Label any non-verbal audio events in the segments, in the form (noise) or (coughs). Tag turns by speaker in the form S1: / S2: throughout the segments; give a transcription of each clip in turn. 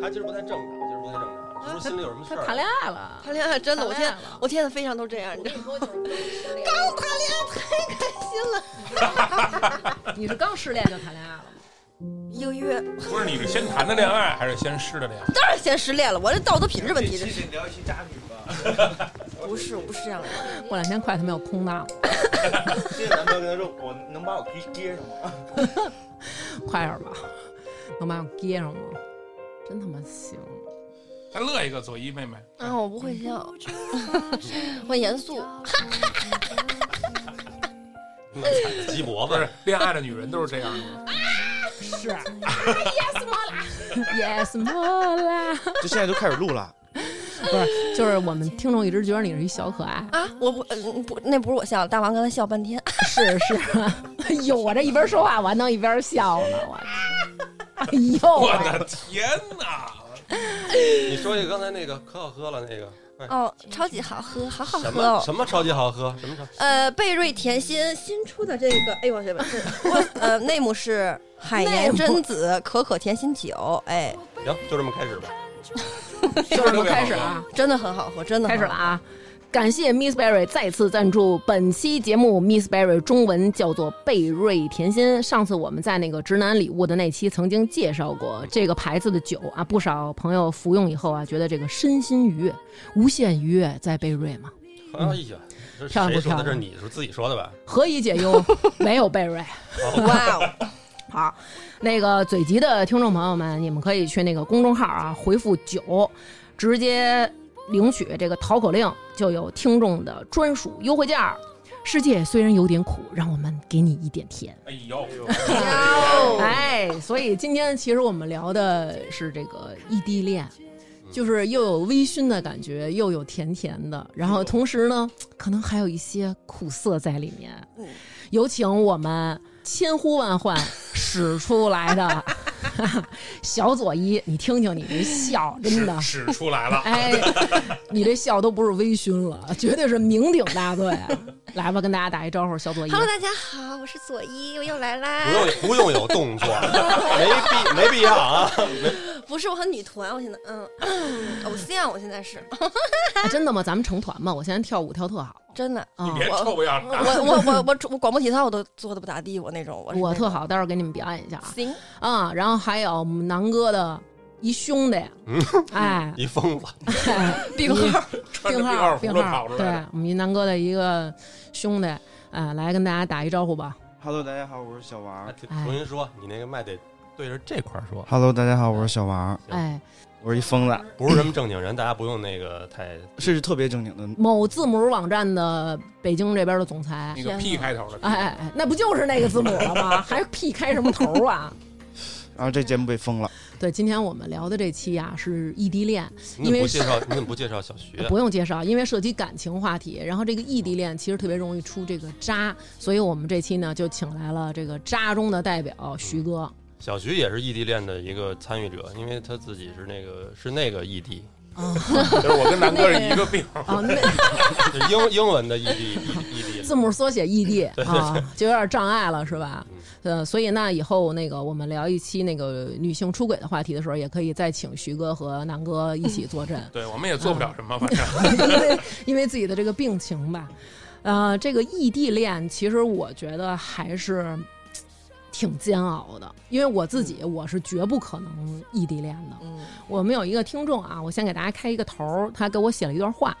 S1: 他今儿不太正常，今儿不太正常，是不是心里有什么事
S2: 啊他
S1: 儿？
S2: 谈恋爱了，
S3: 谈恋爱真的，我
S2: 谈
S3: 现
S2: 恋
S3: 在
S2: 爱了
S3: 我现在非常都这样，
S4: 我
S3: 你知
S4: 跟
S3: 道
S4: 你
S3: 吗。
S4: 说，就是不能失恋
S3: 刚谈恋爱太开心了， (laughs)
S2: 你是刚失恋就谈恋爱了吗？
S3: 一个月
S5: 不是你是先谈的恋爱还是先试的恋爱？
S3: 当然先失恋了，我这道德品质
S2: 哎
S3: 问题，这
S6: 这
S3: 是
S6: 期得聊一期渣女吧。
S2: (laughs)
S3: 不是我不是这样的？
S2: 过两天快他妈要空大了，
S6: (laughs)
S2: (laughs)
S6: 这个男朋友跟他说：“我能把我皮接上吗
S2: 快点吧，能把我接上吗？真他妈行！
S5: 再乐一个佐伊妹妹，
S3: 啊，我不会笑，我严 (laughs) 肃。，
S1: 鸡脖
S5: 不
S1: 子
S5: 是，恋爱的女人都是这样的。
S2: 是啊 (laughs) 哎，yes m o l a yes m o l a？”
S6: 就现在就开始录了，
S2: 不是，就是我们听众一直觉得你是一小可爱
S3: 啊，我不，嗯不，那不是我笑，大王刚才笑半天。
S2: 是 (laughs) 是，哎呦，我这一边说话我还能一边笑呢，我，哎呦
S5: 我
S2: 喂，
S5: 的天
S2: (laughs)
S5: 哪！
S1: 你说一个刚才那个可好喝了那个，快
S3: 哦，超级好喝，好好
S1: 什
S3: 喝
S1: 么
S3: 哦。
S1: 什么超级好喝，什么超
S3: 呃，贝瑞甜心新出的这个，哎呦我这是，我呃内幕是海盐榛子可可甜心酒，哎，
S1: 行，就这么开始吧。
S2: 就是我们开始啊，
S3: 真的很好喝，真的
S2: 开始
S3: 很
S2: 了
S3: 好
S2: 啊！感谢 Miss Berry 再次赞助本期节目。Miss Berry 中文叫做贝瑞甜心。上次我们在那个直男礼物的那期曾经介绍过这个牌子的酒啊，不少朋友服用以后啊，觉得这个身心愉悦，无限愉悦，在贝瑞嘛，
S1: 哎呀，这是
S2: 漂亮不
S1: 谁说
S2: 漂
S1: 的？
S2: 亮
S1: 这是你是自己说的吧？
S2: 何以解
S1: (laughs)
S2: 忧？没有贝瑞。
S3: 喝。哇哦，
S2: 好，那个嘴急的听众朋友们，你们可以去那个公众号啊，回复九，直接领取这个淘口令，就有听众的专属优惠价。世界虽然有点苦，让我们给你一点甜。
S5: 哎呦，
S2: 哎，所以今天其实我们聊的是这个异地恋，就是又有微醺的感觉，又有甜甜的，然后同时呢，可能还有一些苦涩在里面。有请我们千呼万唤 (laughs) 使出来的 (laughs) 小左一，你听听你这笑，真的
S5: 屎。屎出来了。
S2: (laughs) 哎，你这笑都不是微醺了，绝对是酩酊大醉。啊
S5: (laughs)
S2: 来吧，跟大家打一招呼，小左一。
S3: Hello，大家好，我是左一，我又来
S1: 不
S3: 啦。
S1: 用不用有动作，没必没必要啊。
S2: (laughs)
S3: 不是我很女团，我现在嗯， (clears throat) 偶像，我现在是
S2: 哎真的吗？咱们成团吧，我现在跳舞跳特好
S3: 真的。
S2: 啊。
S5: 别臭不要脸
S3: 我！我我我我广播体操我都做的不咋地，我那种我是
S2: 我
S3: 那种
S2: 特好，待会儿给你们表演一下啊
S3: 行，
S2: 啊！然后还有我们南哥的一兄弟，啊哎，
S1: 嗯一疯子，
S2: 哎 (laughs)
S3: 病号
S5: (laughs) 穿
S2: 病
S5: 着病号
S2: 号
S5: 服
S2: 病
S5: 都
S2: 号
S5: 跑出，
S2: 对
S5: 来了。
S2: 我们一南哥的一个兄弟，哎，来跟大家打一招呼吧。
S6: ？Hello，大家好，我是小王。
S1: 哎重新说，你那个麦得对着这块儿说，
S6: Hello，大家好，我是小王，
S1: 行
S2: 哎，
S6: 我是一疯子，
S1: 不是什么正经人，大家不用那个太
S6: 是特别正经的。
S2: 某字母网站的北京这边的总裁
S5: 那，个 P 开头的，
S2: 哎哎哎，那不就是那个字母了吗？ (laughs) 还 P 开什么头啊？ (laughs)
S6: 然后这节目被封了，
S2: 对，今天我们聊的这期啊是异地恋，
S1: 你怎么不介绍？你怎么不介绍小徐啊？
S2: 呃不用介绍，因为涉及感情话题。然后这个异地恋其实特别容易出这个渣，所以我们这期呢就请来了这个渣中的代表徐哥。
S1: 小徐也是异地恋的一个参与者，因为他自己是那个是那个异地， (laughs)
S2: 啊
S5: 就是我跟南哥是一个
S2: (laughs)
S5: 病。
S2: 啊，那
S1: 是英英文的异地异
S2: (laughs)
S1: 异地。
S2: 字母缩写异地啊，就有点障碍了，是吧？呃，所以那以后那个我们聊一期那个女性出轨的话题的时候，也可以再请徐哥和南哥一起坐镇。
S5: 对，我们也做不了什么，反正
S2: 因为因为自己的这个病情吧。呃，这个异地恋其实我觉得还是嘖挺煎熬的，因为我自己我是绝不可能异地恋的。
S3: 嗯，
S2: 我们有一个听众啊，我先给大家开一个头儿，他给我写了一段话，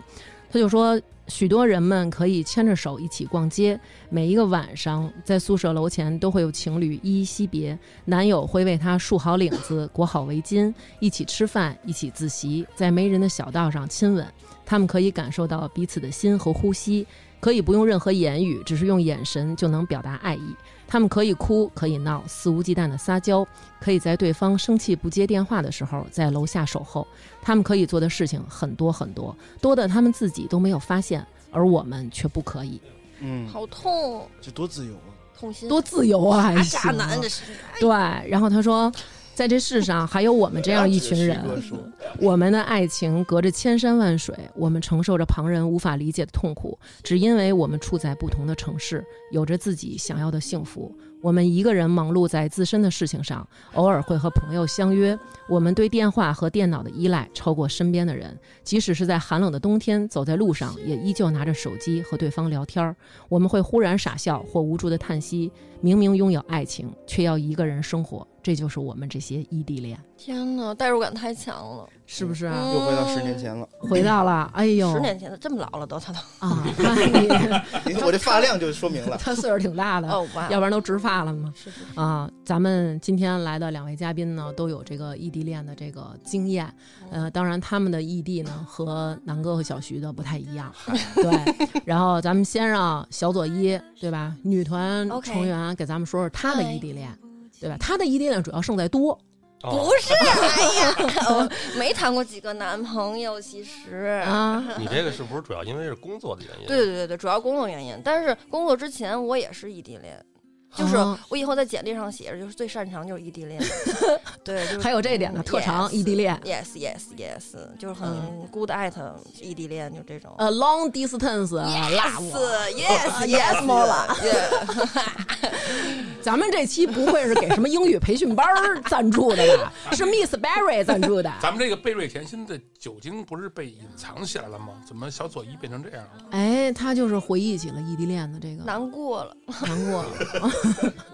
S2: 他就说，许多人们可以牵着手一起逛街，每一个晚上在宿舍楼前都会有情侣依依惜别，男友会为她束好领子、裹好围巾，一起吃饭，一起自习，在没人的小道上亲吻，他们可以感受到彼此的心和呼吸。可以不用任何言语，只是用眼神就能表达爱意。他们可以哭，可以闹，肆无忌惮的撒娇，可以在对方生气不接电话的时候，在楼下守候。他们可以做的事情很多很多，多的他们自己都没有发现，而我们却不可以。
S6: 嗯，
S3: 好痛，哦
S6: 这多自由啊！
S3: 痛心，
S2: 多自由啊！还
S3: 渣
S2: 行
S3: 男这是。哎
S2: 对，然后他说，在这世上还有我们这样一群
S6: (laughs)
S2: 人
S6: 不要指着徐哥说，
S2: 我们的爱情隔着千山万水，我们承受着旁人无法理解的痛苦，只因为我们处在不同的城市，有着自己想要的幸福。我们一个人忙碌在自身的事情上，偶尔会和朋友相约。我们对电话和电脑的依赖超过身边的人，即使是在寒冷的冬天，走在路上也依旧拿着手机和对方聊天儿。我们会忽然傻笑或无助的叹息，明明拥有爱情，却要一个人生活，这就是我们这些异地恋，
S3: 天哪，代入感太强了，
S2: 是不是啊？
S3: 嗯
S6: 又回到十年前了，
S2: 回到
S3: (laughs)
S2: 了，哎呦，
S3: 十年前的这么老了都，他都 (laughs)
S2: 啊，他
S6: (laughs) 你 (laughs) 我这发量就说明了。
S2: (laughs) 他岁数挺大的，
S3: 哦哇，
S2: 要不然都植发了嘛。
S3: 是是是
S2: 啊，咱们今天来的两位嘉宾呢，都有这个异地恋的这个经
S3: 哦
S2: 验。呃，当然他们的异地呢和南哥和小徐的不太一样。对，然后咱们先让小左一，对吧？女团
S3: OK
S2: 成员给咱们说说她的
S3: 嗨
S2: 异地恋，对吧？她的异地恋主要胜在多，
S1: 哦
S3: 不是，哎呀，我没谈过几个男朋友，其实
S2: 啊，
S1: (laughs) 你这个是不是主要因为是工作的原因？啊
S3: 对，对对对，主要工作原因。但是工作之前我也是异地恋，就是
S2: 啊
S3: 我以后在简历上写着，就是最擅长就是异地恋。
S2: (laughs)
S3: 对，就是
S2: 还有这一点呢，特长
S3: Yes
S2: 异地恋。
S3: yes yes yes，就是
S2: 嗯
S3: 很 good at 异地恋，就这种。
S2: 呃，long distance 啊 love， (laughs)
S3: yes yes Mola，Yeah
S2: (laughs) 咱们这期不会是给什么英语培训班儿赞助的吧？是 Miss Barry 赞助的。
S5: 咱们这个贝瑞甜心的酒精不是被隐藏起来了吗？怎么小左一变成这样了？
S2: 哎，他就是回忆起了异地恋的这个
S3: 难过了，
S2: 难
S3: (laughs)
S2: 过，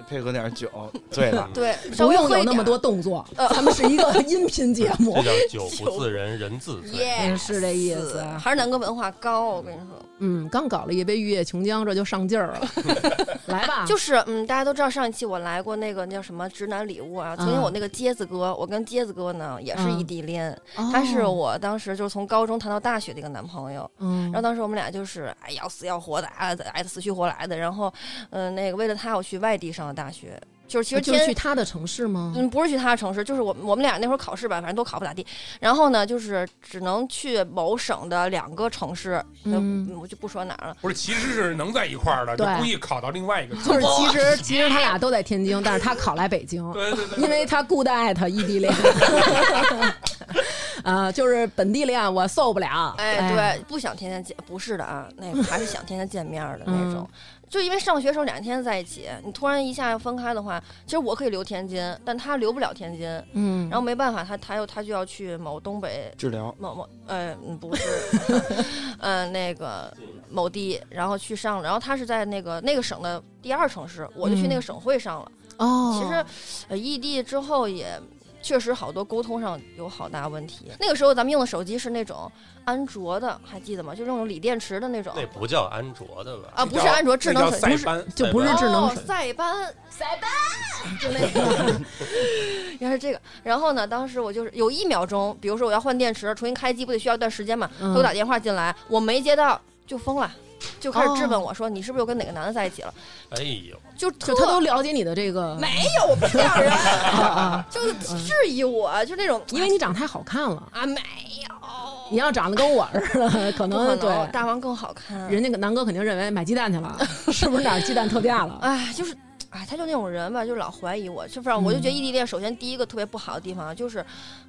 S6: 配合点酒，醉
S1: 嗯
S6: 了。
S3: 对，稍
S2: 不
S3: 微
S2: 用
S3: 喝
S2: 有
S3: 一
S2: 那
S3: 点
S2: 么
S3: 儿
S2: 多动作，咱们是一
S3: (laughs)
S2: 个音频节目
S1: 这。叫酒
S2: (laughs)
S1: 不自人人自醉。
S3: ，yes，
S2: 嗯是这意思啊
S3: 还是南哥文化高，我跟你说，
S2: 嗯，刚搞了一杯玉液琼浆，这就上劲儿了，来吧，
S3: (laughs) 就是嗯，大家都知道上一期我来过那个那叫什么直男礼物啊，曾经
S2: 嗯
S3: 我那个椰子哥，我跟椰子哥呢也是异地恋，
S2: 哦
S3: 他是，我当时就是从高中谈到大学的一个男朋友。
S2: 嗯
S3: 然后当时我们俩就是哎要死要活的，啊爱的死去活来的。然后，嗯、那个为了他，我去外地上的大学，就是其实
S2: 哦就
S3: 天
S2: 是去他的城市吗？
S3: 嗯，不是去他的城市，就是我们我们俩那会儿考试吧，反正都考不咋地。然后呢，就是只能去某省的两个城市，
S2: 嗯
S3: 嗯，我就不说哪儿了。
S5: 不是，其实是能在一块儿的，就
S2: 对
S5: 故意考到另外一个。
S2: (laughs) 就是其
S3: (laughs)
S2: 实
S1: (laughs)
S2: 其实他俩都在天津，但是他考来北京，
S5: 对对对，
S2: 因为他 good at 异地
S3: (laughs)
S2: 恋， (laughs) 啊，就是本地恋我受不了。
S3: 哎，对，不想天天见，不是的啊，那个还是想天天见面儿的那种。就因为上学时候两天在一起，你突然一下分开的话，其实我可以留天津，但他留不了天津，
S2: 嗯，
S3: 然后没办法，他他又他就要去某东北
S6: 治疗
S3: 某某，呃，嗯不是， (laughs) 呃，那个某地，然后去上了，然后他是在那个那个省的第二城市，我就去那个省会上了。
S2: 嗯哦，
S3: 其实，呃，异地之后也确实好多沟通上有好大问题。那个时候咱们用的手机是那种安卓的，还记得吗？就那种锂电池的那种
S1: 那不叫安卓的吧？
S3: 啊，不是安卓智能
S5: 那
S3: 手
S5: 叫
S3: 机，
S5: 塞
S3: 不是
S5: 班，
S2: 就不是智能
S3: 哦
S2: 手，
S3: 塞班，塞班，就那
S2: (laughs)
S3: 个，原来是这个。然后呢，当时我就是有一秒钟，比如说我要换电池，重新开机，不得需要一段时间嘛？
S2: 嗯
S3: 给我打电话进来，我没接到就疯了，就开始质问我说：“你是不是又跟哪个男的在一起了
S1: 哎呦，？”
S3: 就
S2: 哦就
S3: 特
S2: 他都了解你的这个
S3: 没有，我不是这样人，
S2: 啊啊，
S3: 就是质疑我，就那种
S2: 因为你长得太好看了，
S3: 啊没
S2: 你
S3: 有，
S2: 要长得跟我似的，可
S3: 不
S2: 能
S3: 可
S2: 对
S3: 能，大王更好看。
S2: 人家南哥肯定认为买鸡蛋去
S3: (laughs)
S2: 了，是不是哪儿鸡蛋特价了？
S3: 哎，就是，哎，他就那种人吧，就老怀疑我。就反正我就
S2: 嗯
S3: 觉得异地恋，首先第一个特别不好的地方啊就是，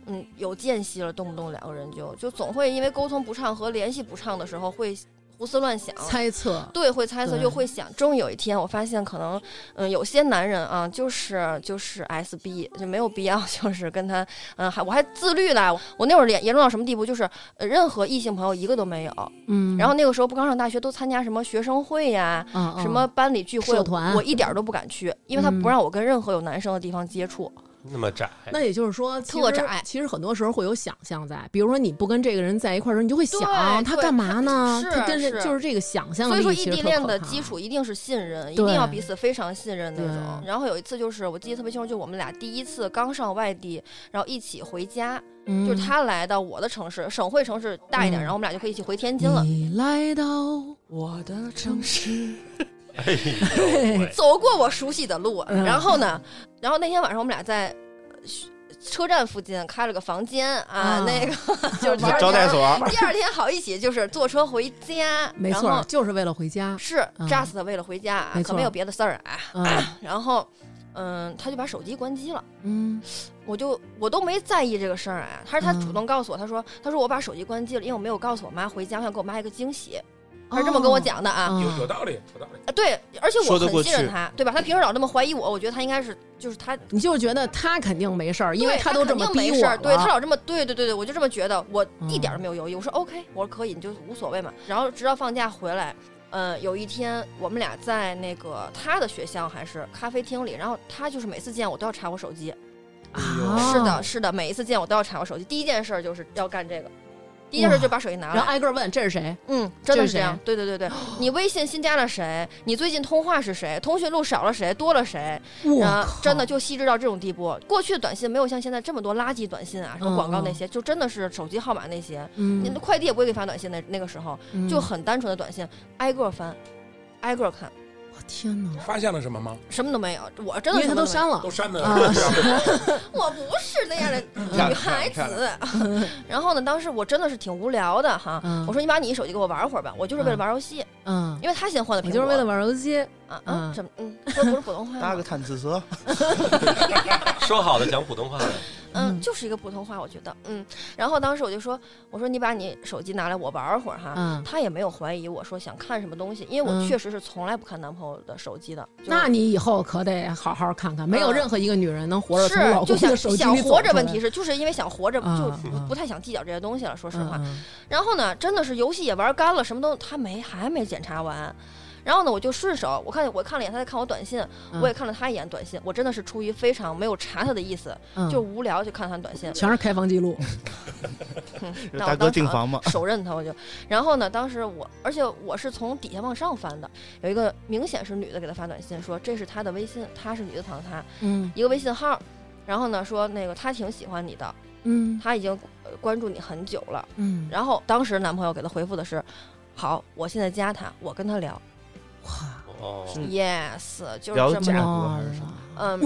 S3: 嗯，有间隙了，动不动两个人就就总会因为沟通不畅和联系不畅的时候会胡思乱想。
S2: 猜测，
S3: 对，会猜测，
S2: 对
S3: 就会想。终于有一天，我发现可能，嗯，有些男人啊，就是就是 S B，就没有必要， (laughs) 就是跟他，嗯，还我还自律了。我那会儿严严重到什么地步，就是、呃任何异性朋友一个都没有。
S2: 嗯，
S3: 然后那个时候不刚上大学，都参加什么学生会呀、
S2: 嗯嗯
S3: 什么班里聚会，
S2: 社团
S3: 我一点儿都不敢去，因为他
S2: 嗯
S3: 不让我跟任何有男生的地方接触。
S1: 那么窄，
S2: 那也就是说，其实
S3: 特窄
S2: 其实很多时候会有想象在，比如说你不跟这个人在一块儿的时候，你就会想
S3: 对
S2: 他
S3: 对
S2: 干嘛呢？
S3: 是
S2: 他跟这
S3: 是
S2: 就是这个想象
S3: 所以
S2: 力
S3: 说，
S2: 其
S3: 异
S2: 实
S3: 地
S2: 特
S3: 恋
S2: 可
S3: 的
S2: 怕
S3: 基础一定是信任，一
S2: 对
S3: 定要彼此非常信任那种。
S2: 对
S3: 然后有一次就是我记得特别清楚，就是我们俩第一次刚上外地，然后一起回家，
S2: 嗯
S3: 就是他来到我的城市，省会城市大一
S2: 嗯
S3: 点，然后我们俩就可以一起回天津了。
S2: 你来到我的城市，
S1: 哎呦
S3: (laughs)
S1: 喂，
S3: 走过我熟悉的路，
S2: 嗯
S3: 然后呢，然后那天晚上我们俩在呃车站附近开了个房间啊，
S2: 啊
S3: 那个
S2: (laughs)
S3: 就是第二天
S6: 招待所，
S3: 第二天好一起就是坐车回家，
S2: 没
S3: 然后
S2: 错，就是为了回家。
S3: 是
S2: 嗯
S3: just 为了回家啊，
S2: 没错
S3: 可没有别的事儿啊。
S2: 嗯，
S3: 然后嗯，他就把手机关机了。
S2: 嗯
S3: 我就我都没在意这个事儿啊，他是他主动告诉我，他说他说我把手机关机了，因为我没有告诉我妈回家，我想给我妈一个惊喜，
S1: 哦
S3: 他是这么
S2: 哦
S3: 跟我讲的啊。
S2: 嗯
S5: 有有道理，有道理。
S3: 啊对，而且我
S4: 说得
S3: 很
S4: 过
S3: 信任
S4: 去
S3: 他，对吧？他平时老这么怀疑我，我觉得他应该是就是他，
S2: 你就是觉得他肯定没事儿，因为
S3: 对他
S2: 都这么
S3: 肯定
S2: 逼
S3: 没
S2: 我
S3: 事儿
S2: 了，
S3: 对他老这么，对对对对，我就这么觉得，我
S2: 嗯
S3: 一点儿都没有犹豫，我说 OK，我说可以，你就无所谓嘛。然后直到放假回来。呃，有一天我们俩在那个他的学校还是咖啡厅里，然后他就是每次见我都要查我手机，
S4: 哎
S2: 啊
S3: 是的，，是的，每一次见我都要查我手机，第一件事儿就是要干这个，第一件事就把手机拿
S2: 然后
S3: 来。
S2: 挨个问这是谁，
S3: 嗯，真
S2: 这
S3: 的
S2: 是
S3: 是这样
S2: 谁。
S3: 对对对对，你微信新加了谁？你最近通话是谁？通讯录少了谁？多了谁？然
S2: 我
S3: 后真的就细致到这种地步。过去的短信没有像现在这么多垃圾短信啊，什么广告那些，就真的是手机号码那些，你
S2: 嗯
S3: 的快递也不会给你发短信那那个时候
S2: 嗯
S3: 就很单纯的短信，挨个翻，挨个看，
S2: 我天哪，
S5: 发现了什么吗？
S3: 什么都没有。我真
S2: 因为他
S3: 的什么
S2: 都
S3: 没有
S2: 删了
S5: 都，删嗯的，
S2: 啊
S3: (laughs) 我不是那样的
S4: 亮
S3: 女孩
S4: 漂
S3: 子。 (laughs) 然后呢，当时我真的是挺无聊的哈，
S2: 嗯
S3: 我说你把你手机给我玩会儿吧，我就是为了玩游戏，
S2: 嗯，
S3: 因为他先换的
S2: 我
S3: 苹果，
S2: 就是为了玩游戏，
S3: 啊
S2: 嗯
S3: 啊什么嗯，说不是普通话
S4: 搭
S3: 吗
S4: 个，探刺蛇，
S1: (laughs) 说好的讲普通话呢，
S3: 嗯，
S2: 嗯
S3: 就是一个普通话，我觉得嗯。然后当时我就说，我说你把你手机拿来我玩会儿哈。
S2: 嗯，
S3: 他也没有怀疑我说想看什么东西，因为我
S2: 嗯
S3: 确实是从来不看男朋友的手机的。就是
S2: 那你以后可得好好看看，没有
S3: 嗯
S2: 任何一个女人能活着从老
S3: 是就
S2: 公的
S3: 想
S2: 手机
S3: 想
S2: 里走出来。
S3: 活着，问题是就是因为想活着，
S2: 嗯
S3: 就
S2: 嗯
S3: 不太想计较这些东西了。说实
S2: 嗯
S3: 话，
S2: 嗯
S3: 然后呢，真的是游戏也玩干了，什么都他没还没检查完。然后呢，我就顺手，我看我看了一眼他在看我短信，
S2: 嗯
S3: 我也看了他一眼短信，我真的是出于非常没有查他的意思，
S2: 嗯
S3: 就无聊就看他短信，
S2: 全 (laughs) 是开房记录，
S3: 哼那
S4: 大
S3: 我
S4: 哥
S3: 当
S4: 订
S3: 场
S4: 房嘛，
S3: 手刃他我就。然后呢，当时我而且我是从底下往上翻的，有一个明显是女的给他发短信说这是他的微信，他是女的躺他
S2: 嗯
S3: 一个微信号，然后呢说那个他挺喜欢你的，
S2: 嗯
S3: 他已经呃关注你很久了。
S2: 嗯，
S3: 然后当时男朋友给她回复的是：“好，我现在加他，我跟他聊。 (laughs)
S2: 哇，
S1: 哦，
S4: 是
S3: ”Yes，就是
S4: 聊
S3: 这
S4: 价
S3: 么
S4: 格
S2: 哇
S4: 还是什么
S3: 嗯。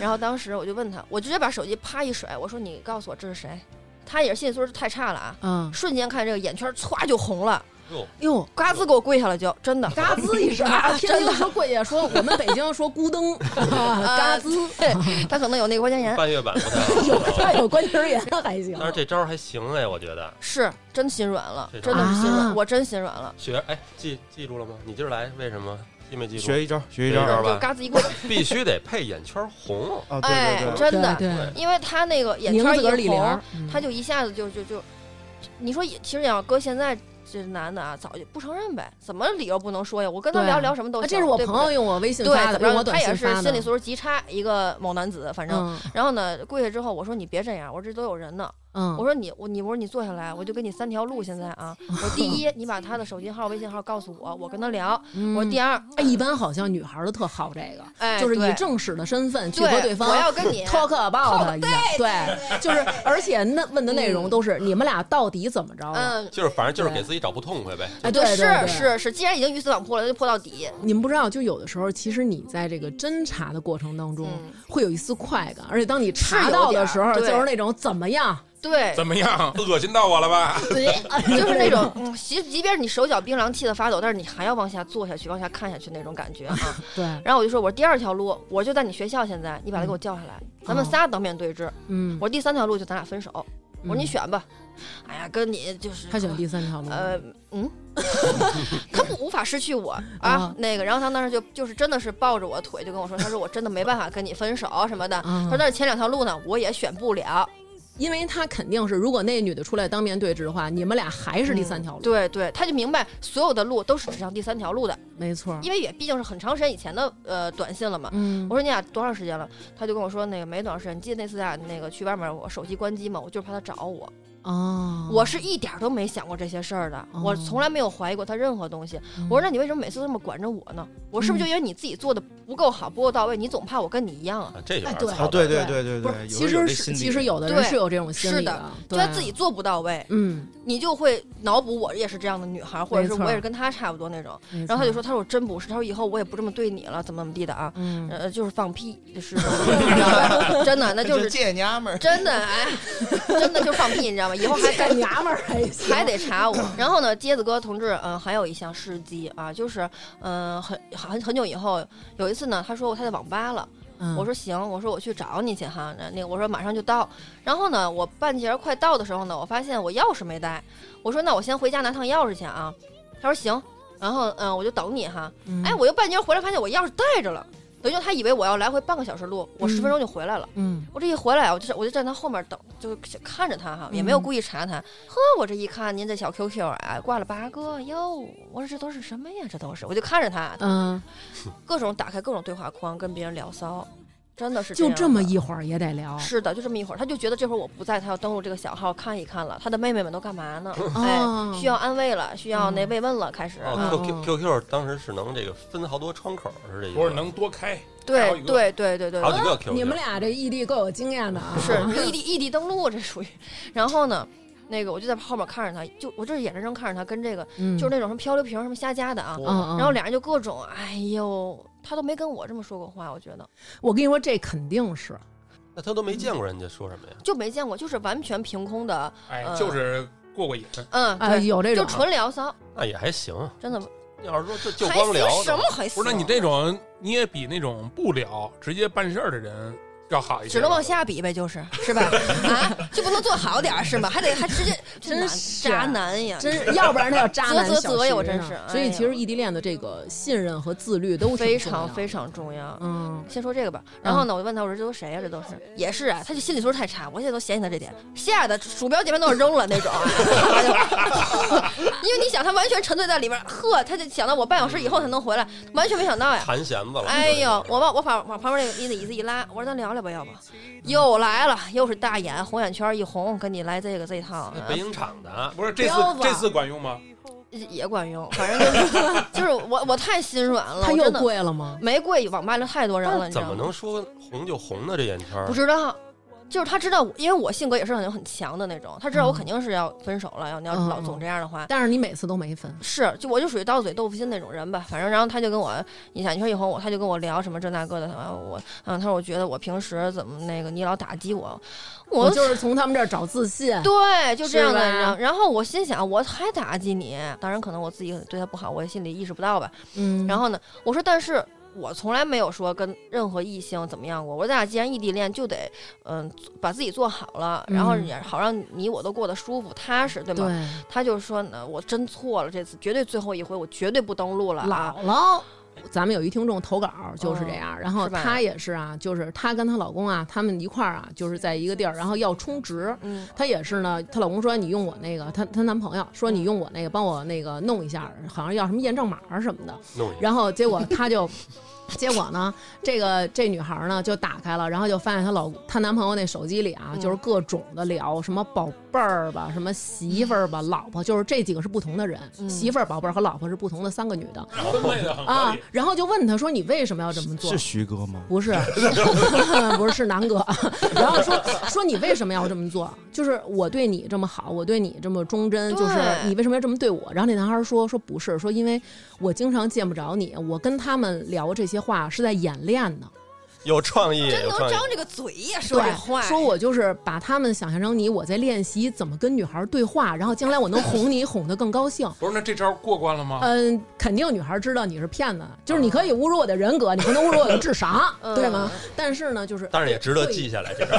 S3: 然后当时我就问他，我直接把手机啪一甩，我说：“你告诉我这是谁？”他也是心理素质太差了啊！
S2: 嗯哎
S3: 瞬间看这个眼圈歘就红了，
S1: 哟，
S2: 哟。
S3: 嘎吱给我跪下了就，真的
S2: 嘎吱一
S3: (laughs)
S2: 声，啊天津说跪下，说我们北京说咕噔，啊嘎吱，
S3: 呃对，他可能有那个关节炎，
S1: 半月板不
S2: 太
S3: (laughs)
S1: 太好。
S2: (laughs) 有关节炎了还行
S1: 但。是这招儿还行哎，我觉得
S3: 是真心软了，
S1: 这
S3: 真的是心
S2: 啊
S3: 软，我真心软了，
S1: 学哎记记住了吗？你今儿来为什么记没记住？
S4: 学一招，学一
S1: 学一招
S4: 招
S3: 就嘎吱一跪，
S1: (laughs) 必须得配眼圈红，哦
S4: 啊！对
S3: 哎
S4: 对，对，
S3: 真的，
S2: 对，
S3: 因为他那个眼
S2: 拧自个儿嗯
S3: 圈一
S2: 李
S3: 红，
S2: 玲，
S3: 他就一下子就就就，你说也其实也要搁现在这男的啊，早就不承认呗，怎么理由不能说呀？我跟他
S2: 对
S3: 聊聊什么都
S2: 啊，
S3: 行，
S2: 这是我
S3: 对不
S2: 朋友用我微信
S3: 对
S2: 发
S3: 对
S2: 的，
S3: 怎
S2: 用
S3: 么
S2: 我
S3: 着，他
S2: 短
S3: 也
S2: 信
S3: 是
S2: 发
S3: 心理
S2: 的。
S3: 素质极差一个某男子，反正。
S2: 嗯
S3: 然后呢，跪下之后，我说你别这样，我说这都有人呢。
S2: 嗯，
S3: 我说你我你我说你坐下来，我就给你三条路。现在
S2: (laughs)
S3: 啊，我第一，你把他的手机号、微信号告诉我，我跟他聊。
S2: 嗯
S3: 我说第二，
S2: 哎一般好像女孩儿都特好这个，
S3: 哎，
S2: 就是以
S3: 对
S2: 正式的身份去和
S3: 对
S2: 对方
S3: 我要跟你哦
S2: talk about 一下，对，就是而且那问的内容都是你们俩到底怎么着
S4: 哦
S2: 了？
S3: 嗯，
S1: 就是反正就是给自己找不痛快呗。
S2: 哎，对对对，
S3: 是。是是，既然已经鱼死网破了，那就破到底。
S2: 你们不知道，就有的时候，其实你在这个侦查的过程当中，
S3: 嗯
S2: 会有一丝快感，而且当你
S3: 是
S2: 查
S3: 有
S2: 到的
S3: 点儿
S2: 时候，就
S3: 对
S2: 是那种怎么样，
S3: 对，
S5: (laughs) 怎么样？恶心到我了 (laughs) 吧？
S3: (laughs) 啊就是那种，嗯，即即便是你手脚冰凉、气得发抖，但是你还要往下坐下去、往下看下去那种感觉啊。 (laughs)
S2: 对，
S3: 然后我就说，我说第二条路，我就在你学校，现在你把他给我叫下来，咱们仨当面对质。
S2: 哦嗯，
S3: 我说第三条路就咱俩分手，我说你
S2: 嗯
S3: 选吧。哎呀，跟你就是
S2: 他选第三条路，
S3: 呃嗯，他不无法失去我啊
S2: 啊，
S3: 那个，然后他当时就就是真的是抱着我腿就跟我说，他说我真的没办法跟你分手什么的。
S2: 啊
S3: 他说但是前两条路呢，我也选不了。
S2: 因为他肯定是，如果那女的出来当面对质的话，你们俩还是第三条路，
S3: 嗯对对，他就明白所有的路都是指向第三条路的。
S2: 没错，
S3: 因为也毕竟是很长时间以前的呃短信了嘛。
S2: 嗯，
S3: 我说你俩多长时间了？他就跟我说那个没多长时间。你记得那次咱俩那个去外面，我手机关机嘛，我就是怕他找我。
S2: 哦，
S3: 我是一点儿都没想过这些事儿的，
S2: 哦
S3: 我从来没有怀疑过他任何东西。
S2: 嗯，
S3: 我说那你为什么每次都这么管着我呢？我是不是就因为你自己做的不够好、不够到位，你总怕我跟你一样啊？
S1: 啊， (laughs) 这就
S2: 哎
S1: 有
S2: 对
S1: 点
S4: 啊，
S1: 操蛋
S4: 对对对对
S2: 不
S4: 对，
S2: 是，其实是其实
S4: 有
S2: 有的
S3: 对
S2: 人是有这种心
S3: 是
S2: 理
S3: 的，
S2: 对啊
S3: 就他自己做不到位，
S2: 嗯，
S3: 你就会脑补我也是这样的女孩儿，或者
S2: 没
S3: 是
S2: 错
S3: 我也是跟他差不多那种。
S2: 然
S3: 然后他就说：“，他说我真不是，他说以后我也不这么对你了，怎么怎么地的啊。”
S2: 嗯，
S3: 呃，就是放屁，
S2: (laughs)
S3: 就是你知道吧真的，那
S4: 这
S3: 就是
S4: 贱娘们儿，
S3: 真的，哎，真的就放屁，你知道吗？吧，以后
S2: (laughs)
S3: 还得
S2: 娘们儿还行
S3: 还得查我。然后呢，椰子哥同志，嗯、还有一项事迹啊，就是嗯、呃很很很久以后，有一次呢，他说他在网吧了，
S2: 嗯
S3: 我说行，我说我去找你去哈，那那个我说马上就到。然后呢，我半截儿快到的时候呢，我发现我钥匙没带，我说那我先回家拿趟钥匙去啊。他说行，然后嗯、我就等你哈。
S2: 嗯
S3: 哎，我又半截儿回来，发现我钥匙带着了，等于就他以为我要来回半个小时路，我十分钟就回来了。
S2: 嗯
S3: 我这一回来，我就站我就站他后面等，就看着他哈，也没有
S2: 嗯
S3: 故意查他。呵，我这一看，您这小 QQ 啊，挂了八个哟！我说这都是什么呀？这都是，我就看着他
S2: 嗯，
S3: (laughs) 各种打开各种对话框，跟别人聊骚，真的是
S2: 就
S3: 这
S2: 这
S3: 样
S2: 么
S3: 的
S2: 一会儿也得聊。
S3: 是的，就这么一会儿，他就觉得这会儿我不在，他要登录这个小号看一看了，他的妹妹们都干嘛呢？
S2: 哦
S3: 哎，需要安慰了，需要那
S2: 嗯
S3: 慰问了，开始。
S1: 哦
S3: 嗯
S2: 嗯
S1: ，Q Q Q Q 当时是能这个分好多窗口，是这意思吧？
S5: 不是能多开还有
S3: 对
S5: 一个
S3: 对对对对
S1: 好
S3: 对，
S1: 几个 Q Q。
S2: 你们俩这异地够有经验的啊！
S3: 是异地异地登录，这属于。然后呢，那个我就在后面看着他，就我就是眼睁睁看着他跟这个，
S2: 嗯，
S3: 就是那种什么漂流瓶什么瞎加的啊，
S2: 嗯嗯。
S3: 然后俩人就各种，哎呦，他都没跟我这么说过话，我觉得
S2: 我跟你说，这肯定是
S1: 那他都没见过人家说什么呀？
S3: 就没见过，就是完全凭空的，
S5: 哎
S3: 嗯，
S5: 就是过过瘾。哎
S3: 嗯，
S2: 啊，
S3: 对，
S2: 有这
S3: 就
S2: 种
S3: 纯聊骚，
S1: 那也还行。
S3: 真的
S1: 要是说就就
S3: 还
S1: 光
S3: 行
S1: 聊
S3: 什
S1: 呢
S3: 么，还行？
S5: 不是，那你这种你也比那种不聊直接办事儿的人要好一些。
S3: 只
S1: 啊
S3: 能往。下比呗，就是是吧？啊，就不能做好点儿是吗？还得还
S2: (laughs)
S3: 直接，
S2: 真
S3: 男
S2: 是啊
S3: 渣男呀！
S2: 真是，要不然他叫渣男
S3: (laughs) 啧啧
S2: 小学
S3: 啧呀我
S2: 呢
S3: 真是
S2: 所以其
S3: 哎
S2: 实
S3: 呀
S2: 异地恋的这个信任和自律都挺
S3: 非
S2: 重要
S3: 常
S2: 的
S3: 非常重要。
S2: 嗯，
S3: 先说这个吧，然后呢，我就问他，我说这都谁呀、这都是，也是啊，他就心理素质太差，我现在都嫌弃他这点，吓得鼠标键盘都要扔了那种、啊。 (laughs) 因为你想，他完全沉醉在里边儿，呵，他就想到我半小时以后才能回来，完全没想到呀。
S1: 弹弦子了。
S3: 哎呦，我往我把往旁边那个椅子椅子一拉，我说咱聊聊吧，要不又来了，又是大眼红眼圈一红，跟你来这个这一套、啊，
S1: 北影厂的，
S5: 不是这次
S3: 彪子
S5: 这次管用吗？
S3: 也管用，反正就是就是 (laughs) 我我太心软了，
S2: 他
S3: 我
S2: 又
S3: 真的
S2: 贵了吗？
S3: 没贵，网吧里太多人了，
S1: 那
S3: 你知
S1: 怎
S3: 道
S1: 么
S3: 吗？
S1: 能说红就红呢？这眼圈儿
S3: 不知道，就是他知道我，因为我性格也是很很强的那种，他知道我
S2: 嗯
S3: 肯定是要分手了，要你要
S2: 嗯
S3: 老
S2: 嗯
S3: 总这样的话。
S2: 但是你每次都没分，
S3: 是，就我就属于刀子嘴豆腐心那种人吧，反正然后他就跟我，你想你说以后我，他就跟我聊什么这那个的，啊我，嗯，他说我觉得我平时怎么那个你老打击我，我
S2: 我就是从他们这儿找自信。
S3: 对，就是这样的。
S2: 吧
S3: 然后然后我心想，我还打击你，当然可能我自己对他不好，我也心里意识不到吧。
S2: 嗯，
S3: 然后呢，我说，但是我从来没有说跟任何异性怎么样过。我说咱俩既然异地恋，就得嗯、把自己做好了，然后
S2: 嗯
S3: 也好让你我都过得舒服踏实，对吗？
S2: 对，
S3: 他就说呢，我真错了，这次绝对最后一回，我绝对不登录了啊。
S2: 姥姥，咱们有一听众投稿就是这样，然后
S3: 是吧
S2: 她也是啊，就是她跟她老公啊，他们一块儿啊，就是在一个地儿，然后要充值。
S3: 嗯，
S2: 她也是呢，她老公说你用我那个，她她男朋友说你用我那个，帮我那个弄一下，好像要什么验证码儿什么的。
S1: 弄一个
S2: 然后结果她就，结果呢，这个这女孩呢就打开了，然后就发现她老她男朋友那手机里啊，
S3: 嗯
S2: 就是各种的聊什么宝贝儿吧，什么媳妇儿吧，老婆，就是这几个是不同的人，
S3: 嗯
S2: 媳妇儿、宝贝儿和老婆是不同的三个女的。
S6: 哦
S3: (laughs)
S5: 分类的很合
S2: 啊
S5: 理。，
S2: 然后就问他说：“你为什么要这么做
S6: 是？”徐哥吗？
S2: 不
S3: (laughs)
S2: 是，不是是南哥。 (laughs) 然后说说你为什么要这么做？就是我对你这么好，我对你这么忠贞，
S3: 对
S2: 就是你为什么要这么对我？然后那男孩说说不是，说因为我经常见不着你，我跟他们聊这些话是在演练呢。
S1: 有创意，
S3: 真
S1: 有
S3: 能
S1: 创意
S3: 张。 (laughs) 这个嘴呀，说
S2: 对
S3: 这话，，
S2: 说我就是把他们想象成你，我在练习怎么跟女孩对话，然后将来我能哄
S3: (laughs)
S2: 你，哄得更高兴。
S3: 哦
S5: 不是，那这招过关了吗？
S3: 呃
S2: 嗯，肯定女孩知道你是骗子，就是你可以侮辱我的人格，你不能侮辱我的智商，
S3: 哦 (laughs) 嗯
S2: 对吗？但是呢，就是
S1: 但是也值得记下来，这个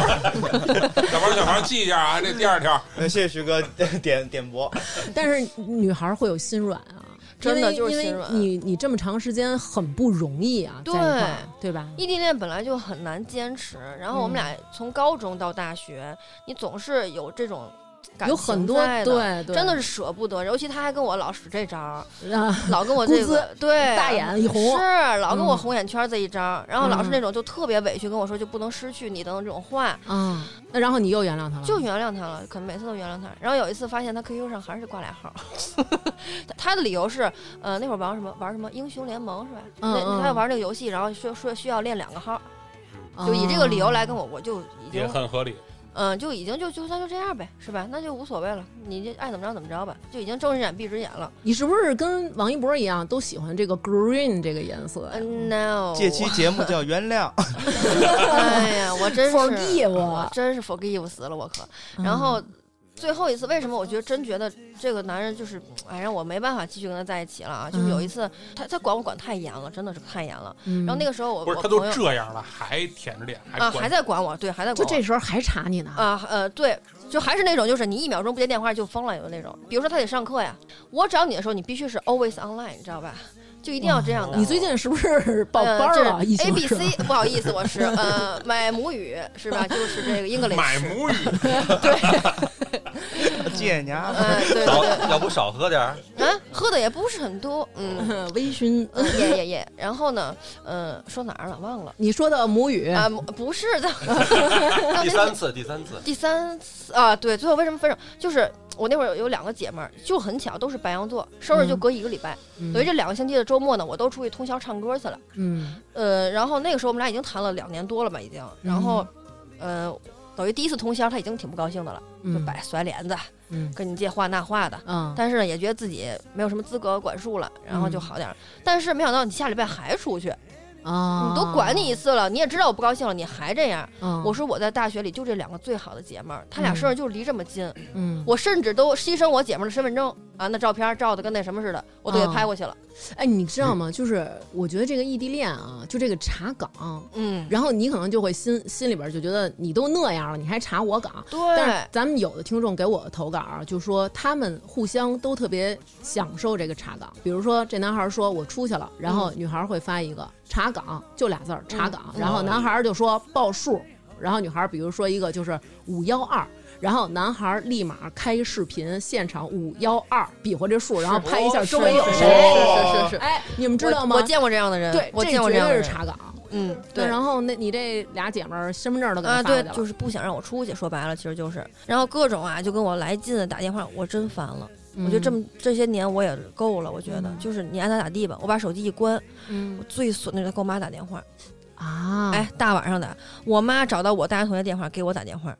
S5: (laughs) 小王，小王记一下啊，这第二条。
S6: 谢呃谢徐哥 (laughs) 点点播。
S2: 对。但是女孩会有心软啊，
S3: (laughs) 真的
S2: 因为
S3: 就是心
S2: 因为
S3: 软
S2: 你你这么长时间很不容易啊，在
S3: 对
S2: 一块儿，对吧？
S3: 异地恋本来就很难坚持，然后我们
S2: 嗯
S3: 俩从高中到大学，你总是有这种感
S2: 有很
S3: 情
S2: 多
S3: 在的
S2: 对对，
S3: 真的是舍不得。尤其他还跟我老使这招儿，
S2: 是 (laughs) 啊，
S3: 老跟我
S2: 工
S3: 这个对
S2: 大眼一红
S3: 是老跟我
S2: 嗯
S3: 红眼圈儿这一招儿，然后老是那种就特别委屈跟我说就不能失去你等等这种话，
S2: 嗯，那然后你又原谅他了，
S3: 就原谅他了，可能每次都原谅他。然后有一次发现他 QQ 上还是挂俩号儿， (laughs) 他的理由是呃那会儿玩什么玩什么英雄联盟是吧？
S2: 嗯嗯
S3: 那他要玩那个游戏，然后说说需要练两个号儿，
S2: 啊
S3: 就以这个理由来跟我，我就已经
S5: 也很合理。
S3: 嗯，就已经就就算就这样呗，是吧？那就无所谓了，你就爱怎么着怎么着吧，就已经睁一只眼闭一只眼了。
S2: 你是不是跟王一博一样都喜欢这个 green 这个颜色呀？
S3: 嗯，no，
S2: 哦
S6: 这期节
S3: (laughs)
S6: 目叫原谅，
S3: 哎呀，我真是
S2: Forgive 嗯
S3: 我真是 forgive 死了我可。然后最后一次为什么我觉得真觉得这个男人就是，哎，让我没办法继续跟他在一起了啊！就是有一次，他他管我管太严了，真的是太严了。
S2: 嗯
S3: 然后那个时候我
S5: 不是
S3: 我
S5: 他都
S3: 朋友
S5: 这样了，还舔着脸，还
S3: 啊
S5: 管
S3: 还在管我，对，还在管
S2: 就
S3: 我。
S2: 这时候还查你呢，
S3: 啊，呃，对，就还是那种，就是你一秒钟不接电话就疯了的那种。比如说他得上课呀，我找你的时候，你必须是 always online，你知道吧？就一定要这样的。
S2: 哦你最近是不是报
S3: 呃
S2: 班儿了？
S3: 这
S2: 疫
S3: 是
S2: 情
S3: A B
S2: 是吧
S3: C，不好意思，我是 (laughs) 呃买母语是吧？就是这
S5: (laughs)
S3: 个 English。
S5: 买母语，
S6: 借你啊！
S3: 呃，对对
S1: 要
S3: 对，
S1: 要不少喝点儿，
S3: 啊，喝的也不是很多，嗯，
S2: (laughs) 微醺。
S3: 嗯也也也。然后呢，嗯，说哪儿了？忘了
S2: 你说的母语，
S3: 啊，不是的，
S1: 第三次，第三次，
S3: 第三次啊，对，最后为什么分手？就是我那会儿有有两个姐妹儿，就很巧，都是白羊座，生日就
S2: 嗯
S3: 隔一个礼拜。
S2: 嗯
S3: 所以这两个星期的周末呢，我都出去通宵唱歌去了。
S2: 嗯
S3: 呃，然后那个时候我们俩已经谈了两年多了吧，已经。然后，呃，等于第一次通宵，他已经挺不高兴的了，就
S2: 嗯
S3: 摆甩帘子，
S2: 嗯
S3: (laughs) 跟你这话那话的。
S2: 嗯，
S3: 但是呢，也觉得自己没有什么资格管束了，然后就
S2: 嗯
S3: 好点儿。但是没想到你下礼拜还出去，
S2: 啊，
S3: 你都管你一次了，你也知道我不高兴了，你还这样。
S2: 嗯，
S3: 我说我在大学里就这两个最好的姐妹儿，她俩
S2: 嗯
S3: 生日就离这么近，
S2: 嗯，
S3: 我甚至都牺牲我姐妹儿的身份证啊，那照片儿照的跟那什么似的，我都给
S2: 啊
S3: 拍过去了。
S2: 哎，你知道吗？就是我觉得这个异地恋啊，就这个查岗，
S3: 嗯，
S2: 然后你可能就会心心里边就觉得你都那样了，你还查我岗。但
S3: 对
S2: 是。咱们有的听众给我投稿啊，就说他们互相都特别享受这个查岗。比如说，这男孩说我出去了，然后女孩会发一个查岗，就俩字儿查岗，
S3: 嗯
S2: 然后男孩就说报数，然后女孩比如说一个就是五幺二。然后男孩立马开视频，现场五幺二比划这数，然后拍一下周围有
S3: 是
S2: 谁。
S3: 是是是是，
S2: 哎，你们知道吗？
S3: 我我见过这样的人，
S2: 对，
S3: 我
S2: 这
S3: 见过这
S2: 绝
S3: 样的
S2: 对
S3: 人
S2: 是，查岗。
S3: 嗯，
S2: 那
S3: 对。
S2: 然后那你这俩姐们儿身份证都给
S3: 啊，
S2: 他发过
S3: 对
S2: 去，了，
S3: 就是不想让我出去，说白了其实就是，然后各种啊就跟我来劲的打电话，我真烦了，我觉得这么这些年我也够了，我觉得
S2: 嗯
S3: 就是你爱咋咋地吧，我把手机一关，我
S2: 嗯
S3: 最损的就是给我妈打电话，
S2: 啊，
S3: 哎，大晚上的，我妈找到我大学同学电话给我打电话。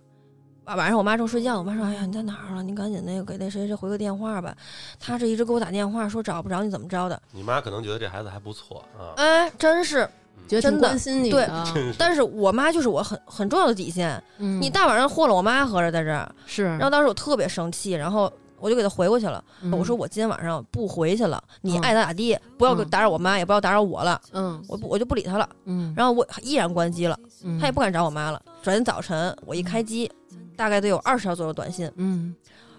S3: 晚晚上我妈正睡觉，我妈说：“哎呀，你在哪儿了？你赶紧那个给那谁谁回个电话吧。”她这一直给我打电话，说找不着你怎么着的。
S1: 你妈可能觉得这孩子还不错啊，
S3: 哎，真是，
S2: 觉得
S3: 真
S2: 挺
S3: 的
S2: 关心你
S3: 对
S2: 的，
S1: 真是
S3: 但是我妈就是我很很重要的底线。
S2: 嗯
S3: 你大晚上祸了我妈，合着在这儿。
S2: 是，
S3: 然后当时我特别生气，然后我就给她回过去了。
S2: 嗯
S3: 我说我今天晚上不回去了，你
S2: 嗯
S3: 爱咋咋地，不要
S2: 嗯
S3: 打扰我妈，也不要打扰我了。
S2: 嗯
S3: 我不我就不理她了。
S2: 嗯，
S3: 然后我依然关机了，
S2: 后
S3: 她也不敢找我妈了。转天早晨我一开机，大概得有二十条左右短信，
S2: 嗯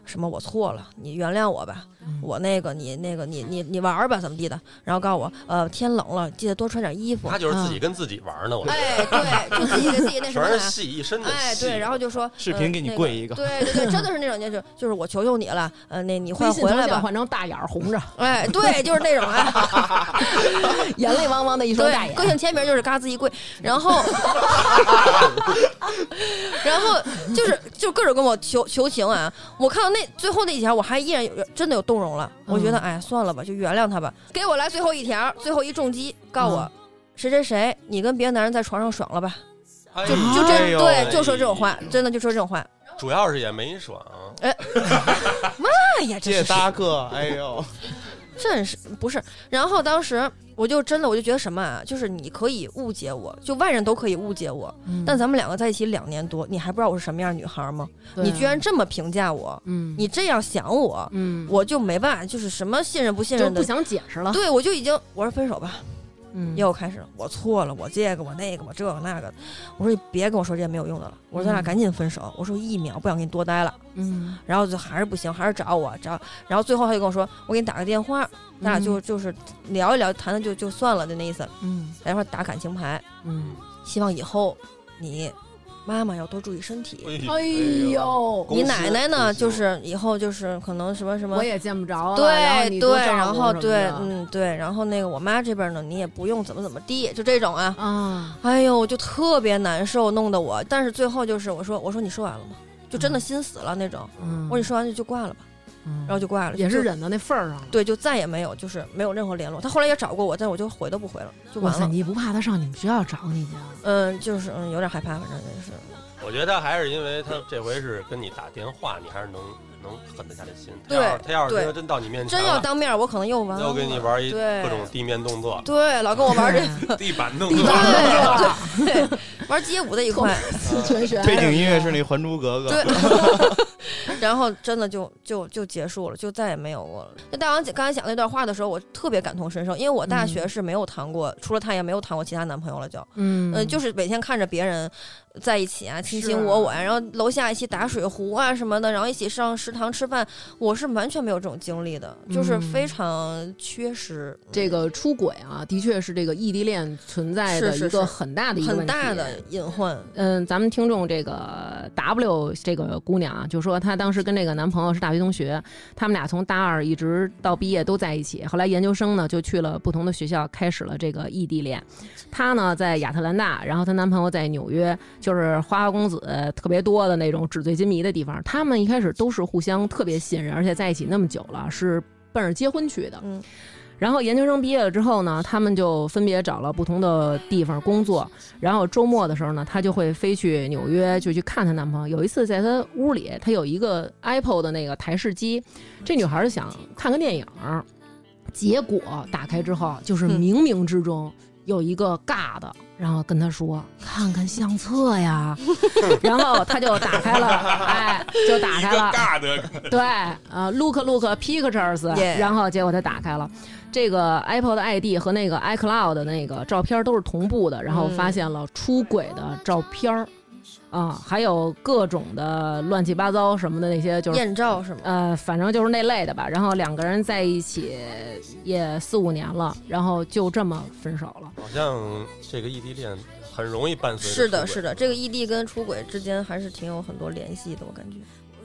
S3: 什么我错了，你原谅我吧，
S2: 嗯
S3: 我那个你那个你你你玩儿吧，怎么地的？然后告诉我，呃，天冷了，记得多穿点衣服。啊
S1: 她就是自己跟自己玩呢，我觉得
S3: 嗯哎，
S1: (laughs)
S3: 对，就自己给自己那什么
S1: 全是
S3: 呢。
S1: 戏，一身的
S3: 哎，
S1: 戏。
S3: 对，然后就说
S4: 视
S3: 呃
S4: 频给你
S3: 那
S4: 跪一个
S3: 对对对，真的是那种，就是就是我求求你了，呃，那
S2: (laughs)
S3: 你快
S2: 微信
S3: 回
S2: 头
S3: 来
S2: 像
S3: 吧，
S2: 换成大眼儿红着，
S3: (laughs) 哎，对，就是那种哎，
S2: (laughs) 眼泪汪汪的一双大
S3: 对，
S2: 眼
S3: 个，性签名就是嘎吱一跪，
S2: (laughs)
S3: 然后， (laughs) 然后就是就各种跟我求求情啊！我看到那最后那几条，我还依然有真的有动容了。我觉得
S2: 嗯
S3: 哎，算了吧，就原谅他吧。给我来最后一条，最后一重击，告
S2: 嗯
S3: 我、谁谁谁，你跟别的男人在床上爽了吧？
S1: 哎
S3: 就
S1: 呦
S3: 就
S4: 哎
S3: 真
S4: 呦
S3: 对，就说这种话，真的就说这种话。
S1: 主要是也没爽，
S4: (laughs)
S3: 哎呀，真
S4: 这
S3: 是
S4: 大哥，哎呦，
S3: 真是不是？然后当时我就真的我就觉得什么啊，就是你可以误解我，就外人都可以误解我。
S2: 嗯
S3: 但咱们两个在一起两年多，你还不知道我是什么样的女孩吗？
S2: 对啊
S3: 你居然这么评价我，
S2: 嗯
S3: 你这样想我，
S2: 嗯
S3: 我就没办法，就是什么信任不信
S2: 就
S3: 任
S2: 不
S3: 的。
S2: 想解释了，
S3: 对，我就已经我说分手吧，
S2: 嗯
S3: 又开始了我错了，我这个我那个我这个那个，我说你别跟我说这些没有用的了，我说咱俩
S2: 嗯
S3: 赶紧分手，我说一秒不想跟你多待了，
S2: 嗯
S3: 然后就还是不行，还是找我找，然后最后他就跟我说，我给你打个电话，咱俩就就是聊一聊，谈谈就就算了的那意思，
S2: 嗯
S3: 打电话打感情牌，
S2: 嗯，
S3: 希望以后你妈妈要多注意身体，
S2: 哎，呦，
S3: 你
S1: 公司
S3: 奶奶呢？
S1: 公司
S3: 就是以后就是可能什么什么
S2: 我，也见不着了，然后
S3: 对
S2: 你多
S3: 对，
S2: 照顾
S3: 然后
S2: 什么
S3: 对，
S2: 的
S3: 嗯对，然后那个我妈这边呢，你也不用怎么怎么地，就这种啊。
S2: 啊，
S3: 哎呦，我就特别难受，弄得我，但是最后就是我说我说你说完了吗？就真的心死了那种。
S2: 嗯
S3: 我说你说完就就挂了吧，
S2: 嗯
S3: 然后就挂了，
S2: 也是
S3: 就
S2: 忍到那份儿上了。
S3: 对，就再也没有就是没有任何联络。他后来也找过我，但我就回都不回了，就
S2: 哇
S3: 完
S2: 塞，
S3: 了。
S2: 你不怕他上你们学校找你去啊？
S3: 嗯，就是嗯有点害怕，反正就是
S1: (laughs) 我觉得他还是因为他这回是跟你打电话，你还是能能狠得下这心。
S3: 对
S1: 他要是他要是
S3: 对
S1: 真真到你面前
S3: 真
S1: 了，
S3: 要当面儿，我可能又完了。
S1: 要跟你玩一
S3: 对
S1: 各种地面动作，
S3: 对，老跟我玩这
S2: 嗯
S3: (laughs)
S5: (laughs) 地板弄
S2: 地
S5: 得
S2: 板
S5: 乱
S2: 动作
S3: 玩街舞的一块。
S2: (laughs) 四拳拳，
S6: 呃 (laughs)
S3: (laughs)
S4: 背景音乐是那《还珠格格》，
S3: 对，然后真的就就就结束了，就再也没有过了。那大王姐刚才讲那段话的时候，我特别感同身受，因为我大学
S2: 嗯
S3: 是没有谈过，除了他也没有谈过其他男朋友了就，
S2: 嗯
S3: 呃，就是每天看着别人在一起啊，卿
S2: 是
S3: 卿我我呀，然后楼下一起打水壶啊什么的，然后一起上食堂吃饭，我是完全没有这种经历的，就是
S2: 嗯
S3: 非常缺失。嗯
S2: 这个出轨啊，的确是这个异地恋存在的
S3: 是是
S2: 一个
S3: 是
S2: 很大的一个
S3: 很
S2: 问题
S3: 大的隐患，
S2: 嗯，咱们听众这个 W 这个姑娘啊，就说她当时跟这个男朋友是大学同学，他们俩从大二一直到毕业都在一起。后来研究生呢就去了不同的学校，开始了这个异地恋。她呢在亚特兰大，然后她男朋友在纽约，就是花花公子呃特别多的那种纸醉金迷的地方。他们一开始都是互相特别信任，而且在一起那么久了，是奔着结婚去的。
S3: 嗯，
S2: 然后研究生毕业了之后呢，他们就分别找了不同的地方工作。然后周末的时候呢，她就会飞去纽约，就去看她男朋友。有一次在她屋里，她有一个 Apple 的那个台式机，这女孩儿就想看个电影儿，结果打开之后，就是
S3: 嗯
S2: 冥冥之中有一个尬的，然后跟她说：“看看相册呀。” (laughs) 然后她就
S3: (laughs)
S2: 打开了，哎，就打
S5: (laughs)
S2: 开了，
S5: 尬的，
S2: 对，呃，look look pictures，、
S3: Yeah
S2: 然后结果他打开了。这个 Apple 的 ID 和那个 iCloud 的那个照片都是同步的，然后发现了出轨的照片儿，啊，还有各种的乱七八糟什么的那些，就是
S3: 艳照是吗？
S2: 呃，反正就是那类的吧。然后两个人在一起也四五年了，然后就这么分手了。
S1: 好像这个异地恋很容易伴随
S3: 是的，
S1: 着出轨
S3: 是的，这个异地跟出轨之间还是挺有很多联系的，我感觉。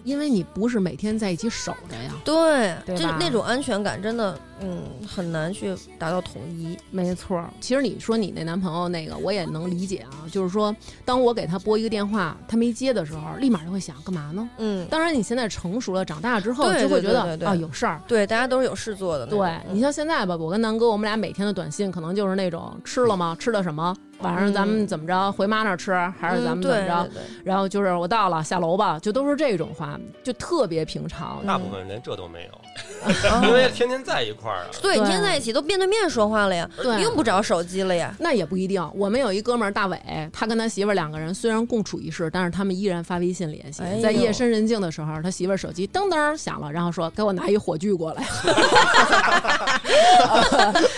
S2: 因为你不是每天在一起守着呀，
S3: 对，
S2: 对
S3: 这
S2: 吧
S3: 那种安全感真的，嗯，很难去达到统一。
S2: 没错儿，其实你说你那男朋友那个，我也能理解啊。就是说，当我给他拨一个电话，他没接的时候，立马就会想干嘛呢？
S3: 嗯，
S2: 当然，你现在成熟了，长大之后
S3: 对
S2: 就会
S3: 对
S2: 觉
S3: 对
S2: 得
S3: 对对
S2: 啊有事儿。
S3: 对，大家都是有事做的那种。
S2: 对
S3: 嗯
S2: 你像现在吧，我跟南哥，我们俩每天的短信可能就是那种吃了吗？吃的什么？晚上咱们怎么着？回妈那儿吃，还是咱们
S3: 嗯
S2: 怎么着？
S3: 对对对
S2: 然后就是我到了，下楼吧，就都是这种话，就特别平常。
S1: 哦大部分人连这都没有，
S3: 啊
S1: (laughs) 因为天天在一块儿啊。
S3: 对，
S2: 对
S3: 你天在一起都面对面说话了呀，
S2: 对，
S3: 用不着手机了呀。
S2: 那也不一定。我们有一哥们儿大伟，他跟他媳妇儿两个人虽然共处一室，但是他们依然发微信联系。
S3: 哎呦
S2: 在夜深人静的时候，他媳妇儿手机噔噔响了，然后说：“给我拿一火炬过
S3: (laughs)
S2: 来，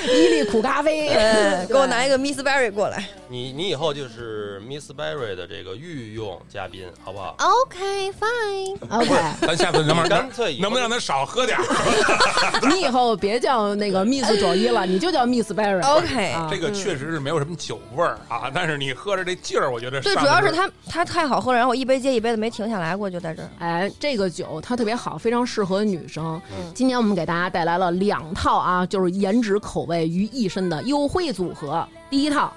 S2: 伊利苦咖啡，
S3: 对，呃哎给我
S2: 一。
S3: 拿一个 Miss Berry 过来。
S1: 你你以后就是 Miss Berry 的这个御用嘉宾，好不好？
S3: OK fine，” (laughs)
S2: OK，
S5: (laughs) 咱下次能不能
S1: 干脆以后
S5: 能不能让他少喝点儿？
S2: 你以后别叫那个 Miss 佐伊了，你就叫 Miss Berry。
S3: OK
S2: 啊
S5: 这个确实是没有什么酒味儿啊，但是你喝着这劲儿，我觉得
S3: 对，
S5: 上
S3: 主要
S5: 的
S3: 是他他太好喝了，然后我一杯接一杯的没停下来过，就在这儿。
S2: 哎，这个酒它特别好，非常适合女生。
S3: 嗯
S2: 今年我们给大家带来了两套啊，就是颜值口味于一身的优惠组合。第一套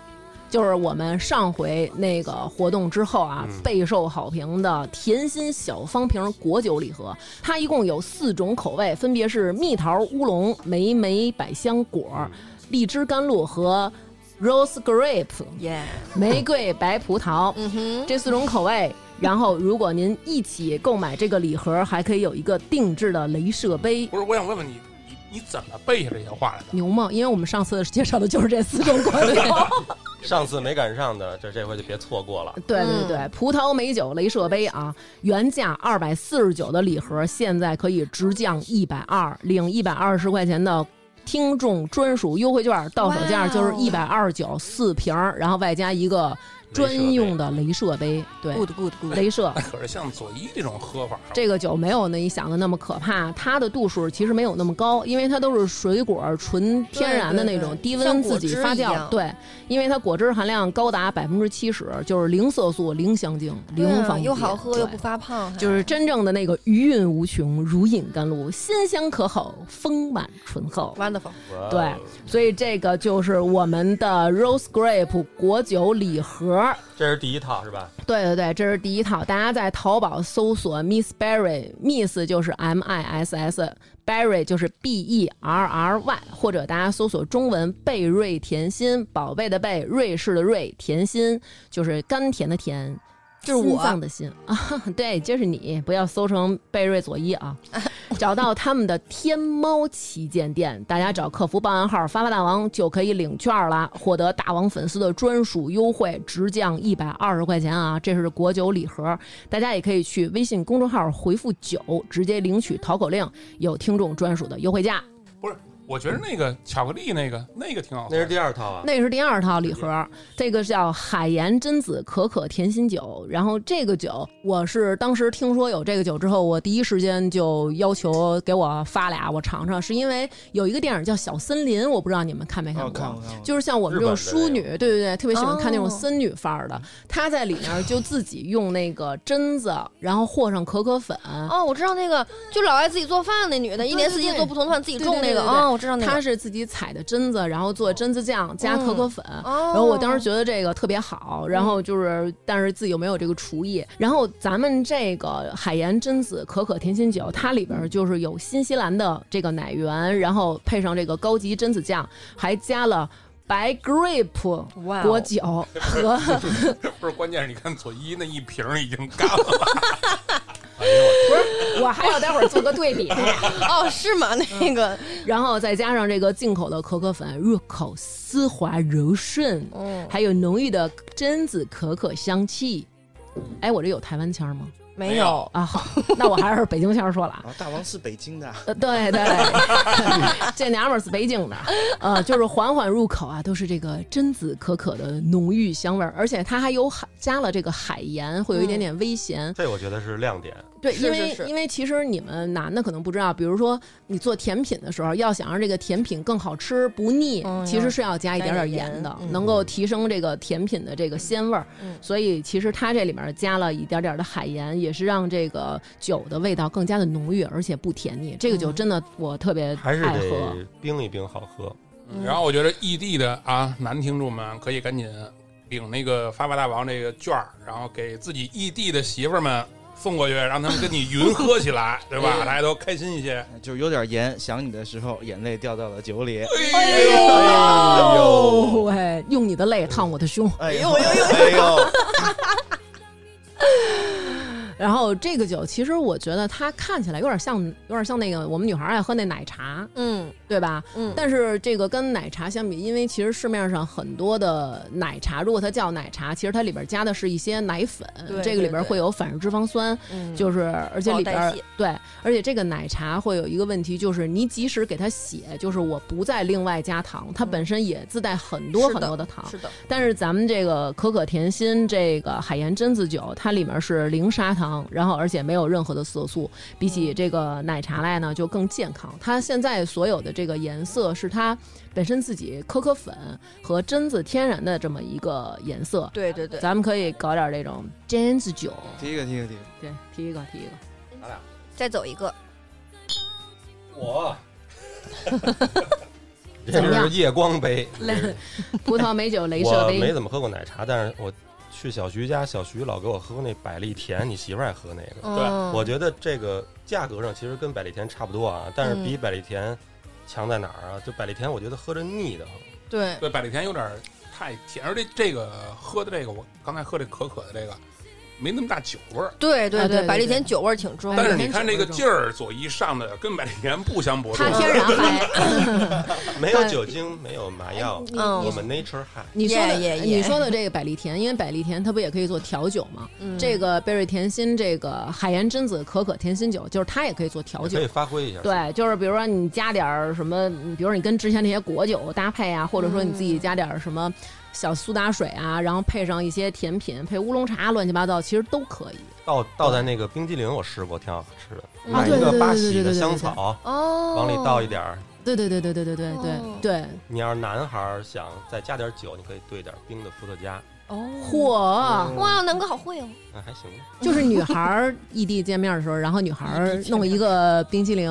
S2: 就是我们上回那个活动之后啊，
S1: 嗯
S2: 备受好评的甜心小方瓶果酒礼盒，它一共有四种口味，分别是蜜桃乌龙、莓莓百香果、荔枝甘露和 rose grape
S3: 耶，啊
S2: 玫瑰白葡萄。
S3: 嗯哼，
S2: 这四种口味。然后，如果您一起购买这个礼盒，还可以有一个定制的镭射杯。
S5: 不是，我想问问你，你你怎么背下这些话来的？
S2: 牛吗？因为我们上次介绍的就是这四种果
S3: (laughs)
S2: 酒。
S1: 上次没赶上的，这这回就别错过
S3: 嗯
S1: 了。
S2: 对对对，葡萄美酒镭射杯啊，原价二百四十九的礼盒，现在可以直降一百二，领一百二十块钱的。听众专属优惠券到手价就是
S3: 哦
S2: 一百二十九四瓶儿，然后外加一个专用的镭射杯，对
S3: good good good，
S2: 镭射。
S5: 可是像佐伊这种喝法，
S2: 这个酒没有那你想的那么可怕，它的度数其实没有那么高，因为它都是水果纯天然的那种
S3: 对对对
S2: 低温自己发
S3: 像果汁一
S2: 酵。
S3: 样
S2: 对，因为它果汁含量高达百分之七十，就是零色素、零香精、零
S3: 对啊
S2: 防腐剂，
S3: 又好喝又
S2: 对
S3: 不发胖，还
S2: 就是真正的那个余韵无穷，如饮甘露，鲜香可口，丰满醇厚。
S3: wonderful。
S1: 哇
S2: 对，所以这个就是我们的 Rose Grape 果酒礼盒。
S1: 这是第一套是吧？
S2: 对对对，这是第一套。大家在淘宝搜索 Miss Berry，Miss 就是 M I S S，Berry 就是 B E R R Y，或者大家搜索中文“贝瑞甜心”，宝贝的贝，瑞士的瑞，甜心就是甘甜的甜。
S3: 就是我
S2: (laughs) 心
S3: (laughs)
S2: 脏的心啊，对，就是你，不要搜成贝瑞佐伊啊。找到他们的天猫旗舰店，大家找客服报暗号“发发大王”就可以领券了，获得大王粉丝的专属优惠，直降一百二十块钱啊！这是果酒礼盒，大家也可以去微信公众号回复“酒”，直接领取淘口令，有听众专属的优惠价。
S5: 我
S3: 嗯
S5: 觉得那个巧克力那个那个挺好喝
S1: 那
S5: 的，
S1: 是第二套啊。
S2: 那是第二套
S5: (laughs)
S2: 礼
S6: 嗯
S2: 盒，这个叫海盐榛子可可甜心酒。然后这个酒，我是当时听说有这个酒之后，我第一时间就要求给我发俩，我尝尝。是因为有一个电影叫《小森林》，我不知道你们看没看
S6: 哦
S2: 过。
S6: 看过看哦过，
S2: 就是像我们这种淑女，
S1: 日
S2: 对对对，特别喜欢看那种
S3: 哦
S2: 森女范儿的。她在里面就自己用那个榛子，然后和上可可粉，
S3: 哦，我知道那个，就老爱自己做饭那女的，一年四季做不同的饭，自己种那
S2: 对
S3: 个。
S2: 对对对对
S3: 哦，我知道那
S2: 她
S3: 个。
S2: 是自己采的榛子，然后做榛子酱加可可粉。
S3: 哦，嗯
S2: 然后我当时觉得这个特别好，然后就是，但是自己又没有这个厨艺。然后咱们这个海盐榛子可可甜心酒，它里边就是有新西兰的这个奶源，然后配上这个高级榛子酱，还加了白 grape
S3: 哇哦
S2: 果酒和
S5: (laughs) 不是关键是你看左一那一瓶儿已经干了，
S1: 哎呦
S2: (laughs)
S1: 我
S2: 我还要待会儿做个对比，
S3: (laughs)
S2: 嗯
S3: 哦，是吗？那个，
S2: 然后再加上这个进口的可可粉，入口丝滑柔顺，
S3: 嗯，
S2: 还有浓郁的榛子可可香气。哎，我这有台湾腔吗？
S3: 没有，
S2: 啊，好，那我还是北京腔说了 (laughs) 啊。
S6: 啊，大王是北京的，啊
S2: 呃，对 (laughs) 对，这娘们儿是北京的，呃，就是缓缓入口啊，都是这个榛子可可的浓郁香味儿，而且它还有海加了这个海盐，会有一点点微咸。
S1: 这我觉得是亮点。
S2: 对，
S3: 是
S2: 因为
S3: 是是
S2: 因为其实你们男的可能不知道，比如说你做甜品的时候，要想让这个甜品更好吃不腻，
S3: 嗯
S2: 其实是要加一点点盐的，
S3: 加点盐
S2: 能够提升这个甜品的这个鲜味儿。
S3: 嗯
S2: 所以其实它这里面加了一点点的海盐，也是让这个酒的味道更加的浓郁，而且不甜腻。这个酒
S3: 嗯
S2: 真的我特别
S1: 还是
S2: 爱喝。
S1: 得冰一冰好喝。
S3: 嗯
S5: 然后我觉得异地的啊男听众们可以赶紧领那个发发大王这个券儿，然后给自己异地的媳妇儿们送过去，让他们跟你云喝起来，对
S3: 嗯
S5: 吧？大家都开心一些。
S6: 就有点盐，想你的时候，眼泪掉到了酒里。
S5: 哎呦，
S6: 哎
S2: 哦，
S6: 呦，
S2: 喂，用你的泪烫我的胸。
S6: 哎呦，哎呦，哎呦，
S2: 然后这个酒，其实我觉得它看起来有点像，有点像那个我们女孩爱喝那奶茶，
S3: 嗯
S2: 对吧？
S3: 嗯，
S2: 但是这个跟奶茶相比，因为其实市面上很多的奶茶，如果它叫奶茶，其实它里边加的是一些奶粉，
S3: 对
S2: 这个里
S3: 对
S2: 边
S3: 对
S2: 会有反式脂肪酸，
S3: 嗯
S2: 就是而且里边
S3: 不好
S2: 儿
S3: 代谢
S2: 对，而且这个奶茶会有一个问题，就是你即使给它写，就是我不再另外加糖，它
S3: 嗯
S2: 本身也自带很多
S3: 是
S2: 很
S3: 的
S2: 多的糖。
S3: 是的，
S2: 但是咱们这个可可甜心这个海盐榛子酒，它里面是零砂糖，然后而且没有任何的色素，比
S3: 嗯
S2: 起这个奶茶来呢就更健康。它现在所有的这个颜色是它本身自己可可粉和榛子天然的这么一个颜色。
S3: 对对对，
S2: 咱们可以搞点这种榛子酒，
S6: 第一个，第一个，第一个。
S2: 对，提一个提一个。
S3: 再走一个，
S1: 我，
S2: 怎么样
S1: 这是夜
S2: (laughs)
S1: 光杯。
S2: 雷葡萄美酒镭射
S1: 我没
S2: 杯，
S1: 怎么喝过奶茶，但是我去小徐家，小徐老给我喝那百利甜，你媳妇儿爱喝那个。
S2: 哦
S3: 嗯
S1: 我觉得这个价格上其实跟百利甜差不多啊，但是
S2: 嗯
S1: 比百利甜强在哪儿啊？就百利甜，我觉得喝着腻的慌。
S3: 对，
S5: 对，百利甜有点儿太甜，而且这个喝的这个，我刚才喝这可可的这个，没那么大酒味儿。
S3: 对
S2: 啊
S3: 对
S2: 对对
S3: 百利
S2: 对
S3: 甜酒味儿挺重的，
S5: 但是你看这个劲儿，左一上的跟百利甜不相伯
S2: 它
S5: 仲。
S2: 天然嗨。
S4: (laughs)
S1: 没有酒精，没有麻药，
S2: 哎
S3: 嗯
S1: 我们 nature high。
S2: 你说的
S3: Yeah, yeah, yeah
S2: 你说的这个百利甜，因为百利甜它不也可以做调酒吗？
S3: 嗯
S2: 这个贝瑞甜心，这个海盐榛子可可甜心酒，就是它也可以做调
S1: 我
S2: 酒
S1: 可以。发挥一下，
S2: 对，就是比如说你加点儿什么，比如说你跟之前那些果酒搭配啊，或者说你自
S3: 嗯
S2: 己加点儿什么小苏打水啊，然后配上一些甜品，配乌龙茶，乱七八糟，其实都可以。
S1: 倒倒在那个冰激凌，我试过，挺好吃的。
S3: 嗯
S1: 买
S3: 啊
S1: 一
S3: 对对
S1: 个
S2: 对
S1: 八
S2: 对对
S1: 喜
S2: 对
S1: 的
S2: 对
S1: 香
S2: 对
S1: 草，
S3: 哦，
S1: 往里倒一点儿。
S2: 对对对对对对对对
S3: 哦
S2: 对，
S1: 你要是男孩儿想再加点酒，你可以兑点冰的伏特加，
S3: 哦，
S2: 嚯！
S5: 嗯
S3: 哇，南哥好会哦，
S5: 啊
S1: 那还行。
S2: 就是女孩儿异地见面的时候，然后女孩儿弄一个冰淇淋，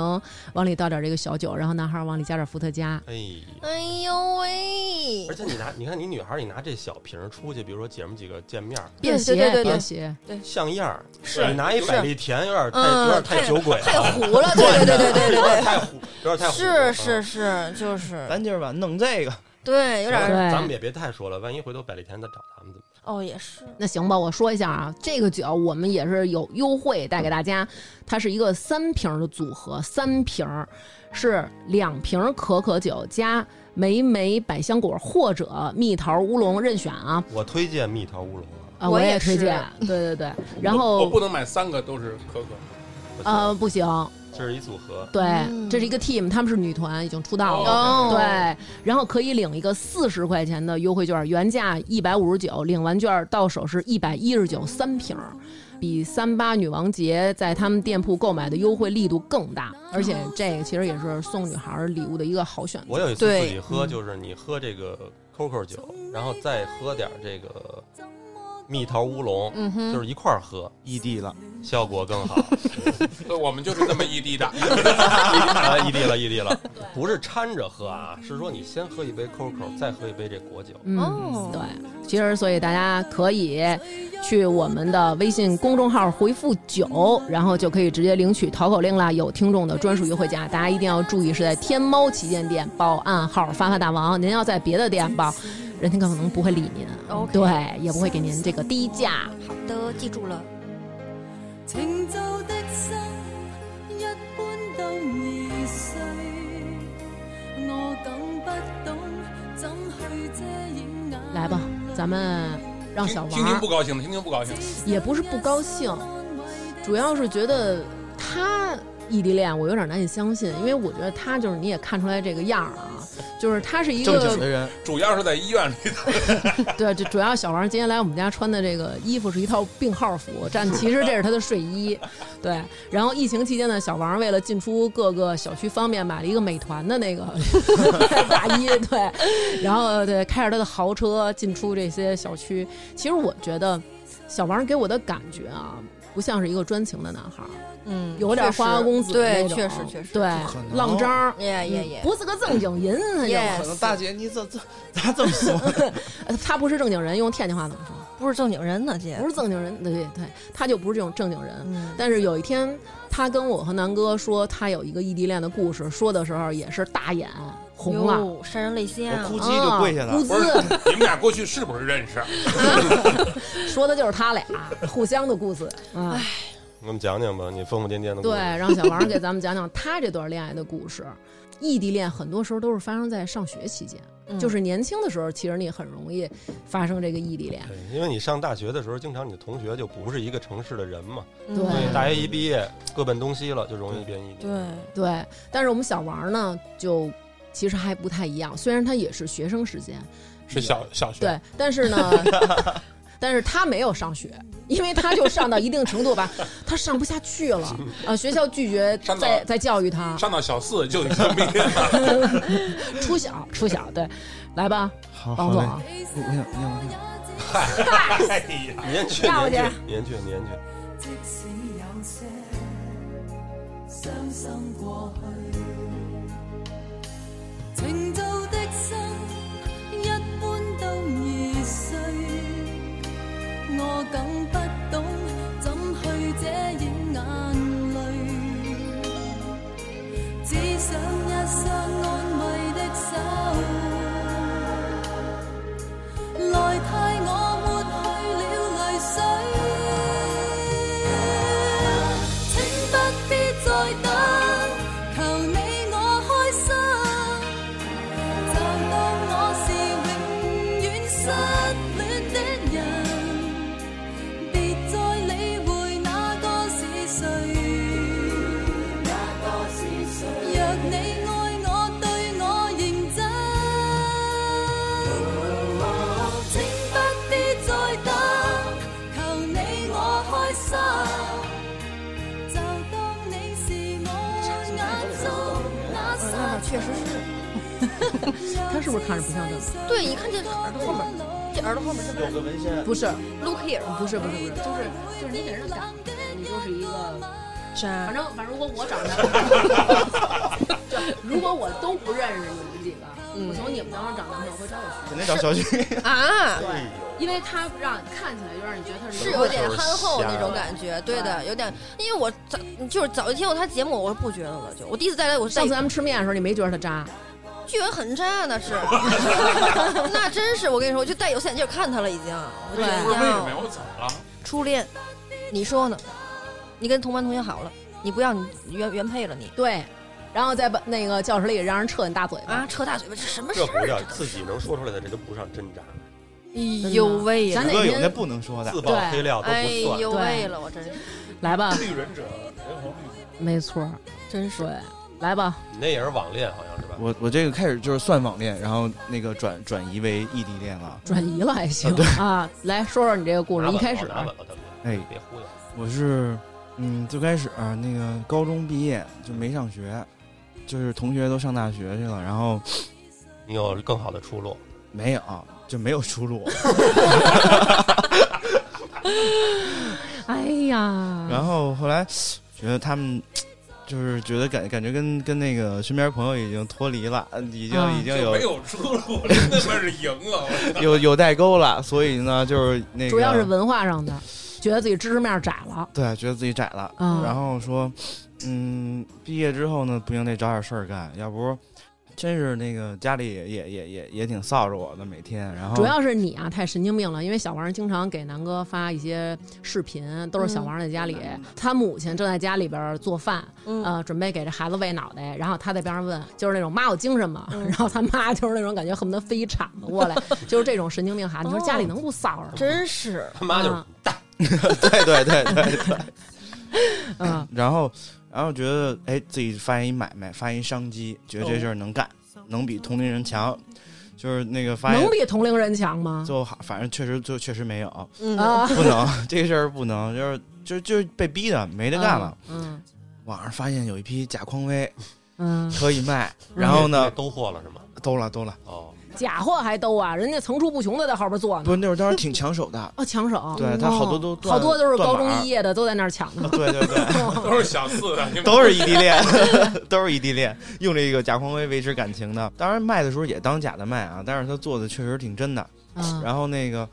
S2: 往里倒点这个小酒，然后男孩儿往里加点伏特加。
S1: 哎呀，
S3: 哎呦喂
S1: 而，且你拿，你看你女孩儿，你拿这小瓶儿出去，比如说姐们几个见面儿，
S2: 便携，
S3: 对对对对
S2: 便携，
S1: 像样儿。
S3: 是
S5: 啊
S1: 你拿一百利甜，有点太，
S3: 嗯
S1: 有点太酒鬼
S3: 太
S1: 了，
S3: 糊了，对对对对对对
S1: 有
S3: 对
S1: 点太虎，有点太虎。
S3: 对，是是是，就是
S6: 咱今儿吧弄这个，
S3: 对，有点儿
S2: 对
S1: 咱们也别太说了，万一回头百利甜再找咱们怎么办？
S3: 哦，也是，
S2: 那行吧，我说一下啊，这个酒我们也是有优惠带给大家，它是一个三瓶儿的组合，三瓶儿是两瓶儿可可酒加莓莓百香果或者蜜桃乌龙任选啊。
S1: 我推荐蜜桃乌龙啊，
S2: 啊，
S3: 我
S2: 也
S3: 也
S2: 推
S3: 是
S2: 荐，对对
S5: (laughs)
S2: 对，然
S5: 我我
S2: 后
S5: 不能买三个都是可可，
S1: 不行
S2: 呃，不行，
S1: 这是一组合，
S2: 对，
S3: 嗯
S2: 这是一个 team，他们是女团，已经出道了，
S5: 哦
S2: 对，然后可以领一个四十块钱的优惠券，原价一百五十九，领完券到手是一百一十九，三瓶儿，比三八女王节在他们店铺购买的优惠力度更大，而且
S3: 哦
S2: 这其实也是送女孩儿礼物的一个好选择。
S1: 我有一次
S3: 对
S1: 自己
S2: 嗯
S1: 喝，就是你喝这个 COCO 酒，然后再喝点这个蜜桃乌龙，
S3: 嗯哼
S1: 就是一块儿喝，
S4: 异地了，
S1: 效果更
S5: (laughs)
S1: 好。
S5: 所以我们就是这么异地的。
S1: 啊，异地了，异地了，不是掺着喝啊，是说你先喝一杯 COCO，再喝一杯这果酒。
S2: 嗯，
S3: 哦
S2: 对，其实所以大家可以去我们的微信公众号回复“九”，然后就可以直接领取淘口令啦，有听众的专属优惠价。大家一定要注意，是在天猫旗舰店报暗号“发发大王”，您要在别的店报，人家可能不会理您
S3: OK
S2: 对，也不会给您这个低价。
S3: 好的，记住了。
S7: 情就的心一般都易碎，我更不懂怎去遮掩眼
S2: 来吧，咱们让小
S5: 听
S2: 王
S5: 听听不高兴的，听听不高兴的。
S2: 也不是不高兴，主要是觉得他异地恋，我有点难以相信，因为我觉得他就是你也看出来这个样儿啊，就是他是一
S4: 正经
S2: 个
S4: 的人，
S5: (laughs) 主要是在医院里的，
S2: (laughs) 对，这主要小王今天来我们家穿的这个衣服是一套病号服，但其实这是他的睡衣，对。然后疫情期间呢，小王为了进出各个小区方便，买了一个美团的那个 (laughs) 大衣，对，然后对开着他的豪车进出这些小区。其实我觉得小王给我的感觉啊，不像是一个专情的男孩儿。
S3: 嗯，
S2: 有点
S3: 确实
S2: 花花公子那
S3: 对，
S2: 种
S3: 确实确实，
S2: 对
S4: 不可，能
S2: 浪张儿，嗯
S3: 耶耶耶，
S2: 不是个正经人，
S6: 哎
S2: 他就
S3: Yes
S4: 可能大姐你这这 (laughs) 咋这么说？
S2: 呃 (laughs) 他不是正经人，用天津话怎么说？
S3: 不是正经人呢，姐
S2: 不，是正经人，对对，他就不是这种正经人。
S3: 嗯，
S2: 但是有一天，他跟我和南哥说他有一个异地恋的故事，说的时候也是大眼红了，
S3: 哟，潸然泪下
S4: 我
S3: 啊
S4: 哭，叽就跪下
S2: 啊
S4: 了
S2: 乌，
S5: 不是
S2: 兹
S5: 你们俩过去是不是认识？
S2: 说的就是他俩互相的故
S3: (laughs)
S2: 事
S3: 哎
S2: 啊。
S1: 我们讲讲吧，你疯疯癫癫的故事。
S2: 对，让小王给咱们讲讲他这段恋爱的故事。异地恋很多时候都是发生在上学期间，
S3: 嗯
S2: 就是年轻的时候，其实你很容易发生这个异地恋。
S1: 对，因为你上大学的时候，经常你的同学就不是一个城市的人嘛，
S3: 嗯
S2: 对
S1: 所以大学一毕业各奔东西了，就容易变异地。
S3: 对，
S2: 对，但是我们小王呢，就其实还不太一样，虽然他也是学生时间，
S5: 是小小学，
S2: 对，但是 (laughs) 呢，但是他没有上学，因为他就上到一定程度吧，他上不下去 (laughs) 了啊，学校拒绝
S5: 上到
S2: 再再教育他，
S5: 上到小四就已经毕业了。
S2: (laughs) 初小初小对，来吧，
S4: 好
S2: 王
S4: 好
S2: 总
S4: 嘞，
S2: 啊，
S4: 我我想我想我想。
S5: 哎呀，
S1: 年去
S2: 要不
S1: 年去年去年去，
S7: 即使有些伤心過去，情到的心一般都易碎，我更不懂怎去遮掩眼淚，只想一雙安慰的手，來替我抹去了淚水。請不必再等，求你我開心，就當我是永遠失戀的人，別再理會那個是誰。若你愛我，對我認真，請不必再等，求你我開心。就當你是我眼中那
S3: 那确实是，
S2: 他是不是看着不像正常？
S3: 对，一看这耳朵后面，这耳朵后面是不是
S6: 有个纹身，
S2: 不是，
S3: look here？
S2: 不是，不是，不是，就是就是你给人的感觉，你就是一个。
S3: 渣
S2: 反正反正，如果我找男朋友，就如果我都不认识你们几个，我从你们当中找男朋友，我会找小
S4: 肯
S2: 徐。
S4: 定找小徐，
S3: 啊，
S2: 对，因为他让你看起来就让你觉得他
S3: 是
S2: 是
S3: 有点憨厚那种感觉，对的，有点，因为我早就是早就听过他节目，我不觉得了，就我第一次再来，我是在
S2: 上次咱们吃面的时候，你没觉得他渣？
S3: 剧本很渣，
S5: (laughs)
S3: 那是，那真是我跟你说，我就戴有色眼镜看他了，已经。我就
S2: 对啊
S5: 不
S3: 觉
S5: 是为
S3: 得
S5: 什么呀？我怎么了？
S3: 初恋，你说呢？你跟同班同学好了，你不要你原原配了你
S2: 对，然后在那个教室里让人撤你大嘴巴
S3: 啊，，扯大嘴巴，这什么事
S1: 这不
S3: 儿？
S1: 叫自己能说出来的，这都不上真渣，
S3: 哎呦喂呀
S2: 咱！
S4: 哥
S2: 哪
S4: 有那
S2: 天
S4: 不能说的
S1: 自，曝黑料都
S3: 哎
S1: 不算。
S3: 呦喂了，我真是，
S2: 来吧，
S5: 绿忍者，人红绿。
S2: 没错，
S3: 真是
S2: 对，来吧，
S1: 你那也是网恋，好像是吧？
S4: 我我这个开始就是算网恋，然后那个转转移为异地恋了。
S2: 转移了还行
S4: 啊对
S2: 啊，来说说你这个故事，
S1: 拿
S2: 一
S1: 稳
S2: 开
S1: 了
S2: 始
S1: 拿稳了，大哥，
S4: 哎，
S1: 别忽悠。
S4: 我是，嗯，最开始、啊那个高中毕业就没上学，就是同学都上大学去了，然后
S1: 你有更好的出路，
S4: 没有就没有出路，
S2: 哎呀，
S4: (laughs) 然后后来觉得他们。就是觉得感感觉跟跟那个身边朋友已经脱离了，嗯已经、
S2: 啊
S4: 已经
S5: 就
S4: 有
S5: 没有哎出路，真他妈是赢啊！我操
S4: 有有代沟了，所以呢就是那个
S2: 主要是文化上的，觉得自己知识面窄了，
S4: 对，觉得自己窄了，
S2: 嗯
S4: 然后说，嗯，毕业之后呢，不行得找点事儿干，要不真是那个家里也也也也也挺臊着我的每天，然后
S2: 主要是你啊太神经病了，因为小王经常给南哥发一些视频，都是小王在家里，
S4: 嗯
S2: 他母亲正在家里边做饭，
S3: 嗯，
S2: 呃，准备给这孩子喂脑袋，然后他在边上问，就是那种妈我精神吗？
S3: 嗯
S2: 然后他妈就是那种感觉恨不得飞一铲子过来，
S4: (laughs)
S2: 就是这种神经病孩子，你说家里能不骚扰吗？
S3: 哦真是，
S1: 他
S4: 嗯
S1: 妈就是
S2: 啊
S1: 大，
S4: (laughs) 对对对对对，
S2: (laughs) 嗯，
S4: 然后然后觉得哎自己发现一买卖，发现一商机，觉
S2: 哦
S4: 得这事儿能干，能比同龄人强，就是那个发现
S2: 能比同龄人强吗？
S4: 就好反正确实就确实没有，
S3: 嗯，
S2: 啊，
S4: 不能这事儿不能，就是就就是被逼的，没得干了。
S2: 嗯
S4: 网上发现有一批假匡威
S2: 嗯，
S4: 可以卖，然后呢
S1: 都货了是吗？
S4: 兜了兜了。
S1: 嗯哦，
S2: 假货还兜啊，人家层出不穷的在后边做呢。，
S4: 不，那会儿当时挺抢手的
S2: 哦，抢手，哦
S4: 对他好多都断
S2: 好多都是
S4: 断
S2: 高中
S4: 码儿
S2: 毕业的都在那儿抢呢。
S4: 对对对，
S5: 都是小四的，你们
S4: (laughs) 都是异
S5: (laughs)
S4: 地恋， (laughs) 都是异地恋，用这个假匡威维持感情的。当然卖的时候也当假的卖啊，但是他做的确实挺真的。
S2: 嗯，
S4: 然后那个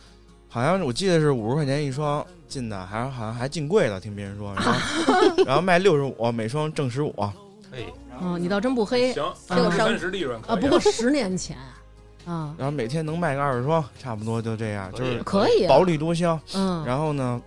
S4: 好像我记得是五十块钱一双进的，还是好像还进柜了，听别人说，然后然后卖六十五，哦每双挣十五。
S1: 嘿，
S2: 哦，你倒真不黑
S5: 哎嗯行，
S2: 这
S5: 有
S2: 个
S5: 三十利润可
S2: 啊！
S5: 以。
S2: 不过十年前，啊，
S4: 然后每天能卖个二十双，差不多就这样，就
S1: 可以
S4: 是
S2: 可以，啊
S4: 薄利多销。
S2: 嗯，
S4: 然后呢，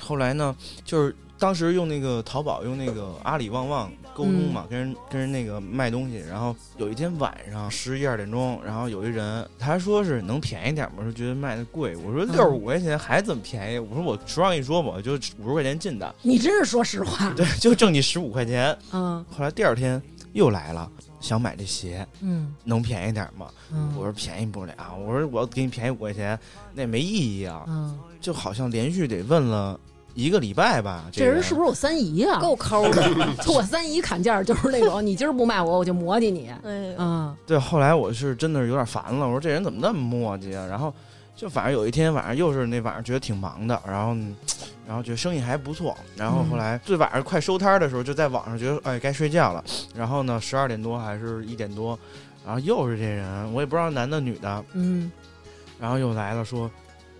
S4: 后来呢，就是当时用那个淘宝，用那个阿里旺旺沟
S2: 嗯
S4: 通嘛，跟人跟人那个卖东西。然后有一天晚上十一二点钟，然后有一人他说是能便宜点吗？说觉得卖的贵。我说
S2: 嗯
S4: 六十五块钱还怎么便宜？我说我实话跟你说吧，我就五十块钱进的，
S2: 你真是说实话，
S4: 对，啊就挣你十五块钱。
S2: 嗯
S4: 后来第二天又来了，想买这鞋，
S2: 嗯
S4: 能便宜点吗？
S2: 嗯，
S4: 我说便宜不了，我说我要给你便宜五块钱，那也没意义啊。
S2: 嗯，
S4: 就好像连续得问了一个礼拜吧。
S2: 这人是不是我三姨啊？
S3: 够抠的，
S2: (laughs) 就我三姨砍价就是那种，你今儿不卖我，我就磨叽你。
S3: 哎呀，
S2: 嗯
S4: 对，后来我是真的是有点烦了，我说这人怎么那么磨叽啊？然后就反正有一天晚上又是那晚上觉得挺忙的，然后然后觉得生意还不错，然后后
S2: 嗯
S4: 来最晚上快收摊儿的时候，就在网上觉得哎该睡觉了，然后呢十二点多还是一点多，然后又是这人，我也不知道男的女的，
S2: 嗯，
S4: 然后又来了说。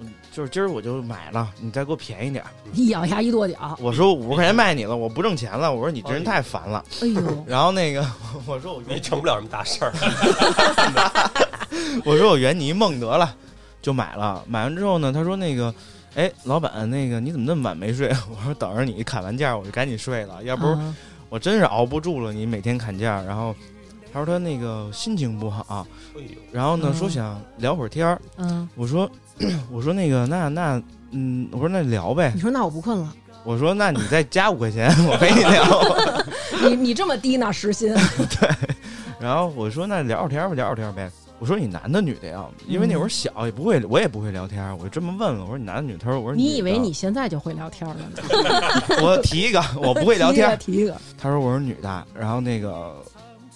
S4: 嗯就是今儿我就买了，你再给我便宜点儿。
S2: 一咬牙一跺脚，
S4: 我说五十块钱卖你了，我不挣钱了。我说你这人太烦了。
S2: 哎呦，
S4: 然后那个我说我
S1: 没
S4: 原
S1: 成不了什么大事儿。 (laughs) 哎
S4: 我说我原你一梦得了，就买了。买完之后呢，他说那个，哎，老板，那个你怎么那么晚没睡？ (laughs) 我说等着你砍完价，我就赶紧睡了，要不
S2: 啊
S4: 我真是熬不住了。你每天砍价，然后他说他那个心情不好，
S1: 哎呦，
S4: 然后呢
S2: 嗯
S4: 说想聊会儿天儿。
S2: 嗯，
S4: 我说 (clears throat) 我说那个那那嗯，我说那聊呗
S2: 你。说那我不困了，
S4: 我说那你再加五块钱， (laughs) 我陪你聊。
S2: 你你这么低呢，时薪，
S4: 然后我说那聊会儿天儿吧，聊会儿天儿呗。我说你男的女的呀？因为那会儿小也不会，我也不会聊天儿，我就这么问了。我说你男的女的？他说我说
S2: 你以
S4: 女的
S2: 为你现在就会聊天了呢？
S4: (laughs) 我提一个， (laughs) 我不会聊天
S2: (laughs)
S4: 儿。
S2: 提一个，提一
S4: (laughs)
S2: 个，
S4: 他说我是女的，然后那个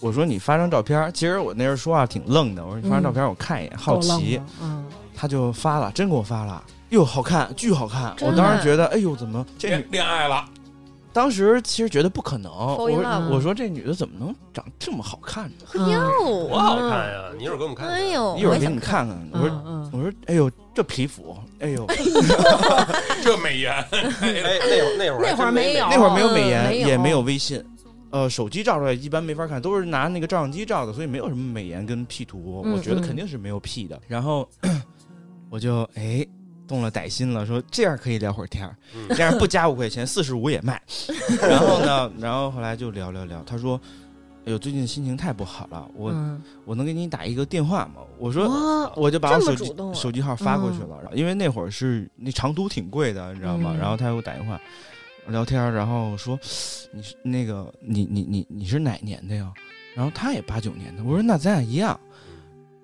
S4: 我说你发张照片儿。其实我那时候说话挺愣的，我说你发张照片儿我看一眼，好
S2: 嗯够。
S4: 奇
S2: 愣的，嗯，
S4: 他就发了，真给我发了。哟，好看，巨好看！
S3: 真
S4: 我
S3: 的
S4: 当时觉得，哎呦，怎么这女？
S5: 恋恋爱了，
S4: 当时其实觉得不可能。我
S3: in
S4: 说
S2: love
S4: 我说这女的怎么能长这么好看呢？嗯
S2: 嗯
S3: 哟
S1: 多，好看呀！你一会儿给我们看看。
S3: 哎呦，
S4: 一会
S3: 我
S4: 儿
S3: 也
S4: 给
S3: 想
S4: 你们看看。我说
S2: 嗯嗯，
S4: 我说，哎呦，这皮肤，哎呦，
S5: 这美颜，
S1: (laughs) 哎，那会儿那会
S2: 那
S1: 儿
S2: 会儿
S1: 还真没
S2: 没有
S4: 那会儿没有美
S2: 嗯
S4: 颜，
S2: 没有
S4: 也没有微信，呃，手机照出来一般没法看，都是拿那个照相机照的，所以没有什么美颜跟 P 图，
S2: 嗯
S4: 我觉得
S2: 嗯
S4: 肯定是没有 P 的。然后我就哎动了歹心了，说这样可以聊会儿天儿，
S1: 嗯
S4: 这样不加五块钱，四十五也卖。然后呢，然后后来就聊聊聊，他说。哎呦，最近心情太不好了，我、
S2: 嗯
S4: 我能给你打一个电话吗？我说
S2: 哇，
S4: 我就把我
S3: 这么
S4: 手
S3: 主
S4: 机
S3: 动啊
S4: 手机号发过去了，然后因为那会儿是那长途挺贵的，你知道吗？
S2: 嗯
S4: 然后他给我打电话聊天儿，然后说你是那个你你你你是哪年的呀？然后他也八九年的，我说那咱俩一样。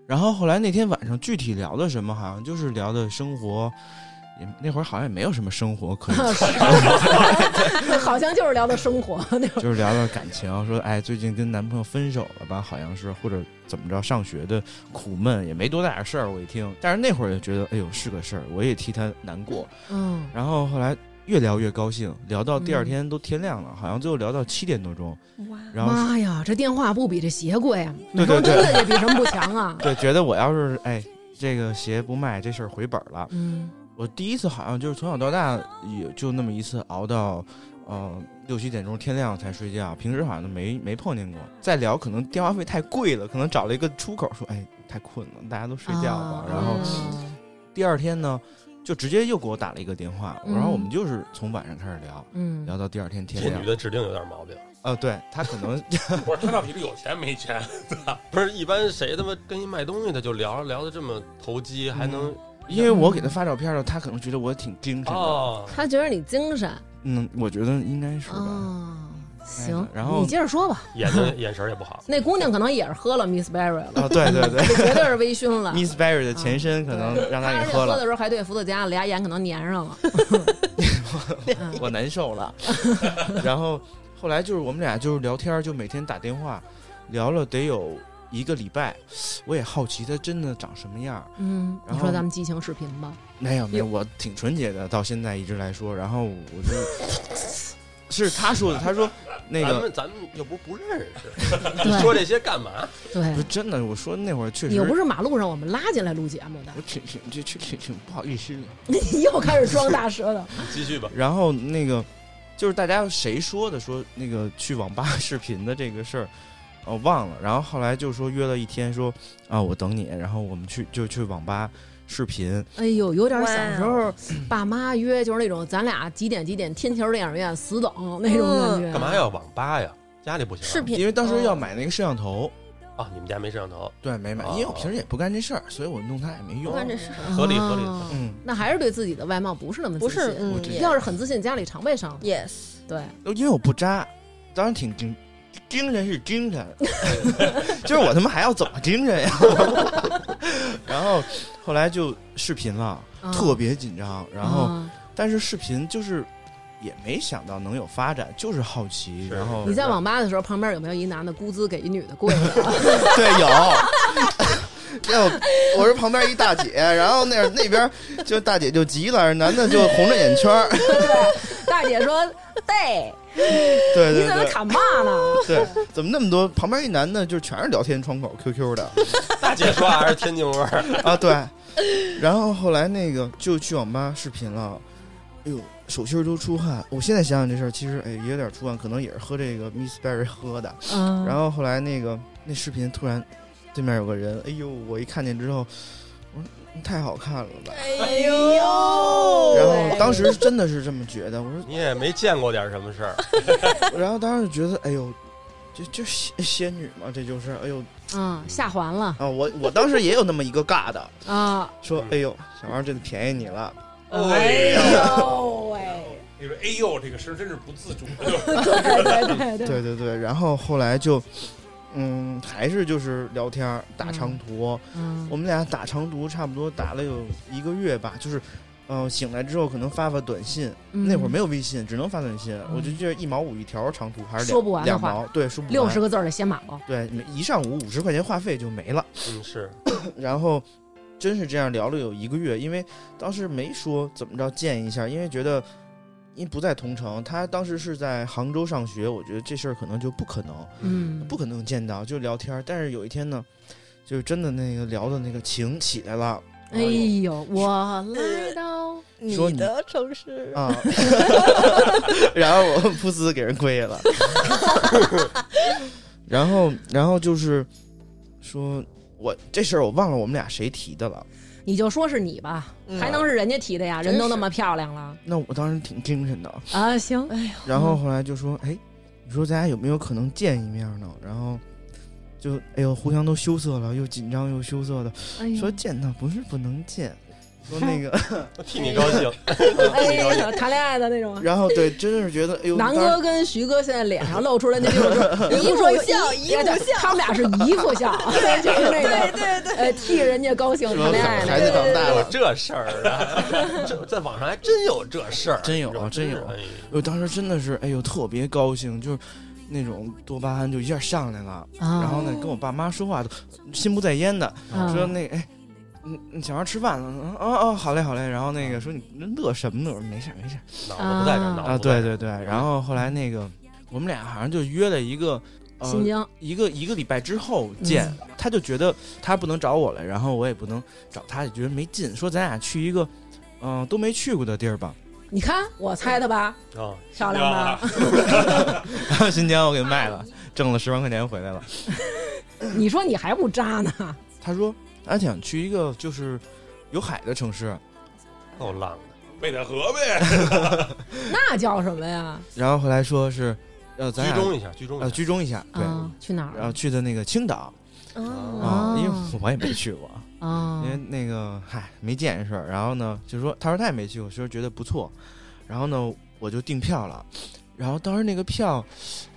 S4: 然后后来那天晚上具体聊的什么，好像就是聊的生活，也那会儿好像也没有什么生活可以 (laughs)
S2: 好像就是聊的生活 (laughs) 那种。
S4: 就是聊聊感情，说哎，最近跟男朋友分手了吧？好像是，或者怎么着，上学的苦闷也没多大点事儿。我一听，但是那会儿也觉得，哎呦是个事儿，我也替他难过。
S2: 嗯，
S4: 然后后来越聊越高兴，聊到第二
S2: 嗯
S4: 天都天亮了，好像最后聊到七点多钟，
S3: 哇，
S4: 然后
S2: 妈呀，这电话不比这鞋贵啊！
S4: 对对
S2: 真
S4: 对？
S2: 的也比什么不强啊
S4: (laughs) 对，觉得我要是哎这个鞋不卖，这事儿回本儿了。
S2: 嗯
S4: 我第一次好像就是从小到大也就那么一次熬到，呃六七点钟天亮才睡觉，平时好像都没没碰见过。再聊可能电话费太贵了，可能找了一个出口说，哎太困了，大家都睡觉吧。
S2: 啊
S4: 然后
S2: 嗯
S4: 第二天呢，就直接又给我打了一个电话，
S2: 嗯
S4: 然后我们就是从晚上开始聊，
S2: 嗯，
S4: 聊到第二天天
S1: 这
S4: 亮
S1: 女。的指定有点毛病，
S4: 呃，对他可
S2: (laughs)
S4: 能
S5: 不是他到底是有钱没钱？
S4: 啊
S1: (laughs) 不是一般谁他妈跟一卖东西的就聊聊的这么投机，还能
S4: 嗯因为我给他发照片了，他可能觉得我挺精神的。
S1: 哦，
S2: 他觉得你精神
S4: 嗯，我觉得应该是吧。
S2: 啊。行，
S4: 然后
S2: 你接着说吧。
S1: 眼睛眼神儿也
S2: (laughs)
S1: 不好。
S2: 那姑娘可能也是喝了 Miss Berry 了，
S4: 啊，对
S2: (laughs)
S4: 对对
S2: 绝对是微醺
S4: (laughs)
S2: 了。
S4: ，Miss Berry 的前身可能让
S2: 她而
S4: 他给
S2: 且
S4: 喝了
S2: 嗯的。时候还对伏特加俩眼可能粘上了。
S4: 我难受了。 (laughs) 然后后来就是我们俩就是聊天儿，就每天打电话，聊了得有一个礼拜。我也好奇他真的长什么样儿。
S2: 嗯，
S4: 然
S2: 你
S4: 后
S2: 说咱们激情视频吧。
S4: 没有没有，我挺纯洁的，到现在一直来说。然后我就是他说的，他说那
S1: 咱
S4: 个
S1: 们咱们又不是不认识，你说
S2: (laughs) 对
S1: 这些干嘛？
S4: 不是
S2: 对，
S4: 真的，我说那会儿确
S2: 你又不
S4: 实。
S2: 是马路上我们拉进来录节目的，
S4: 我挺挺挺挺挺挺不好意思的。
S2: 你 (laughs) 又开始装大舌
S4: (laughs)
S2: 头。
S1: 继续吧。
S4: 然后那个就是大家谁说的说那个去网吧 (laughs) 视频的这个事儿，哦忘了。然后后来就说约了一天说，啊我等你，然后我们去就去网吧视频。
S2: 哎呦，有点小时
S3: 哇哦
S2: 候爸妈约就是那种咱俩几点几点天桥电影院死等那种感
S4: 嗯
S2: 觉。
S1: 干嘛？要网吧呀？家里不行
S3: 嗯
S1: 啊
S3: 视频哦
S4: 因为当时要买那个摄像头，
S1: 啊？你们家没摄像头，哦
S4: 对没买，因为我平时也不干这事儿，所以我弄它也没
S3: 不
S4: 用。
S3: 干这事儿
S1: 合理合理。
S4: 嗯，
S2: 那还是对自己的外貌不是那么
S3: 不
S2: 自信
S3: 是，嗯
S4: 我知，
S2: 要是很自信，家里常备上。
S3: 也 yes，
S2: 对，
S4: 因为我不渣，当然挺精精神是精神， (laughs) 就是我他妈还要怎么精神呀？ (laughs) 然后后来就视频了，
S2: 啊
S4: 特别紧张，然后。
S2: 啊
S4: 但是视频就是也没想到能有发展，就是好奇，
S1: 是
S4: 然后
S2: 你
S4: (laughs)
S2: 在网吧的时候，旁边有没有一男的工资给一女的跪着？
S4: 对有。 (laughs) 要我是旁边一大姐，然后那那边就大姐就急了，男的就红着眼圈儿，
S2: 大姐说：“对，
S4: 对
S2: 你
S4: 对
S2: 怎么
S4: 对
S2: 砍骂呢
S4: 对，怎么那么多？旁边一男的就全是聊天窗口 QQ 的
S1: 大姐说话还是天津味儿，
S4: (laughs) 啊，对。然后后来那个就去网吧视频了，哎呦，手心儿都出汗。我现在想想这事儿，其实哎也有点出汗，可能也是喝这个 Miss Berry 喝的。？”
S2: 嗯
S4: 然后后来那个那视频突然对面有个人，哎呦！我一看见之后，我说太好看了吧。
S3: 哎呦
S4: 然后当时真的是这么觉得，我
S1: 你也没见过点什么事儿，
S4: 说，然后当时觉得，哎呦，这这仙仙女嘛，这就是，哎呦
S2: (laughs) 嗯，下环了
S4: 啊！我我当时也有那么一个尬的，
S2: 啊！
S4: 说，哎呦，小王这次便宜你了，
S5: 哎
S2: 呦喂！
S5: 你说哎呦，这个声真是不自主
S2: (laughs)
S5: 的，
S2: 对对对
S4: 对对对。然后后来就，嗯，还是就是聊天儿打长途，
S2: 嗯
S4: 我们俩打长途差不多打了有一个月吧，就是，呃，醒来之后可能发发短信，
S2: 嗯
S4: 那会儿没有微信，只能发短信，我就记得一毛五一条长途还是
S2: 说不完
S4: 两
S2: 的
S4: 两
S2: 话
S4: 毛，对，说不完
S2: 六十个字儿的写哦满了。
S4: 对，每一上午五十块钱话费就没了，
S1: 嗯是，
S4: (coughs) 然后。真是这样聊了有一个月，因为当时没说怎么着见一下，因为觉得因为不在同城，他当时是在杭州上学，我觉得这事儿可能就不可能。
S2: 嗯，
S4: 不可能见到，就聊天儿。但是有一天呢，就是真的那个聊的那个情起来了，
S2: 哎呦，我来到
S8: 你
S4: 说你
S8: 的城市，
S4: 啊，然后我噗呲给人亏了，然后然后就是说我这事儿我忘了我们俩谁提的了，
S2: (laughs) 你就说是你吧，
S8: 嗯
S2: 还能是人家提的呀？
S8: 真
S2: 人都那
S8: 是
S2: 么漂亮了
S4: 那我当时挺精神的，
S2: 啊！行，
S4: 然后后来就说，哎，你说咱俩有没有可能见一面呢？然后就哎呦，互相都羞涩了，又紧张又羞涩的，
S2: 哎呦
S4: 说见那不是不能见，说那个，
S2: (laughs)
S1: 我替你高兴。
S4: (laughs)
S2: 哎呀，谈恋爱的那种。啊
S4: 然后对，真的是觉得
S2: (laughs)
S4: 哎呦，
S2: 南
S4: 当时
S2: 哥跟徐哥现在脸上露出来那
S4: (laughs)
S2: 就是
S8: 一
S2: 不
S8: 副
S2: 说有
S8: 笑
S2: 一哎
S8: 一副
S2: 对
S8: 笑
S2: 他们俩是一副
S8: (laughs)
S2: 笑，就是那
S8: 对
S2: 个
S8: 对对，
S2: 呃替人家高兴谈
S4: 说
S2: 恋爱
S4: 孩
S2: 那
S4: 子
S2: 个。
S4: 长大
S1: 有
S4: 了，
S1: 这事儿啊？这在网上还真有这事儿，
S4: 真有啊真有
S1: 哎
S4: 我当时真的是哎呦特别高兴，就是那种多巴胺就一下上来了，
S2: 哦
S4: 然后呢跟我爸妈说话都心不在焉的，
S2: 啊
S4: 说那个哎。你你小孩吃饭了？嗯哦哦，好嘞好嘞。然后那个说你乐什么呢？我说没事儿没事儿。
S1: 脑子不在这儿，
S2: 啊
S1: 嗯脑
S4: 啊，
S1: 子不在
S4: 对
S1: 这儿
S4: 对对，然后后来那个我们俩好像就约了一个，呃，
S2: 新疆，
S4: 一个一个礼拜之后
S2: 嗯
S4: 见，他就觉得他不能找我了，然后我也不能找他，就觉得没劲，说咱俩去一个，嗯、都没去过的地儿吧，
S2: 你看我猜的吧，
S1: 啊，
S2: 漂亮吧？
S4: 然后 (laughs) 新疆我给卖了，挣了十万块钱回来了。
S2: (laughs) 你说你还不渣呢？
S4: 他说他想去一个就是有海的城市，
S1: 够浪
S5: 北戴河呗，
S2: 那叫什么呀？
S4: 然后后来说是，呃，
S1: 的，
S4: 咱
S1: 居
S4: 俩
S1: 中一下，居中一
S4: 呃
S1: 下，
S4: 居中一下，对，
S2: 啊，去哪儿
S4: 然后去的那个青岛
S1: 啊
S4: 啊，
S2: 哦
S4: 因为我也没去过。
S2: 啊
S4: 因？为那个嗨没见识，然后呢就说他说他也没去过，说觉得不错，然后呢我就订票了，然后当时那个票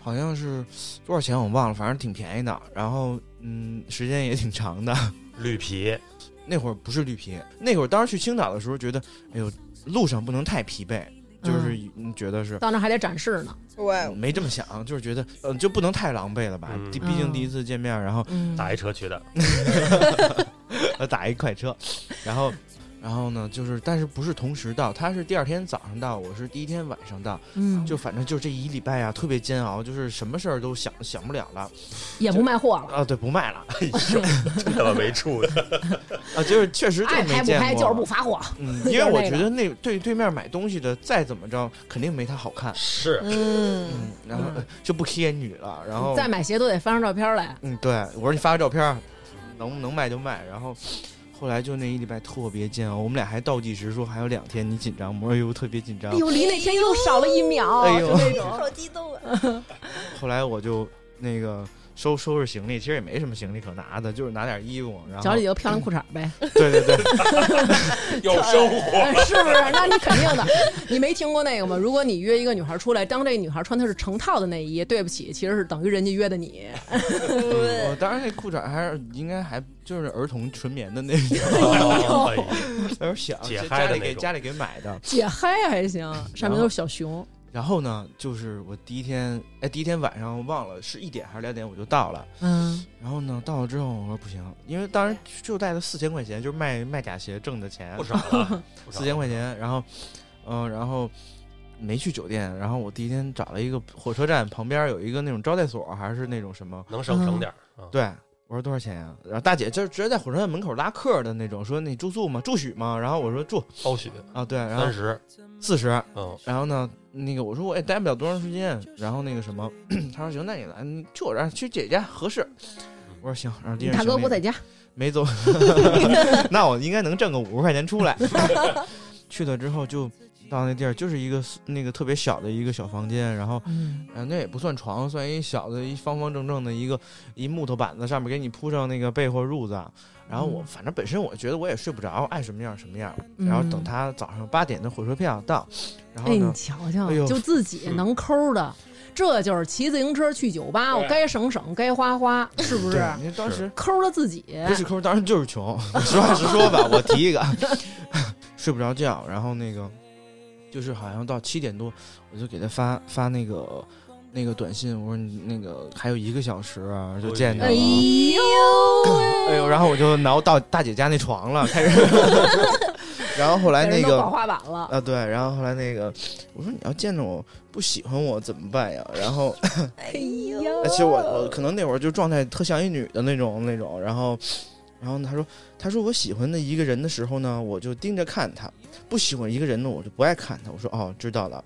S4: 好像是多少钱我忘了，反正挺便宜的，然后嗯时间也挺长的， (laughs)
S1: 绿皮，
S4: 那会儿不是绿皮，那会儿当时去青岛的时候觉得，哎呦路上不能太疲惫，就是嗯觉得是。
S2: 到那儿还得展示呢。
S8: 对，
S4: 没这么想，就是觉得，呃，就不能太狼狈了吧？
S1: 嗯
S4: 毕毕竟
S2: 嗯
S4: 第一次见面，然后
S2: 嗯，
S1: 打一车去的，
S4: 呃， (laughs) 打一快车，然后，然后呢，就是但是不是同时到，他是第二天早上到，我是第一天晚上到，
S2: 嗯，
S4: 就反正就这一礼拜啊，特别煎熬，就是什么事儿都想想不了了
S2: 也不卖货了。
S4: 啊，对，不卖了
S1: 真哎他妈没处 (laughs) 的，
S4: 啊，就是确实就
S2: 爱
S4: 没
S2: 拍不
S4: 见
S2: 拍
S4: 过，
S2: 就是不发货。
S4: (laughs)
S2: (laughs)
S4: 嗯，
S2: 就是
S4: 因为我
S2: 那
S4: 觉
S2: 个
S4: 得那对对面买东西的再怎么着，肯定没他好看，
S1: 是
S8: 嗯，
S4: 嗯，然后
S2: 嗯
S4: 就不贴女了，然后
S2: 再买鞋都得翻张照片来。啊
S4: 嗯，对，我说你发个照片儿，能能卖就卖。然后后来就那一礼拜特别煎熬，我们俩还倒计时说还有两天，你紧张吗？我说哟，特别紧张
S2: 哎。呦，离那天又少了一秒，
S4: 啊哎
S2: 就
S4: 呦
S2: 那种。
S8: 好激动啊！
S4: (laughs) 后来我就那个收收拾行李，其实也没什么行李可拿的，就是拿点衣服。然后
S2: 脚里有漂亮裤衩呗，
S4: 对对对， (laughs)
S5: 有生活。
S2: (laughs) 是不是？那你肯定的。你没听过那个吗？如果你约一个女孩出来，当这女孩穿的是成套的内衣，对不起，其实是等于人家约的你。
S4: 我当然那裤衩还是应该还就是儿童纯棉的那种，
S1: (laughs) 哎呦
S4: (laughs) 有点小，
S1: 解
S4: 家
S1: 嗨
S4: 家
S1: 的
S4: 里给
S1: 那种
S4: 家里给买的。
S2: 姐嗨还行，
S4: 嗯
S2: 上面都是小熊。
S4: 然后呢，就是我第一天，哎，第一天晚上忘了是一点还是两点，我就到了。
S2: 嗯，
S4: 然后呢，到了之后我说不行， (laughs) 因为当时就带了四千块钱，就是卖卖假鞋挣的钱
S1: 不，少
S4: (laughs)
S1: 了，不少
S4: 四千块钱。然后，嗯、然后没去酒店。然后我第一天找了一个火车站旁边有一个那种招待所，还是那种什么？
S1: 能省
S2: 嗯
S1: 省点儿啊。
S4: 嗯对，我说多少钱呀、然后大姐就是直接在火车站门口拉客的那种，说你住宿吗？住宿吗？然后我说住
S1: 包许
S4: 啊，对，然
S1: 三
S4: 后
S1: 十，
S4: 四十。
S1: 嗯，
S4: 然后呢，那个我说我也待不了多长时间，然后那个什么，他说行，那你来，你去我这儿，去姐家合适。我说行，然后第
S2: 你
S4: 二
S2: 大
S4: 天
S2: 哥
S4: 行李
S2: 不在家，(laughs)
S4: 没走， (laughs) 那我应该能挣个五十块钱出来。去了之后就到那地儿，就是一个那个特别小的一个小房间，然后
S2: 嗯，
S4: 呃那也不算床，算一小的一方方正正的一个一木头板子，上面给你铺上那个被或褥子。啊然后我
S2: 嗯
S4: 反正本身我觉得我也睡不着，爱什么样什么样。然后等
S2: 嗯。
S4: 他早上八点的火车票到，然后
S2: 哎，你
S4: 呢，
S2: 瞧瞧，
S4: 哎呦
S2: 就自己能抠的，这就是骑自行车去酒吧，我
S5: 对
S2: 该省省，该花花，是不
S4: 对
S2: 是？，
S4: 你当时
S2: 抠了自己。
S4: 不是抠，当然就是穷。 (laughs) 实话实说吧，我提一个， (laughs) 睡不着觉，然后那个就是好像到七点多，我就给他发发那个那个短信，我说你那个还有一个小时啊，就见着
S2: 哎
S4: 了。
S2: 呦喂！
S4: 哎呦，然后我就挠到大姐家那床了，开始。 (laughs) 然后后来那
S2: 给人都
S4: 个
S2: 宝花板了，
S4: 啊，对，然后后来那个，我说你要见着我不喜欢我怎么办呀？然后
S8: 哎
S2: 哎
S8: 呦，
S2: 呦
S4: 而且我我可能那会儿就状态特像一女的那种那种，然后然后呢，他说，他说我喜欢的一个人的时候呢，我就盯着看他；不喜欢一个人呢，我就不爱看他。我说哦，知道了。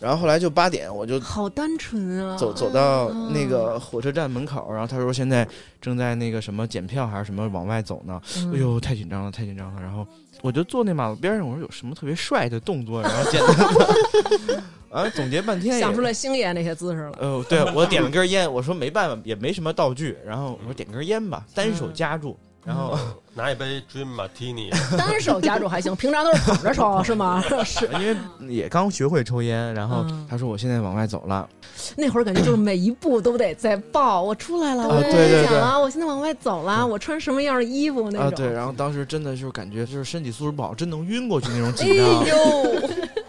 S4: 然后后来就八点，我就哦
S2: 好单纯啊！
S4: 走走到那个火车站门口，然后他说现在正在那个什么检票还是什么往外走呢。
S2: 嗯
S4: 哎，呦，太紧张了，太紧张了。然后我就坐那马路边上，我说有什么特别帅的动作，然后简单的 (laughs) 啊总结半天也
S2: 想出来星爷那些姿势了。
S4: 呃，对我点了根烟，我说没办法，也没什么道具，然后我说点根烟吧，单
S2: 嗯
S4: 手夹住，然后 (laughs)
S1: 嗯拿一杯 Dream Martini，
S2: 单手夹住还行，平常都是捧着抽，是
S4: (laughs)
S2: 吗？啊是
S4: 啊因为也刚学会抽烟，然后
S2: 嗯
S4: 他说我现在往外走了，
S2: (clears throat) 那会儿感觉就是每一步都得在报，我出来了，我
S4: 啊
S2: 跟
S4: 对对
S2: 你讲
S4: 对
S2: 了，我现在往外走了，我穿什么样的衣服那
S4: 啊，
S2: 种。
S4: 对，然后当时真的就是感觉就是身体素质不好，真能晕过去那种
S3: 哎
S4: 紧张，
S3: 呦，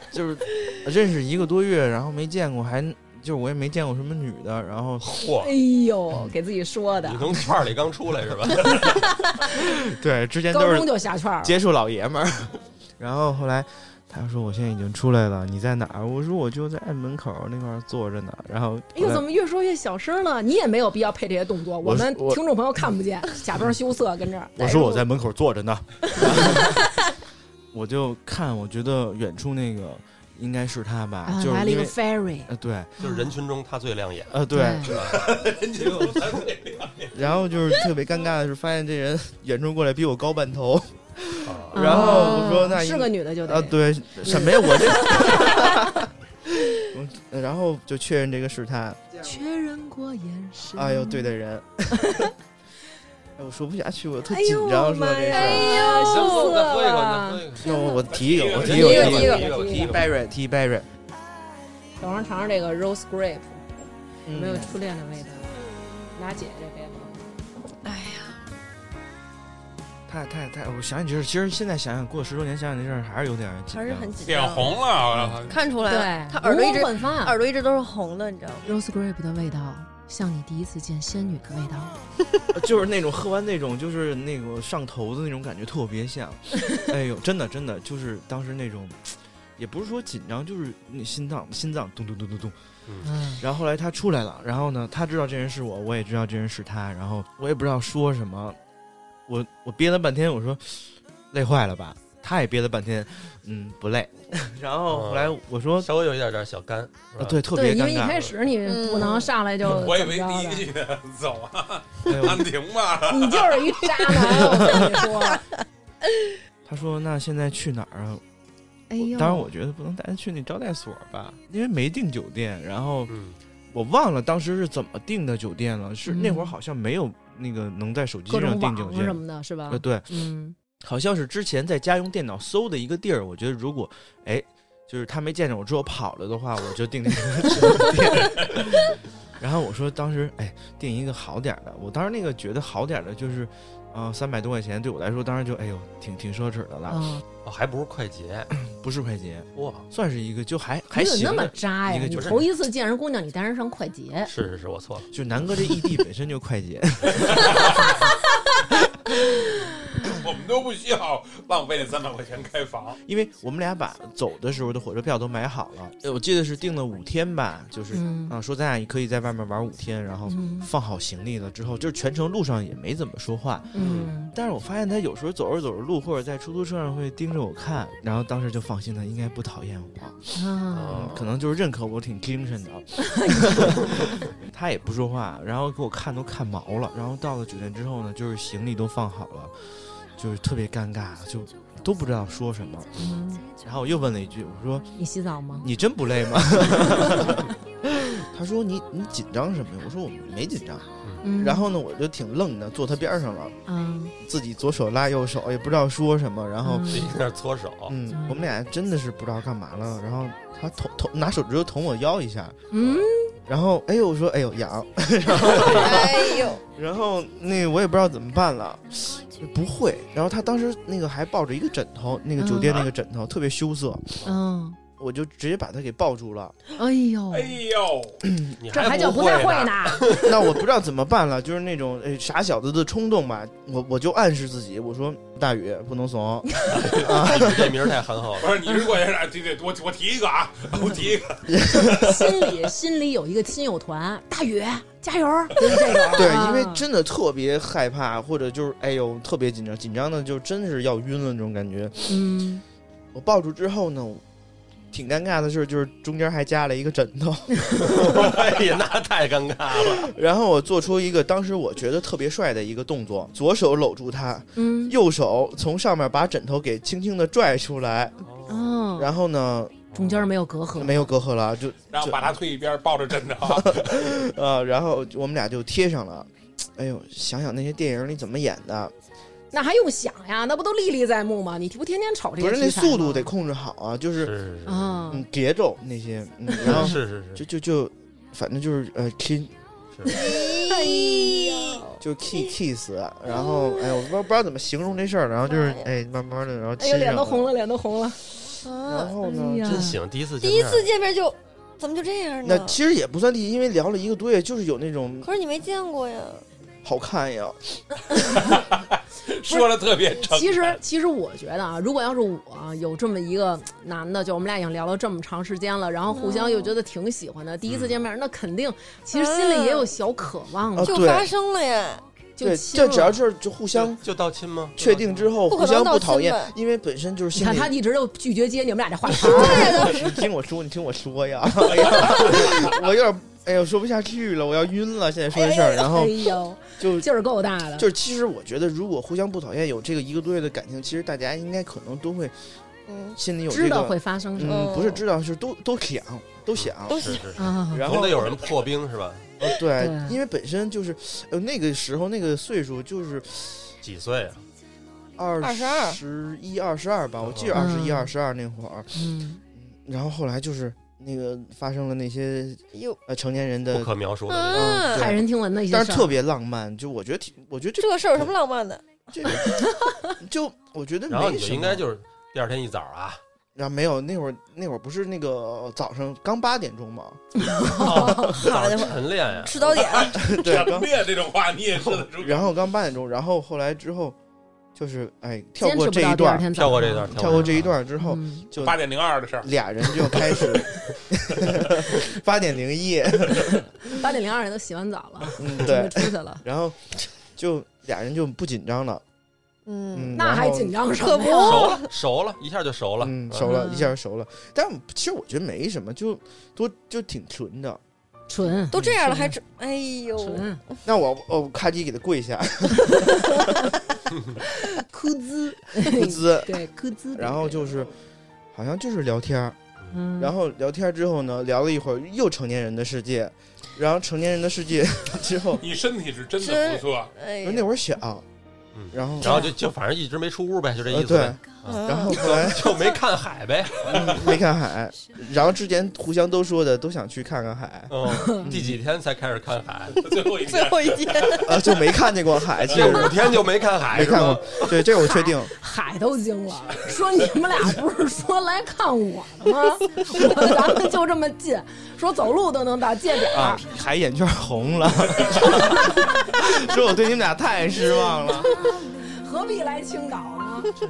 S4: 就是认识一个多月，然后没见过，还就是我也没见过什么女的，然后
S1: 嚯
S2: 哎，呦，给自己说的
S1: 你，从圈儿里刚出来是吧？
S4: (laughs) 对之前
S2: 高
S4: 都
S2: 中
S4: 是
S2: 就下圈儿了。
S4: 接触老爷们儿， (laughs) 然后后来。他说：“我现在已经出来了，你在哪儿？”我说：“我就在门口那块儿坐着呢。”然后，
S2: 哎呦，怎么越说越小声了？你也没有必要配这些动作，我
S4: 我是
S2: 们
S4: 我
S2: 听众朋友看不见，假装羞涩跟这儿。
S4: 我说我在门口坐着呢， (laughs) 我就看，我觉得远处那个应该是他吧，
S2: 啊，
S4: 就
S2: 来
S4: 是
S2: 了一
S4: 因
S2: 个
S4: 为
S2: ferry，
S4: 呃对
S1: 就是人群中他最亮眼，
S4: 呃对，
S2: 对
S4: (laughs) 然后就是特别尴尬的是，发现这人远处过来比我高半头，
S1: 啊
S4: 然后我说那
S2: 啊
S4: 应
S2: 是个女的就得
S4: 啊对什么呀我这，然后就确认这个是他，
S2: 确认过眼神。
S4: 哎呦对的人，哎我说不下去，我特
S2: 哎
S4: 紧
S2: 呦，
S4: 张说
S2: 妈
S4: 这
S2: 呀
S4: 事儿，
S2: 哎
S6: 行，
S2: 羞涩
S6: 再喝一口，再喝
S2: 了。
S6: 一口。
S4: 那我我提一个，我
S1: 提
S4: 提
S1: 一
S4: 一
S1: 个
S4: 个，
S1: 提一个
S4: 我提一个，
S1: 提一个
S4: 提 Barry，提 Barry，
S2: 手上尝尝这个 rose grape，
S4: 嗯
S2: 没有初恋的味道。拿姐这杯子。
S4: 太太太，我想起这事儿，其实现在想想，过十多年想想这事儿，还是有点儿紧
S8: 还是
S4: 张。
S8: 很紧
S5: 脸
S8: 张，
S5: 红了，我操
S8: 看出来了
S2: 对，，
S8: 他耳朵一直
S2: 混发
S8: 耳朵一直都是红的，你知道吗？
S2: Rose grape 的味道，像你第一次见仙女的味道。
S4: 就是那种喝完那种就是那个上头的那种感觉，特别像。哎呦，真的真的，就是当时那种，也不是说紧张，就是你心脏心脏咚咚咚咚咚。
S2: 嗯，
S4: 然后后来他出来了，然后呢，他知道这人是我，我也知道这人是他，然后我也不知道说什么，我我憋了半天，我说累坏了吧？他也憋了半天，嗯，不累。然后后来我
S1: 嗯
S4: 说，
S1: 稍微有一点点小干，是吧
S4: 啊对，特
S2: 对，
S4: 别尴尬。嗯
S2: 因为一开始你不能上来就
S5: 我以为
S2: 怎么着的
S5: 第一句走啊，
S4: 哎呦
S5: 安停吧。
S2: 你就是一渣
S4: (laughs)
S2: 男，我跟你说。
S4: 他说：“那现在去哪儿啊？”
S2: 哎呦，
S4: 当然，我觉得不能带他去那招待所吧，因为没订酒店。然后
S1: 嗯，
S4: 我忘了当时是怎么订的酒店了，是
S2: 嗯
S4: 那会儿好像没有那个能在手机
S2: 各种
S4: 上订酒
S2: 网什
S4: 店。
S2: 么的，是吧
S4: 呃，？对，
S2: 嗯，
S4: 好像是之前在家用电脑搜的一个地儿。我觉得如果哎，就是他没见着我之后跑了的话，我就订那个酒店。 (laughs) 然后我说当时哎，订一个好点儿的。我当时那个觉得好点儿的就是，呃，三百多块钱对我来说当时就哎呦挺挺奢侈的了，
S2: 啊，
S1: 哦还不如快捷，
S4: (clears throat) 不是快捷，
S1: 哇，
S4: 算是一个就还还
S2: 你怎
S4: 行
S2: 么那么
S4: 的。
S2: 渣呀？
S4: 一个
S2: 你
S4: 就是
S2: 头一次见人姑娘，你带人上快捷，
S1: 是是是，我错了，
S4: 就南哥这异地本身就快捷，
S5: 我们都不需要浪费那三百块钱开房，
S4: 因为我们俩把走的时候的火车票都买好了，呃我记得是订了五天吧，就是啊、
S2: 嗯
S4: 说咱俩可以在外面玩五天，然后
S2: 嗯
S4: 放好行李了之后，就是全程路上也没怎么说话，
S2: 嗯，
S4: 但是我发现他有时候走着走着路，或者在出租车上会盯着我看，然后当时就放心了，应该不讨厌我，
S2: 啊，
S4: 嗯可能就是认可我挺精神
S2: (laughs)
S4: 的。他也不说话，然后给我看都看毛了。然后到了酒店之后呢，就是行李都放好了，就是特别尴尬，就都不知道说什么。
S2: 嗯
S4: 然后我又问了一句，我说
S2: 你洗澡吗：“？
S4: 你真不累吗？” (laughs) 他说你：“你紧张什么呀？”我说：“我没紧张。
S2: 嗯，
S4: 然后呢，我就挺愣的，坐他边上了，
S2: 嗯，
S4: 自己左手拉右手，也不知道说什么。然后
S2: 嗯
S1: 自己在那儿搓手，
S4: 嗯，我们俩真的是不知道干嘛了。然后他捅捅拿手指头捅我腰一下，
S2: 嗯，
S4: 然后哎呦，我说哎呦痒， (laughs)
S8: 哎呦，
S4: 然后那个我也不知道怎么办了，不会。然后他当时那个还抱着一个枕头，那个酒店那个枕头、特别羞涩。
S2: 嗯，
S4: 我就直接把他给抱住了。
S2: 哎呦
S5: 哎，呦，
S1: (clears throat) 你
S2: 这
S1: 还
S2: 还叫
S1: 不
S2: 太
S1: 会
S2: 会呢？
S1: (laughs)
S4: 那我不知道怎么办了，就是那种哎傻小子的冲动吧。我我就暗示自己，我说大宇不
S1: (laughs)
S4: 能怂，啊
S1: 呢？你这名儿太憨厚了。
S5: 不是你是过去啊？对对，我我提一个啊，
S4: 嗯
S5: 我提一个，
S2: 心里心里有一个亲友团，大宇加油，就是这种。
S4: (laughs) (laughs) 对，
S2: 啊
S4: 因为真的特别害怕，或者就是哎呦特别紧张，紧张的就真是要晕了那种感觉。
S2: 嗯，
S4: 我抱住之后呢，我挺尴尬的事儿就是中间还加了一个枕头，
S1: 哎 (laughs) 呀，那太尴尬了。
S4: 然后我做出一个当时我觉得特别帅的一个动作，左手搂住他，
S2: 嗯
S4: 右手从上面把枕头给轻轻的拽出来，
S2: 哦，
S4: 然后呢
S2: 中间没有隔阂，
S4: 没有隔阂了，就 (laughs)
S5: 然后把他推一边，抱着枕头。
S4: 呃，然后我们俩就贴上了。哎呦，想想那些电影里怎么演的，
S2: 那还用想呀？那不都历历在目吗？你不天天瞅这
S4: 不
S2: 个
S4: 是那
S2: 题材吗
S4: 速度得控制好啊，就是
S1: 是
S2: 啊
S4: 嗯节奏那些，嗯，然后
S1: 是是
S4: 就是就就，反正就是呃亲，
S3: 哎呦，
S4: 就 kiss kiss，然后哎，我不知道不知道怎么形容这事儿，然后就是
S9: 妈呀
S4: 哎慢慢的，然后
S2: 哎
S4: 亲
S2: 呦，
S4: 上
S2: 脸都红
S4: 了，
S2: 了，脸都红了。
S4: 然
S3: 啊，
S4: 后
S2: 哎
S4: 呢，
S2: 呀
S1: 真行，第一次见
S3: 第一
S1: 面
S3: 次见面就怎么就这样
S4: 那
S3: 呢？
S4: 其实也不算第一，因为聊了一个多月，就是有那种
S3: 可是你没见过呀，
S4: 好看呀，
S5: 说的
S3: (laughs)
S5: 特别诚。
S2: 其实，其实我觉得啊，如果要是我有这么一个男的，就我们俩已经聊了这么长时间了，然后互相
S4: 嗯
S2: 又觉得挺喜欢的，第一
S1: 嗯
S2: 次见面，那肯定其实心里也有小渴望了，
S4: 啊
S3: 就
S4: 对
S3: 发生了呀，
S2: 就
S4: 对，
S2: 亲
S4: 这只要
S2: 了。
S4: 就是就互
S1: 就
S4: 相
S1: 就道亲吗？
S4: 确定之后
S3: 不
S4: 互
S3: 可能
S4: 相不
S3: 到亲
S4: 讨厌
S3: 吧，
S4: 因为本身就是
S2: 你
S4: 心
S2: 看
S4: 里
S2: 他一直就拒绝接你们俩这话茬儿，
S4: 你听我说，你听我说呀， (laughs) 哎呀我有点哎呦说不下去了，我要晕了，现在说这事儿， (laughs) 然
S2: 哎
S4: 后
S2: 呦， (laughs)
S4: 就
S2: 劲儿够大的。
S4: 就是其实我觉得，如果互相不讨厌，有这个一个多月的感情，其实大家应该可能都会
S3: 嗯，
S4: 心里有这个
S2: 知道会发生什么
S4: 嗯
S3: 嗯
S4: 不是知道，是都都想都想，
S3: 都
S1: 是
S3: 是
S1: 是，
S2: 啊？
S4: 然
S1: 总
S4: 后
S1: 得有人破冰是吧？
S4: 呃对
S2: 对，
S4: 因为本身就是呃那个时候那个岁数就是
S1: 几岁啊？
S4: 二
S3: 22
S4: 十一二十二吧，我记得二十一
S2: 嗯
S4: 二十二那会儿，
S2: 嗯，
S4: 然后后来就是那个发生了那些
S3: 哟，
S4: 呃成年人
S1: 不
S4: 的，
S1: 可描述的那种。
S4: 嗯
S3: 啊，
S2: 骇人听闻的一些
S4: 但
S2: 事
S4: 是
S2: 儿，
S4: 特别浪漫，就我觉得挺，我觉得
S3: 这个事儿有什么浪漫的？
S4: 这这个就我觉得
S1: 然后
S4: 没
S1: 你就
S4: 什
S1: 应该
S4: 么。
S1: 就是第二天一早啊，
S4: 然后没有，那会儿那会儿不是那个早上刚八点
S2: (laughs)
S4: 钟嘛，
S5: 哦
S4: 哦
S1: (laughs) 早上晨练呀，
S3: 吃早点，
S4: (laughs) 对，
S5: (laughs) 陈
S4: 刚
S5: 列这种话你也说得出。
S4: 然后刚八点钟，然后后来之后就是哎跳
S2: 坚持
S4: 过
S2: 不
S4: 这
S2: 到
S4: 一
S2: 第二
S4: 段，
S2: 天早
S1: 跳过
S2: 上
S1: 这段，
S4: 跳过这一段之后，
S2: 嗯
S4: 就
S5: 八点零二的事儿，
S4: 俩人就开始
S2: (laughs)
S4: 八点零一，
S2: 八点零二人都洗完澡了，准
S4: 嗯
S2: 备 (laughs)
S4: 对，
S2: 出去了，
S4: 然后就俩人就不紧张了，
S3: 嗯，
S4: 嗯，
S2: 那还紧张什么呀？
S3: 可不
S1: 熟了，熟了，一下就熟了，
S4: 嗯，
S1: 嗯
S4: 熟了
S2: 嗯
S4: 一下熟了，但其实我觉得没什么，就都就挺纯的。
S2: 纯嗯
S3: 都这样了
S4: 嗯
S3: 还
S2: 纯
S3: 只，哎呦，
S2: 纯
S4: 那我哦咔叽给他跪下，
S2: (laughs) 哭
S4: (laughs)
S2: 滋，
S4: 不滋，
S2: 对哭滋，
S4: 然后就是好像就是聊天儿，
S2: 嗯，
S4: 然后聊天之后呢，聊了一会儿又成年人的世界，然后成年人的
S2: (laughs)
S4: 世界之后，
S5: 你身体是真的不错。
S3: 哎
S4: 因为
S3: 呦，
S4: 那会儿小
S1: 嗯，
S4: 然后
S1: 然后就就反正一直没出屋呗，就这
S4: 呃
S1: 意思
S4: 对
S1: 呗，，啊
S3: 嗯
S4: 然后后来
S1: (laughs) 就没看海呗。
S4: 嗯没看海，然后之前互相都说的都想去看看海， (laughs)
S1: 嗯，第几天才开始看海？
S4: 嗯
S5: 最后一
S3: 最
S5: 天，
S3: 后一天，
S4: 呃就没看见过海，其实
S1: 这五天就没看海，
S4: 没看
S1: 是吗。
S4: 过，对这个我
S1: (laughs)
S4: 确定，
S2: 海都惊了，说你们俩不是说来看我的吗？我咱们就这么近，说走路都能到界点儿
S4: 啊，，海眼圈红了， (laughs) 说我对你们俩太失望了。
S2: 何必来青岛呢？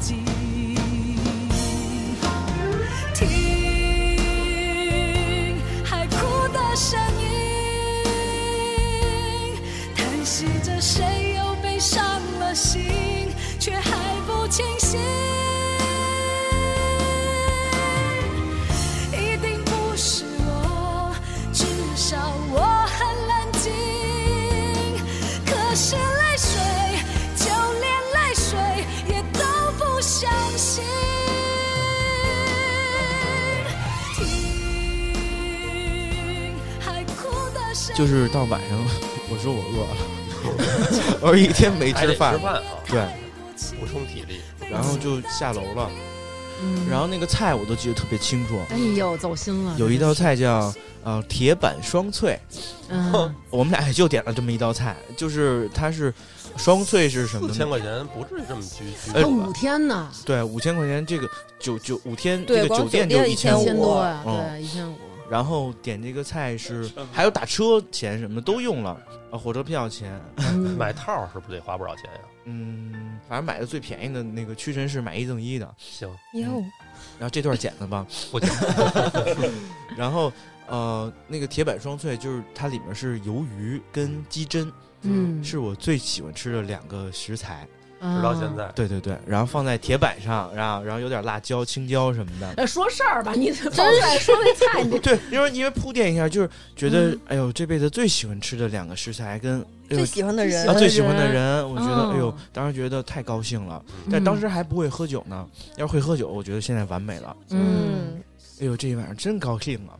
S8: 近？听海哭的声音，叹息着谁又被伤了心，却还不清醒。一定不是我，至少我很冷静。可是泪水，就连泪水也
S4: 就是到晚上，我说我饿了， (laughs) 我说一天没
S1: 还得
S4: 吃
S1: 吃
S4: 饭，
S1: 饭啊，
S4: 对，
S1: 补充体力。
S4: 然后就下楼了，
S2: 嗯
S4: 然后那个菜我都记得特别清楚，
S2: 哎呦，走心了。
S4: 有一道菜叫呃铁板双脆，
S2: 嗯，
S4: 我们俩也就点了这么一道菜，就是它是双脆是什
S1: 四
S4: 么呢？
S1: 千块钱不至于这么拘拘
S4: 哎
S2: 那
S1: 束
S2: 五
S1: 吧？
S2: 天呢，
S4: 对，五千块钱这个酒酒五天，
S3: 对
S4: 这个
S3: 光
S4: 酒店
S3: 酒
S4: 就
S3: 店
S2: 一
S3: 1500
S4: 一
S2: 千
S4: 五。
S2: 多呀，
S4: 嗯
S2: 对，一千五。
S4: 然后点这个菜是，还有打车钱什么的都用了，啊，火车票钱，
S2: 嗯
S1: 买套儿是不是得花不少钱呀？
S4: 嗯，反正买的最便宜的那个屈臣氏买一赠一的，
S1: 行，
S4: 哟然后这段剪了
S1: (laughs)
S4: 吧，
S1: 不行，
S4: 然后呃，那个铁板双脆就是它里面是鱿鱼跟鸡胗，
S2: 嗯，
S4: 是我最喜欢吃的两个食材，
S2: 直
S1: 直到
S2: 啊
S1: 现。在。
S4: 对对对，然后放在铁板上，然后然后有点辣椒、青椒什么的，
S2: 呃，说事儿吧，你真是
S3: 真
S2: 说那菜，你
S4: 对，因为因为铺垫一下，就是觉得、
S2: 嗯
S4: 哎呦，这辈子最喜欢吃的两个食材跟哎
S8: 最
S4: 呦
S8: 喜欢的人
S4: 啊
S2: 欢的
S4: 最喜欢的
S2: 人
S4: 人，我觉得、哎呦
S2: 哦，
S4: 当时觉得太高兴了，
S1: 嗯
S4: 但当时还不会喝酒呢，要是会喝酒，我觉得现在完美了。
S2: 嗯，
S4: 哎呦，这一晚上真高兴啊！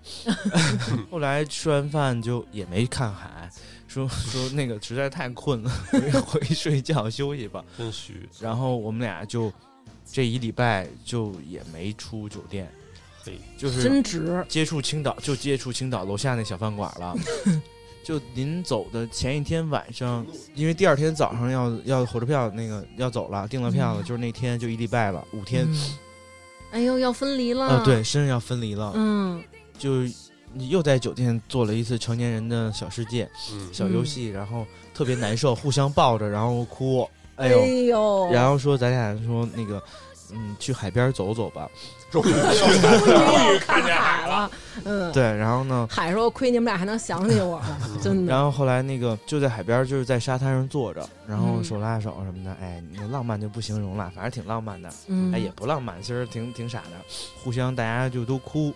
S4: 后来吃完饭就也没看海，说说那个实在太困了，回回去睡觉休息吧。
S1: 真虚，
S4: 然后我们俩就这一礼拜就也没出酒店，
S1: 嘿，
S4: 就是
S2: 真值。
S4: 接触青岛就接触青岛楼下那小饭馆了。就临走的前一天晚上，因为第二天早上要要火车票，那个要走了，订了票了，
S2: 嗯
S4: 就是那天就一礼拜了，五天
S2: 嗯，哎呦，要分离了。
S4: 啊、对，， (laughs) 生日要分离了，
S2: 嗯，
S4: 就你又在酒店做了一次成年人的小世界、
S1: 嗯，
S4: 小游戏，然后特别难受，互相抱着，然后哭，哎
S8: 哎
S4: 呦，
S8: 呦，
S4: 然后说咱俩说那个，嗯，去海边走走吧。
S1: (laughs) 终于
S2: 终于看
S1: 啊
S2: 海了。嗯，
S4: 对，然后呢，
S2: 海说亏你们俩还能想起我
S1: (laughs)
S2: 了，真的。
S4: 然后后来那个就在海边，就是在沙滩上坐着，然后
S2: 嗯
S4: 手拉手什么的，哎，那浪漫就不形容了，反正挺浪漫的，
S2: 嗯，
S4: 哎，也不浪漫，其实挺挺傻的，互相大家就都哭。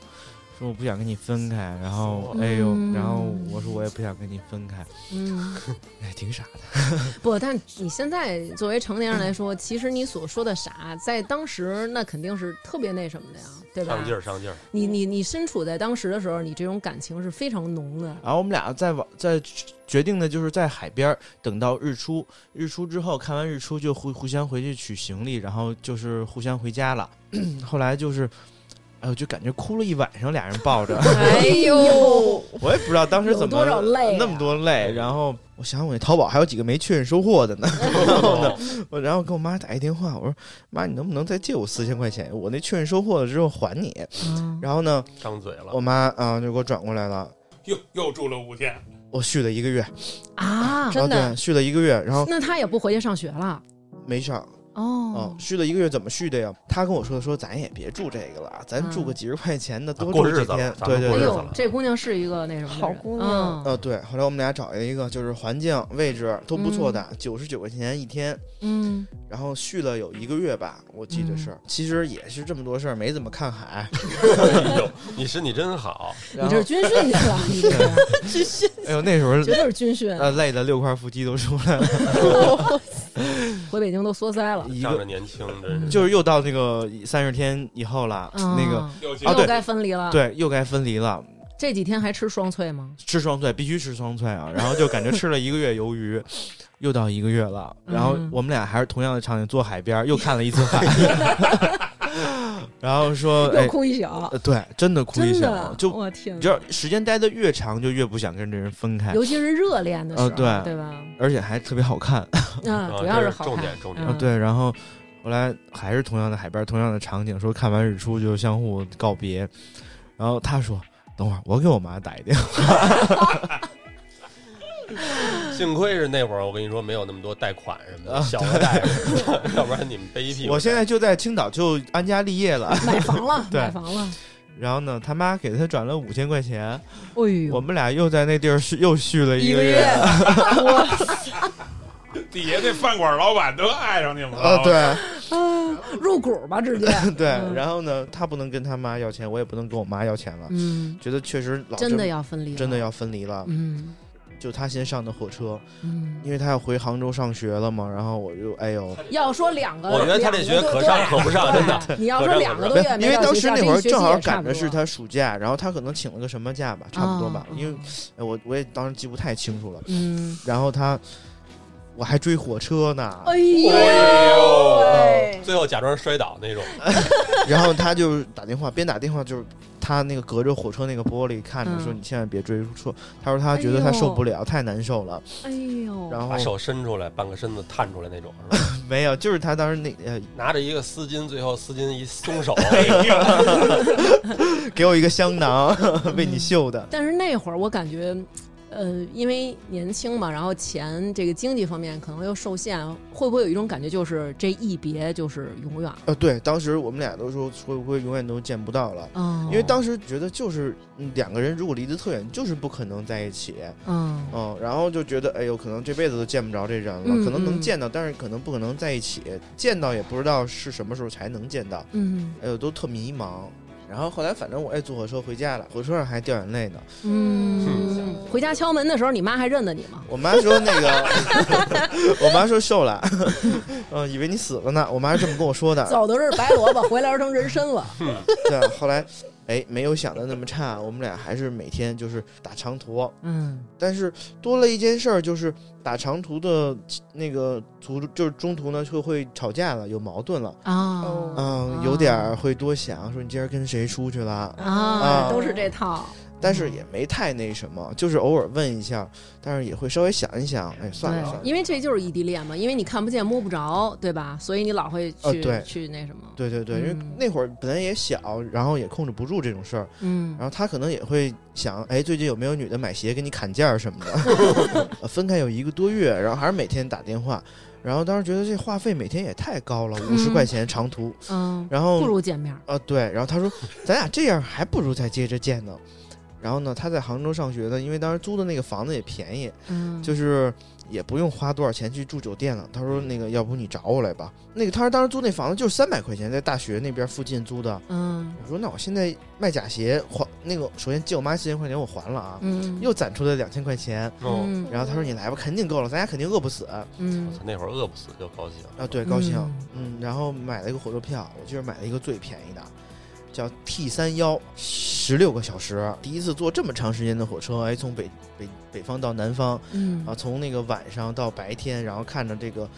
S4: 说我不想跟你分开，然
S1: 哦
S4: 后哎呦，
S2: 嗯
S4: 然后我说我也不想跟你分开，
S2: 嗯，
S4: (laughs) 哎，挺傻的。
S2: 不，但你现在作为成年人来说，其实你所说的傻，在当时那肯定是特别那什么的呀，对吧
S1: 上？劲儿上劲儿，
S2: 你你你身处在当时的时候，你这种感情是非常浓的。
S4: 然后我们俩在网在决定的就是在海边儿等到日出，日出之后看完日出就互互相回去取行李，然后就是互相回家了。 (coughs) 后来就是，哎，我就感觉哭了一晚上，俩人
S3: (laughs)
S4: 抱着，
S3: 哎呦，
S4: 我也不知道当时怎么
S2: 有多少泪啊
S4: 那么多泪。然后我想我那淘宝还有几个没确认收货的呢，然后呢，我然后跟我妈打一电话，我说妈，你能不能再借我四千块钱？我那确认收货了之后还你。
S2: 嗯，
S4: 然后呢，
S1: 张嘴了
S4: 我，妈啊、就给我转过来了，
S5: 又又住了五天，
S3: (laughs)
S4: 我续了一个月，
S2: 啊，
S3: 真的
S4: 啊对，续了一个月，然后
S2: 那他也不回去上学了。
S4: 没上。
S2: 哦
S4: 哦，，续了一个月怎么续的呀？他跟我说说，咱也别住这个了，咱
S2: 嗯
S4: 住个几十块钱的，
S1: 啊
S4: 多
S1: 过
S4: 住
S1: 日
S4: 几
S1: 子了
S4: 天。
S1: 咱
S4: 对
S1: 们
S4: 对
S2: 哎
S1: 过日
S4: 对
S1: 子。
S2: 呦
S1: 了，
S2: 这姑娘是一个那什么的人
S8: 好姑娘
S4: 呃，，对，后来我们俩找了一个就是环境、位置都不错的，九十九块钱一天，
S2: 嗯
S4: 然后续了有一个月吧，我记得是。其实也是这么多事儿，没怎么看海。 (laughs)
S1: 哎呦，你身体真好，
S2: 嗯，
S4: 然
S2: 你
S4: 后
S2: 这是军训去了，你这是
S4: (laughs) 哎呦，那时候
S2: 绝对是军训，啊
S4: 呃累的六块腹肌都出来了，
S2: 回北京都缩腮了。
S4: 一
S1: 啊仗着
S4: 嗯个嗯
S1: 年轻，真是。
S4: 就是又到那个三十天以后了，那个
S2: 啊
S5: 又去
S4: 啊对
S2: 又该分离了。，
S4: 对又该分离了。
S2: 这几天还吃双脆吗？
S4: 吃双脆必须吃双
S2: (laughs)
S4: 脆啊，然后就感觉吃了一个月鱿鱼，又到一个月了，
S2: 嗯
S4: 然后我们俩还是同样的场景，坐海边儿又看了一次海，
S2: (laughs)
S4: 然后说
S2: 又
S4: 哎，
S2: 哭一宿，
S4: 呃对，真的哭一
S2: 真
S4: 宿，
S1: 啊
S2: 的，
S4: 就
S2: 我天
S4: 你知，道时间待的越长，就越不想跟这人分
S1: 哎
S4: 开，
S2: 尤其是热恋的时候，
S4: 呃对
S2: 对吧？
S4: 而且还特别好看，
S2: 嗯，主
S1: 啊这
S2: 要
S1: 是
S2: 好
S1: 重
S2: 看
S1: 点重
S2: 嗯
S1: 点
S4: 啊对，然后后来还是同样的海边儿，同样的场景，说看完日出就相互告别，然后他说等会儿我给我妈打一电话， (laughs)
S1: (laughs) 幸亏是那会儿，我跟你说没有那么多贷款什么
S4: 啊
S1: 的，小额贷， (laughs) 要不然你们背一屁股。
S4: 我现在就在青岛就安家立业了。
S2: 买房了，
S4: 对
S2: 买房了，
S4: (laughs) 然后呢，他妈给他转了五千块钱，
S2: 哎呦，
S4: 我们俩又在那地儿续又续了一个月。
S5: 底下那饭馆老板都爱上你们了。
S2: (laughs)
S4: 啊，对
S2: 啊入股吧，直接，
S4: (laughs) 对，
S2: 嗯
S4: 然后呢，他不能跟他妈要钱，我也不能跟我妈要钱了，
S2: 嗯，
S4: 觉得确实老
S2: 真的
S4: 要
S2: 要分离，
S4: 真的，要分离了。
S2: 嗯，
S4: 就他先上的火车，
S2: 嗯，
S4: 因为他要回杭州上学了嘛。然后我就哎呦，
S2: 要说两个，
S1: 我觉得他这学可上可不上，真的。
S2: 的。你要说两个多月没
S4: 因为
S2: 到
S4: 当
S2: 学
S4: 时
S2: 校
S4: 那
S2: 这
S4: 会
S2: 一
S4: 儿
S2: 学
S4: 正
S2: 期
S4: 好
S2: 也差
S4: 赶
S2: 不
S4: 的是
S2: 多
S4: 他暑假，然后他可能请了个什么假吧，差不多吧
S2: 哦，
S4: 因为哎我我也当时记不太清楚了。
S2: 嗯，
S4: 然后他，我还追火车呢，
S2: (laughs) 哎呦
S1: 哎呦
S2: 喂，
S1: 最后假装摔倒那种，
S4: 然后他就打电话，边打电话就是他那个隔着火车那个玻璃看着说：“
S2: 嗯
S4: 你千万别追车。”他说他觉得他受不了，太难受了。
S2: 哎呦，
S4: 然后
S1: 把手伸出来，半个身子探出来那种，是吧
S4: 没有，就是他当时那呃
S1: 拿着一个丝巾，最后丝巾一松手，
S4: 哎给我一个香囊 (laughs) 为你绣的，
S2: 但是那会儿我感觉，呃，因为年轻嘛，然后钱这个经济方面可能又受限，会不会有一种感觉，就是这一别就是永远？
S4: 呃，对，当时我们俩都说会不会永远都见不到了。
S2: 嗯，
S4: 因为当时觉得就是嗯两个人如果离得特远，就是不可能在一起，
S2: 嗯
S4: 嗯，然后就觉得哎呦，可能这辈子都见不着这人了，
S2: 嗯
S4: 可能能
S2: 嗯
S4: 见到，但是可能不可能在一起，见到也不知道是什么时候才能见到，
S2: 嗯
S4: 哎呦，都特迷茫。然后后来反正我哎坐火车回家了，火车上还掉眼泪呢。
S2: 嗯，回家敲门的时候，你妈还认得你吗？
S4: 我妈说那个， (laughs) 我妈说瘦了，嗯，以为你死了呢。我妈是这么跟我说的。
S2: 走的是白萝卜，回来儿成人参了。
S4: (laughs) 对，后来哎没有想的那么差，我们俩还是每天就是打长途，
S2: 嗯
S4: 但是多了一件事儿，就是打长途的那个途就是中途呢就会吵架了，有矛盾了。
S2: 啊
S4: 嗯
S2: 啊，
S4: 有点儿会多想，说你今儿跟谁出去了？
S2: 啊，都是这套。
S4: 但是也没太那什么，就是偶尔问一下，但是也会稍微想一想，哎，算了
S2: 对
S4: 算了，，
S2: 因为这就是异地恋嘛，因为你看不见摸不着，对吧？所以你老会
S4: 呃
S2: 去、
S4: 对
S2: 去那什么。
S4: 对对对，因为
S2: 嗯
S4: 那会儿本来也小，然后也控制不住这种事儿，
S2: 嗯
S4: 然后他可能也会想，哎，最近有没有女的买鞋给你砍价什么的？
S2: (laughs)
S4: 呃分开有一个多月，然后还是每天打电话，然后当时觉得这话费每天也太高了，五十
S2: 嗯
S4: 块钱长途，
S2: 嗯，
S4: 然后
S2: 不如见面儿。
S4: 啊、对，然后他说咱俩这样还不如再接着见呢。然后呢，他在杭州上学呢，因为当时租的那个房子也便宜，
S2: 嗯，
S4: 就是也不用花多少钱去住酒店了。他说那个要不你找我来吧。那个他说当时租那房子就是三百块钱，在大学那边附近租的。
S2: 嗯
S4: 我说那我现在卖假鞋还那个，首先借我妈四千块钱我还了啊，
S2: 嗯，
S4: 又攒出了两千块钱。
S1: 嗯，
S2: 嗯
S4: 然后他说你来吧，肯定够了，咱俩肯定饿不死啊。
S1: 我
S2: 嗯
S1: 操，那会儿饿不死就高兴，
S4: 对，高兴
S2: 嗯，
S4: 嗯然后买了一个火车票，我记得买了一个最便宜的，叫 T 三幺，十六个小时，第一次坐这么长时间的火车，哎，从北北北方到南方。
S2: 嗯
S4: 啊，从那个晚上到白天，然后看着这个，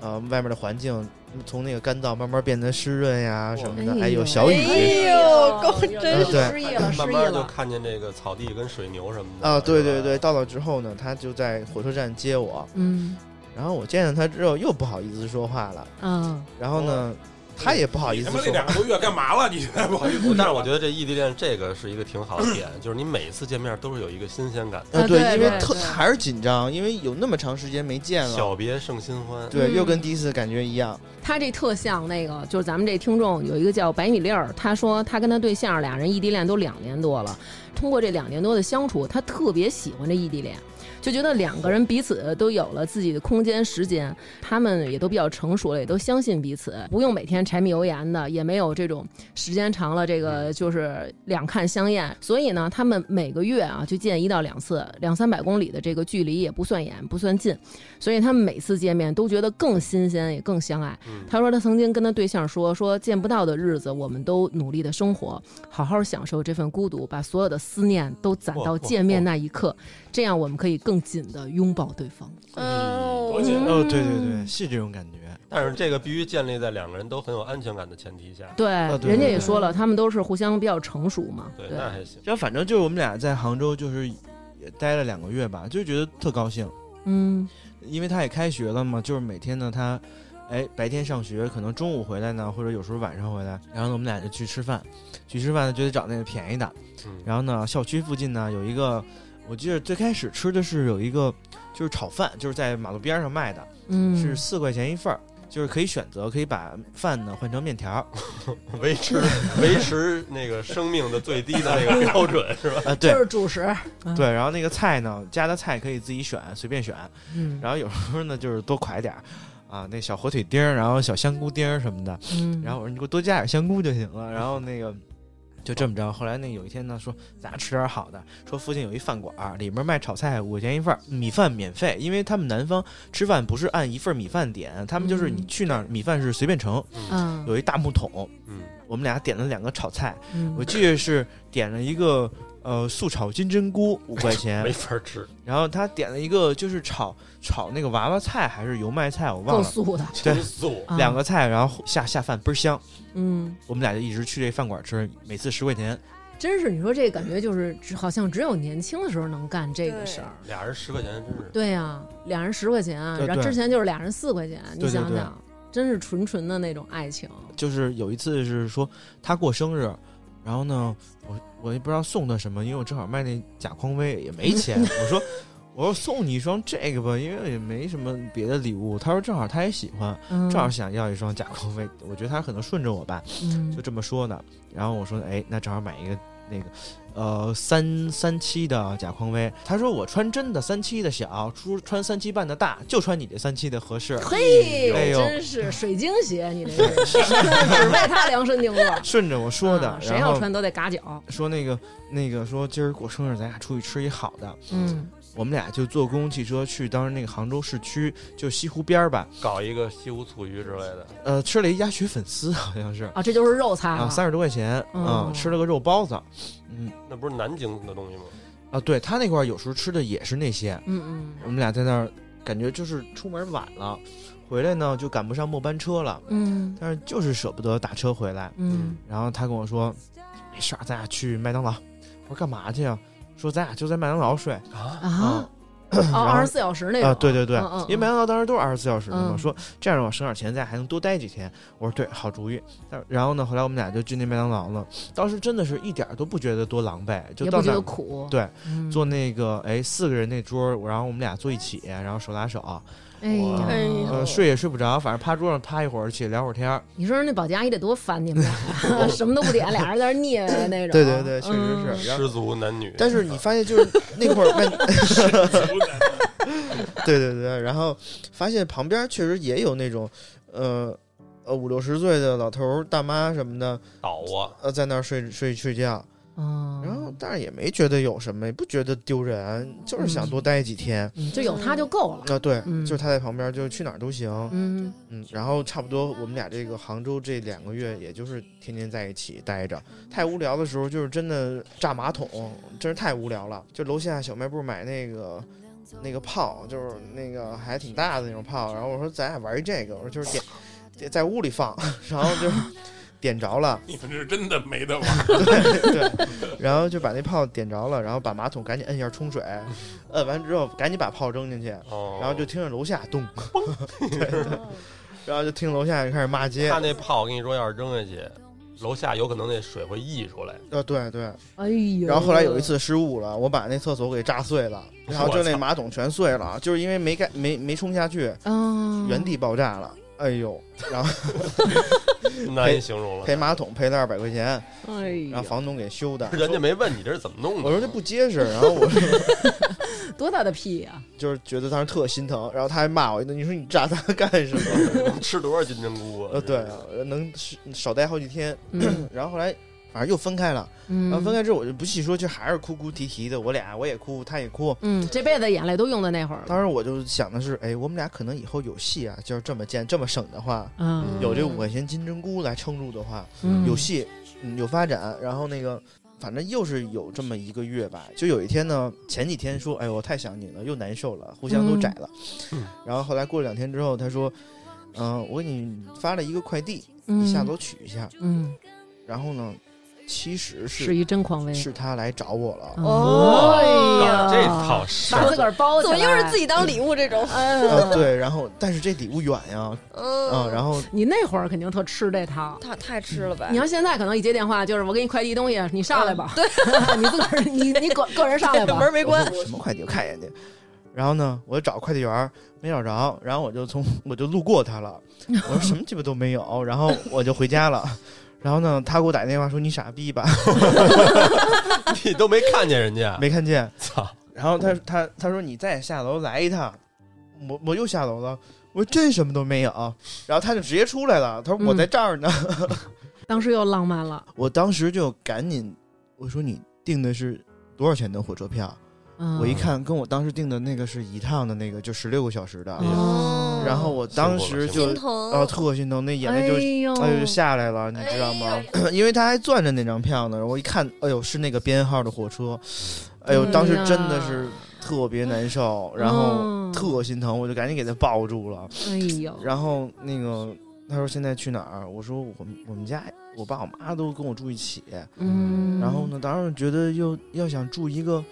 S4: 呃，外面的环境从那个干燥慢慢变得湿润呀什么的，
S2: 哎
S4: 哎
S2: 呦
S4: 有小雨。嗯
S8: 呦够
S4: 真是
S2: 失忆了，失
S1: 慢
S2: 忆
S1: 慢就
S2: 了。
S1: 看见这个草地跟水牛什么的
S4: 啊，对对
S1: 是吧
S4: 对，到了之后呢，他就在火车站接我，
S2: 嗯
S4: 然后我见到他之后又不好意思说话了，
S2: 嗯
S4: 然后
S1: 哦
S4: 呢，他也不好意
S5: 你
S4: 思
S5: 他妈
S4: 说
S5: 那两
S4: 话，
S5: 个多月干嘛了？你不好意思，
S1: 但是我觉得这异地恋这个是一个挺好的点，就是你每一次见面都是有一个新鲜感，
S2: 啊
S4: 啊，
S2: 对
S4: 因为
S2: 对
S4: 特
S2: 对
S4: 还是紧张，因为有那么长时间没见了，
S1: 小别胜新欢。
S4: 对，
S2: 嗯
S4: 又跟第一次感觉一样，
S2: 他这特像那个，就是咱们这听众有一个叫白米粒儿，他说他跟他对象俩人异地恋都两年多了，通过这两年多的相处，他特别喜欢这异地恋，就觉得两个人彼此都有了自己的空间、时间，他们也都比较成熟了，也都相信彼此，不用每天柴米油盐的，也没有这种时间长了这个就是两看相厌，所以呢，他们每个月啊就见一到两次，两三百公里的这个距离也不算远，不算近，所以他们每次见面都觉得更新鲜，也更相爱。
S1: 嗯
S2: 他说他曾经跟他对象说，说见不到的日子，我们都努力的生活，好好享受这份孤独，把所有的思念都攒到
S1: 哇
S2: 见面那一刻，这样我们可以更紧的拥抱对方。
S5: 多
S8: 嗯，
S5: 紧
S4: 哦，对对对，是这种感觉，
S1: 但是这个必须建立在两个人都很有安全感的前提下。
S2: 对，
S4: 啊对
S2: 人家
S4: 对
S2: 也
S4: 对
S2: 说了，他们都是互相比较成熟嘛。
S1: 对，那还行。
S4: 这反正就是我们俩在杭州就是也待了两个月吧，就觉得特高兴。
S2: 嗯
S4: 因为他也开学了嘛，就是每天呢，他，哎，白天上学，可能中午回来呢，或者有时候晚上回来，然后呢，我们俩就去吃饭，去吃饭呢就得找那个便宜的，
S1: 嗯，
S4: 然后呢，校区附近呢有一个，我记得最开始吃的是有一个就是炒饭，就是在马路边上卖的，
S2: 嗯，
S4: 是四块钱一份儿。就是可以选择，可以把饭呢换成面条儿，
S1: (laughs)
S2: (laughs)
S1: 维持维持那个生命的最低的那 (laughs) 个标准是吧？
S4: 啊，
S2: 就
S4: 对
S2: 是主食。
S4: 对，然后那个菜呢，加的菜可以自己选，随便选，
S2: 嗯
S4: 然后有时候呢就是多快点儿，啊，那小火腿丁儿，然后小香菇丁儿什么的，
S2: 嗯，
S4: 然后我说你给我多加点香菇就行了。然后那个就这么着，后来那有一天呢，说咱吃点好的，说附近有一饭馆儿，里面卖炒菜五块钱一份儿，米饭免费，因为他们南方吃饭不是按一份米饭点，他们就是你
S2: 嗯
S4: 去那儿米饭是随便盛，
S2: 嗯
S4: 有一大木桶，
S1: 嗯，
S4: 我们俩点了两个炒菜，
S2: 嗯
S4: 我记得是点了一个呃素炒金针菇五块
S1: 没
S4: 钱，
S1: 法吃，
S4: 然后他点了一个就是炒炒那个娃娃菜还是油麦菜，我忘
S2: 够
S4: 了，
S2: 素的，
S4: 对
S1: 真素。
S2: 啊
S4: 两个菜，然后下下饭倍儿香，
S2: 嗯，
S4: 我们俩就一直去这饭馆吃，每次十块钱，
S2: 真是你说这感觉就是只好像只有年轻的时候能干这个事儿。
S1: 俩人十块钱真是
S2: 对呀、啊，俩人十块钱，
S4: 嗯
S2: 啊
S4: 对
S2: 然后
S4: 对
S2: 之前就是俩人四块钱，你
S4: 对对
S2: 想
S4: 对
S2: 想，真是纯纯的那种爱情。
S4: 就是有一次是说他过生日，然后呢，我我也不知道送他什么，因为我正好卖那假匡威也没
S2: (laughs)
S4: 钱，我说我说送你一双这个吧，因为也没什么别的礼物。他说正好他也喜欢，
S2: 嗯，
S4: 正好想要一双假匡威，我觉得他可能顺着我吧，
S2: 嗯
S4: 就这么说的。然后我说哎，那正好买一个那个。呃，三三七的假匡威，他说我穿真的三七的小，出穿三七半的大，就穿你这三七的合适。
S2: 嘿，
S4: 哎呦
S2: 真是水晶鞋，你这
S4: (laughs)
S2: 个只为他量身定做。
S4: 顺着我说的，
S2: 啊谁
S4: 然后
S2: 要穿都得嘎脚。
S4: 说那个那个说今儿过生日，咱俩出去吃一好的。
S2: 嗯，
S4: 我们俩就坐公共汽车去当时那个杭州市区，就西湖边儿吧，
S1: 搞一个西湖醋鱼之类的，
S4: 呃，吃了一鸭血粉丝，好像是
S2: 啊，这就是肉菜
S4: 啊，
S2: 了。
S4: 三十多块钱啊、
S2: 嗯
S4: 吃了个肉包子，嗯
S1: 那不是南京的东西吗？
S4: 啊，对他那块儿有时候吃的也是那些。
S2: 嗯
S4: 我们俩在那儿感觉就是出门晚了，回来呢就赶不上末班车了，
S2: 嗯
S4: 但是就是舍不得打车回来。
S2: 嗯
S4: 然后他跟我说，没事儿，咱俩去麦当劳。我说干嘛去啊？说咱俩就在麦当劳睡
S2: 嗯
S1: 啊，
S2: 啊，
S4: 然
S2: 哦，
S4: 后
S2: 二十四小时那种。
S4: 啊，对对对，
S2: 嗯嗯
S4: 因为麦当劳当时都是二十四小时的嘛，
S2: 嗯
S4: 说这样让我省点钱，咱俩还能多待几天。我说对，好主意。但然后呢，后来我们俩就进那麦当劳了，当时真的是一点儿都不觉得多狼狈，就
S2: 也
S4: 到
S2: 不
S4: 那
S2: 觉得
S4: 儿
S2: 苦。
S4: 对
S2: 嗯，
S4: 坐那个哎四个人那桌儿，然后我们俩坐一起，然后手拉手，
S2: 哎呀，
S4: 哎
S8: 呦
S4: 呃，睡也睡不着，反正趴桌上趴一会儿，起来聊会儿天儿。
S2: 你说说那保洁阿姨得多烦你们
S4: (laughs)
S2: 俩，什么都不点，俩人在那儿腻歪那种。
S4: 对对对，确
S2: 嗯
S4: 实是。然后
S1: 失足男女。
S4: 但是你发现就是那会儿
S2: (laughs)
S4: 麦， (laughs) 对对对，然后发现旁边确实也有那种，呃呃五六十岁的老头儿大妈什么的，
S1: 倒啊，
S4: 呃在那儿睡睡睡觉，
S2: 嗯，
S4: 然后但是也没觉得有什么，也不觉得丢人，就是想多待几天。
S2: 嗯就有他就够了。
S4: 啊，对，
S2: 嗯
S4: 就是他在旁边，就去哪儿都行，
S2: 嗯，
S4: 嗯，然后差不多我们俩这个杭州这两个月，也就是天天在一起待着，太无聊的时候，就是真的炸马桶，真是太无聊了。就楼下小卖部买那个那个炮，就是那个还挺大的那种炮，然后我说咱俩玩一这个，我说就是点点在屋里放，然后就点
S1: (laughs)
S4: 着了，
S5: (laughs) 你们是真的没得玩。
S4: (laughs) 对，然后就把那炮点着了，然后把马桶赶紧摁一下冲水，摁完之后赶紧把炮扔进去，
S1: 哦，
S4: 然后就听着楼下咚，对对，然后就听楼下就开始骂街
S1: 他，那炮，我跟你说，要是扔下去，楼下有可能那水会溢出来。
S4: 呃，对对。
S2: 哎呦。
S4: 然后后来有一，次失误了，我把那厕所给炸碎了，然后就那马桶全碎了，就是因为没盖没没冲下去，
S2: 嗯，
S4: 原地爆炸了。哎呦，
S1: (laughs)
S4: 然后
S1: 难以形容了。
S4: 赔马桶赔了二百块钱，
S2: 哎呦，
S4: 然后房东给修的。
S1: 人家没问你这是怎么弄的，
S4: 我说这不结实，然后我说
S2: 多大的屁呀！
S4: 就是觉得当时特心疼，然后他还骂我一顿，你说你炸它 (laughs) 干什么？
S1: (laughs) 吃多少金针菇啊？
S4: 呃，对啊，能是少待好几天。
S2: 嗯
S4: (clears throat) 然后后来反正又分开了，然后
S2: 嗯
S4: 分开之后我就不细说，就还是哭哭啼啼的，我俩我也哭，他也哭。
S2: 嗯，这辈子眼泪都用在那会儿了。
S4: 当时我就想的是，哎，我们俩可能以后有戏啊，就是这么贱这么省的话，
S2: 嗯，
S4: 有这五块钱金针菇来撑住的话，
S2: 嗯
S4: 有戏，嗯有发展。然后那个，反正又是有这么一个月吧。就有一天呢，前几天说，哎呦，我太想你了，又难受了，互相都窄了。
S1: 嗯
S4: 然后后来过了两天之后，他说，嗯、我给你发了一个快递，
S2: 嗯
S4: 你下楼取一下。
S2: 嗯，
S4: 然后呢，其实
S2: 是
S4: 是
S2: 一真狂威。
S4: 是他来找我了。
S2: 哦
S1: 告
S2: 哎
S1: 诉
S2: 呀，
S1: 这套事
S2: 把
S1: 儿
S2: 自个儿包起来，
S8: 怎
S2: 嗯
S8: 么又是自己当礼物这种？ (laughs)
S4: 呃，对，然后但是这礼物远呀，啊、
S8: 嗯，
S4: 然后
S2: (laughs) 你那会儿肯定特吃这套。
S8: 太太吃了吧嗯
S2: 你？要现在可能一接电话就是我给你快递东西，你上来吧。对， (laughs) 你自个儿，你你个个人上来吧。
S8: (laughs) 门没
S4: 我
S8: 关
S4: 说，我什么快递？我看人家。然后呢，我就找快递员儿没找着，然后我就从我就路过
S8: (laughs)
S4: 他了，我说什么鸡巴都没有，然后我就回家了。然后呢，他给我打电话说你傻
S8: (laughs)
S4: 逼吧，
S1: 你都没看见人家，
S4: 没看见。
S1: 操！
S4: 然后他他他说你再下楼来一趟，我我又下楼
S8: 嗯
S4: 了，我说真什么都没有。然后他就直接出来了，他说我在这儿呢。
S2: (laughs) 当时又浪漫了，
S4: 我当时就赶紧我说你订的是多少钱的火车票？
S2: 嗯，
S4: 我一看跟我当时订的那个是一趟的那个，就十六个小时的。
S2: 哦，
S4: 然后我当时
S1: 辛
S4: 就
S1: 苦
S8: 心疼
S4: 啊特心疼，那眼泪就
S2: 哎呦，
S4: 哎呦就下来了，你知道吗？
S1: 哎
S4: (clears throat) 因为他还攥着那张票呢，我一看，哎呦是那个编号的火车，哎呦
S2: 嗯
S4: 当时
S2: 呀
S4: 真的是特别难受，然后
S2: 嗯
S4: 特心疼，我就赶紧给他抱住了。
S2: 哎呦，
S4: 然后那个他说现在去哪儿？我说我们我们家我爸我妈都跟我住一起，
S2: 嗯，
S4: 然后呢，当时觉得又要想住一个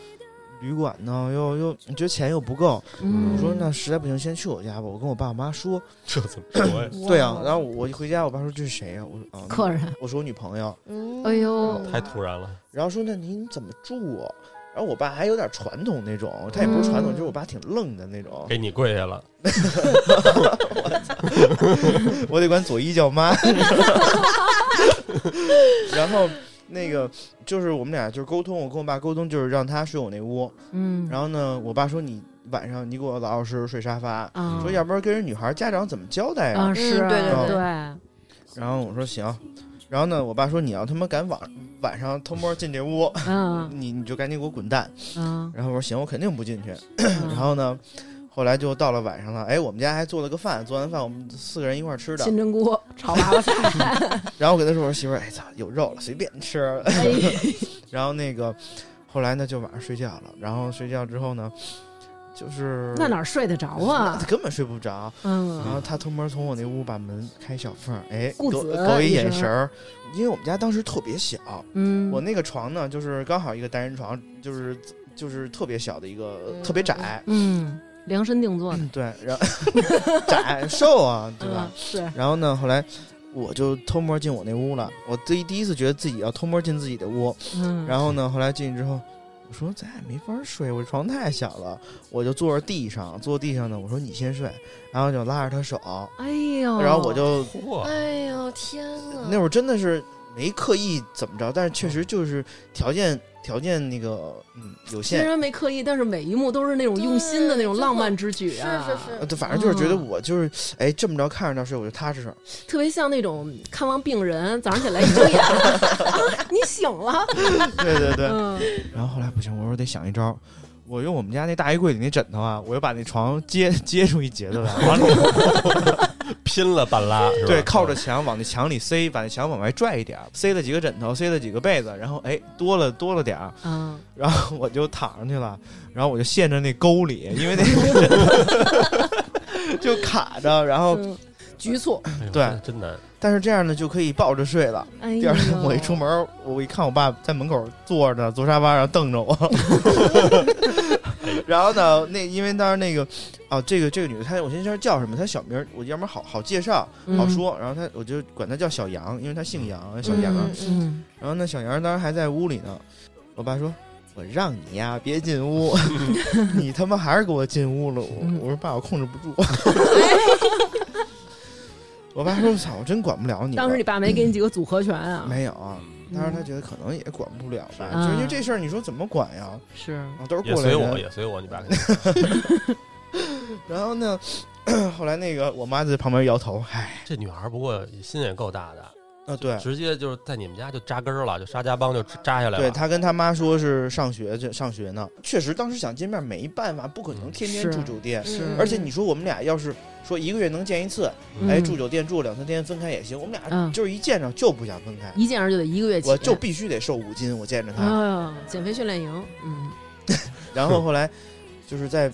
S4: 旅馆呢，又又觉得钱又不够，
S2: 嗯，
S4: 我说那实在不行先去我家吧，我跟我爸我妈说。
S1: (laughs) 这怎么说呀？
S4: (laughs) 对啊，然后我一回家，我爸说这是谁呀、我说啊，
S2: 客人，
S4: 我说我女朋友。
S3: 嗯
S2: 哎呦
S1: 太突然了，
S4: 然后说那您怎么住啊？然后我爸还有点传统那种，他也不是传统，
S2: 嗯
S4: 就是我爸挺愣的那种。
S1: 给你跪下了，
S4: (laughs) 我得管左一叫妈。 (laughs) 然后那个就是我们俩就是沟通，我跟我爸沟通就是让他睡我那屋。
S2: 嗯，
S4: 然后呢，我爸说你晚上你给我老老实实睡沙发，
S2: 啊，
S4: 说要不然跟人女孩家长怎么交代呀、
S2: 啊是啊，
S3: 嗯对
S4: 对
S2: 对
S4: 对然后我说行。然后呢，我爸说你要他妈敢晚晚上偷摸进这屋，
S2: 嗯
S4: (laughs) 你你就赶紧给我滚蛋。
S2: 嗯，
S4: 然后我说行，我肯定不进去。
S2: 然
S4: (clears throat) 然后呢，后来就到了晚上了，哎，我们家还做了个饭，做完饭我们四个人一块儿吃的。
S2: 金针菇炒娃娃菜，
S4: (laughs) 然后我给他说，我说媳妇儿，哎操，有肉了，随便吃。
S2: 哎
S4: (laughs) 然后那个后来呢，就晚上睡觉了。然后睡觉之后呢，就是
S2: 那哪儿睡得着啊
S4: (laughs) 那？根本睡不着。然
S2: 嗯
S4: 后他偷摸从我那屋把门开小缝儿，哎，给
S2: 顾
S4: 我
S2: 子
S4: 给我一
S2: 一
S4: 眼
S2: 声
S4: 神儿，因为我们家当时特别小，
S2: 嗯，
S4: 我那个床呢，就是刚好一个单人床，就是就是特别小的一个，
S3: 嗯
S4: 特别窄，
S2: 嗯量身定做的，
S4: 嗯对，然
S2: (laughs)
S4: 后窄瘦啊，对吧
S2: 嗯？是，
S4: 然后呢，后来我就偷摸进我那屋了，我自己第一次觉得自己要偷摸进自己的屋。
S2: 嗯，
S4: 然后呢，后来进去之后，我说咱也没法睡，我床太小了，我就坐着地上，坐地上呢，我说你先睡，然后就拉着他手，
S2: 哎呦，
S4: 然后我就
S1: 嚯，
S3: 哎呦天啊哪！
S4: 那会儿真的是没刻意怎么着，但是确实就是条件条件那个嗯有
S2: 虽
S4: 限。
S2: 然没刻意，但是每一幕都是那种用心的那种浪漫之举啊，
S3: 是是
S4: 呃，
S3: 是，
S4: 对反正就是
S2: 嗯
S4: 觉得我就是，哎，这么着看着他睡，我就踏实。
S2: 特别像那种看望病人，早上起来一睁眼啊，你醒了，
S4: (laughs) 对对对，
S2: 嗯，
S4: 然后后来不行，我说得想一招，我用我们家那大衣柜里那枕头啊，我又把那床接 (laughs) 接出一节子来，往里
S1: 拼了半拉是吧？
S4: 对靠着墙往那墙里塞，把那墙往外拽一点儿，塞了几个枕头，塞了几个被子，然后哎多了多了点儿，
S2: 嗯，
S4: (laughs) 然后我就躺上去了，然后我就陷着那沟里，因为那 (laughs) 枕头就卡着，然后
S2: 嗯局促，
S1: 哎呦
S4: 对
S1: 真真难，
S4: 但是这样呢就可以抱着睡了。
S2: 哎呦，
S4: 第二天我一出门，我一看我爸在门口坐着，坐沙发上
S1: (laughs)
S4: 瞪着我。然后呢，那因为当时那个，哦，这个这个女的，她我先先叫什么？她小名儿，我要不然好好介绍，
S2: 嗯
S4: 好说。然后她我就管她叫小杨，因为她姓杨，小杨。啊
S2: 嗯嗯，
S4: 然后那小杨当时还在屋里呢，我爸说。我让你呀，别
S1: (laughs)
S4: 进屋，你他妈还是给我进屋了。我
S2: 嗯
S4: 我说爸，我控制不
S2: (laughs)
S4: 住。我爸说：“操，我真管不了你了。”
S2: 当时你爸没给你几个组合拳啊？
S4: 没有啊，
S5: 嗯
S4: 当时他觉得可能也管不了吧，
S2: 嗯
S4: 就因为这事儿，你说怎么管呀？
S2: 是，
S4: 啊，都是
S1: 也
S4: 过来
S1: 随我，
S4: 人。
S1: 也随我，你
S4: (laughs)
S1: 爸给
S4: 然后呢，后来那个我妈在旁边摇头，哎唉，
S1: 这女孩儿不过心也够大的，
S4: 啊，对，
S1: 直接就是在你们家就扎根儿了，就沙家浜就扎下来了。
S4: 对他跟他妈说是上学去上学呢，确实当时想见面没办法，不可能天天
S2: 是
S4: 住酒店，
S2: 嗯是
S4: 而且你说我们俩要是说一个月能见一次，
S1: 嗯
S4: 哎，住酒店住两三天分开也行，我们俩
S2: 嗯
S4: 就是一见着就不想分开，
S2: 一见着就得一个月起，
S4: 我就必须得瘦五斤，我见着他，
S2: 啊，减肥训练营，嗯，
S4: 然后后来就是在，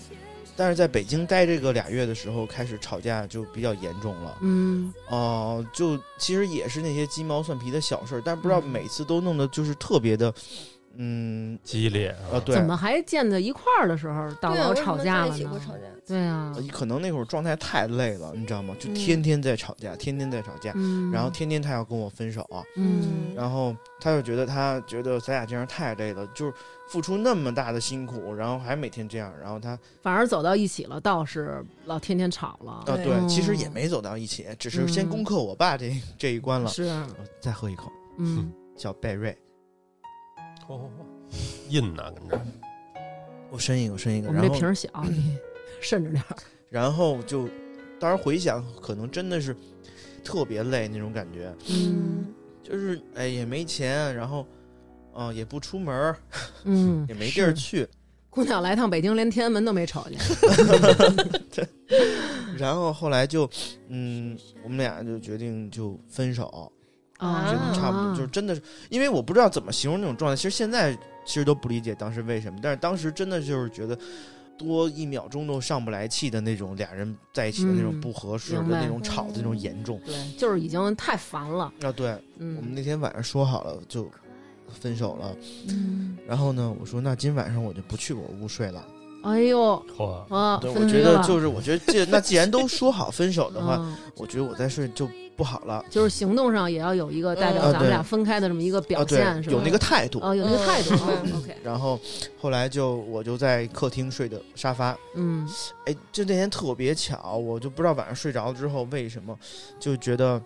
S4: 但是在北京待这个俩月的时候，开始吵架就比较严重了。
S2: 嗯，
S4: 哦、就其实也是那些鸡毛蒜皮的小事儿，但不知道
S2: 嗯
S4: 每次都弄得就是特别的，嗯，
S1: 激烈
S4: 啊，对
S2: 怎，么还见在一块儿的时候到
S3: 对啊
S2: 老
S3: 为什
S2: 吵
S3: 么
S2: 架
S3: 在一
S2: 了
S3: 起会吵
S2: 呢？
S3: 架，
S2: 对啊，
S4: 呃可能那会儿状态太累了，你知道吗？就
S3: 嗯
S4: 天天在吵架，天天在吵架，
S2: 嗯，
S4: 然后天天他要跟我分手，啊
S2: 嗯，
S4: 然后他就觉得他觉得咱俩这样太累了，就是付出那么大的辛苦，然后还每天这样，然后他
S2: 反而走到一起了，倒是老天天吵了，
S4: 啊，
S3: 对
S4: 对，其实
S2: 嗯
S4: 也没走到一起，只是先
S2: 嗯
S4: 攻克我爸这这一关了。
S2: 是，啊
S4: 我再喝一口，
S2: 嗯
S4: 叫贝瑞，
S1: 嚯嚯嚯印呢，啊跟这儿
S4: 我伸一个，伸一个，
S2: 我们这
S4: 然
S2: 瓶
S4: 后
S2: 儿小，你 (laughs) 慎着点儿。
S4: 然后就，
S2: 嗯
S4: 当然回想，可能真的是特别累那种感觉，就是哎也没钱，然后嗯、呃也不出门儿，
S2: 嗯
S4: (laughs) 也，没地儿去，
S2: 姑娘来趟北京，连天安门都没瞅
S4: (laughs)
S2: 见。
S4: 然后后来就嗯，我们俩就决定就分手，
S2: 啊，
S4: 真的差不多，就是真的是，因为我不知道怎么形容那种状态。其实现在其实都不理解当时为什么，但是当时真的就是觉得多一秒钟都上不来气的那种，俩人在一起的那种
S2: 嗯
S4: 不合适
S2: 明
S4: 的
S2: 白嗯
S4: 那种吵的那种严重。
S2: 对，就是已经太烦了。
S4: 啊，对，我们
S2: 嗯
S4: 那天晚上说好了就分手了，
S2: 嗯，
S4: 然后呢，我说那今晚上我就不去我屋睡了。
S2: 哎呦，
S1: 嚯，
S2: 啊，
S4: 对，我
S2: 分
S4: 觉
S2: 居
S4: 得
S2: 了
S4: 就是，我觉得这那既然都说好分手的话，
S2: 嗯
S4: 我觉得我再睡就不好了
S2: 就是行动上也要有一个代表
S4: 嗯啊
S2: 咱们俩
S4: 对
S2: 分开的这么一个
S4: 啊，
S2: 表
S4: 对
S2: 现，，是吧？
S4: 有那个态度。
S2: 哦，有那个态度。
S3: 嗯
S2: 哦 OK，
S4: 然后后来就我就在客厅睡的沙发，
S2: 嗯
S4: 哎，就那天特别巧，我就不知道晚上睡着之后为什么，就觉得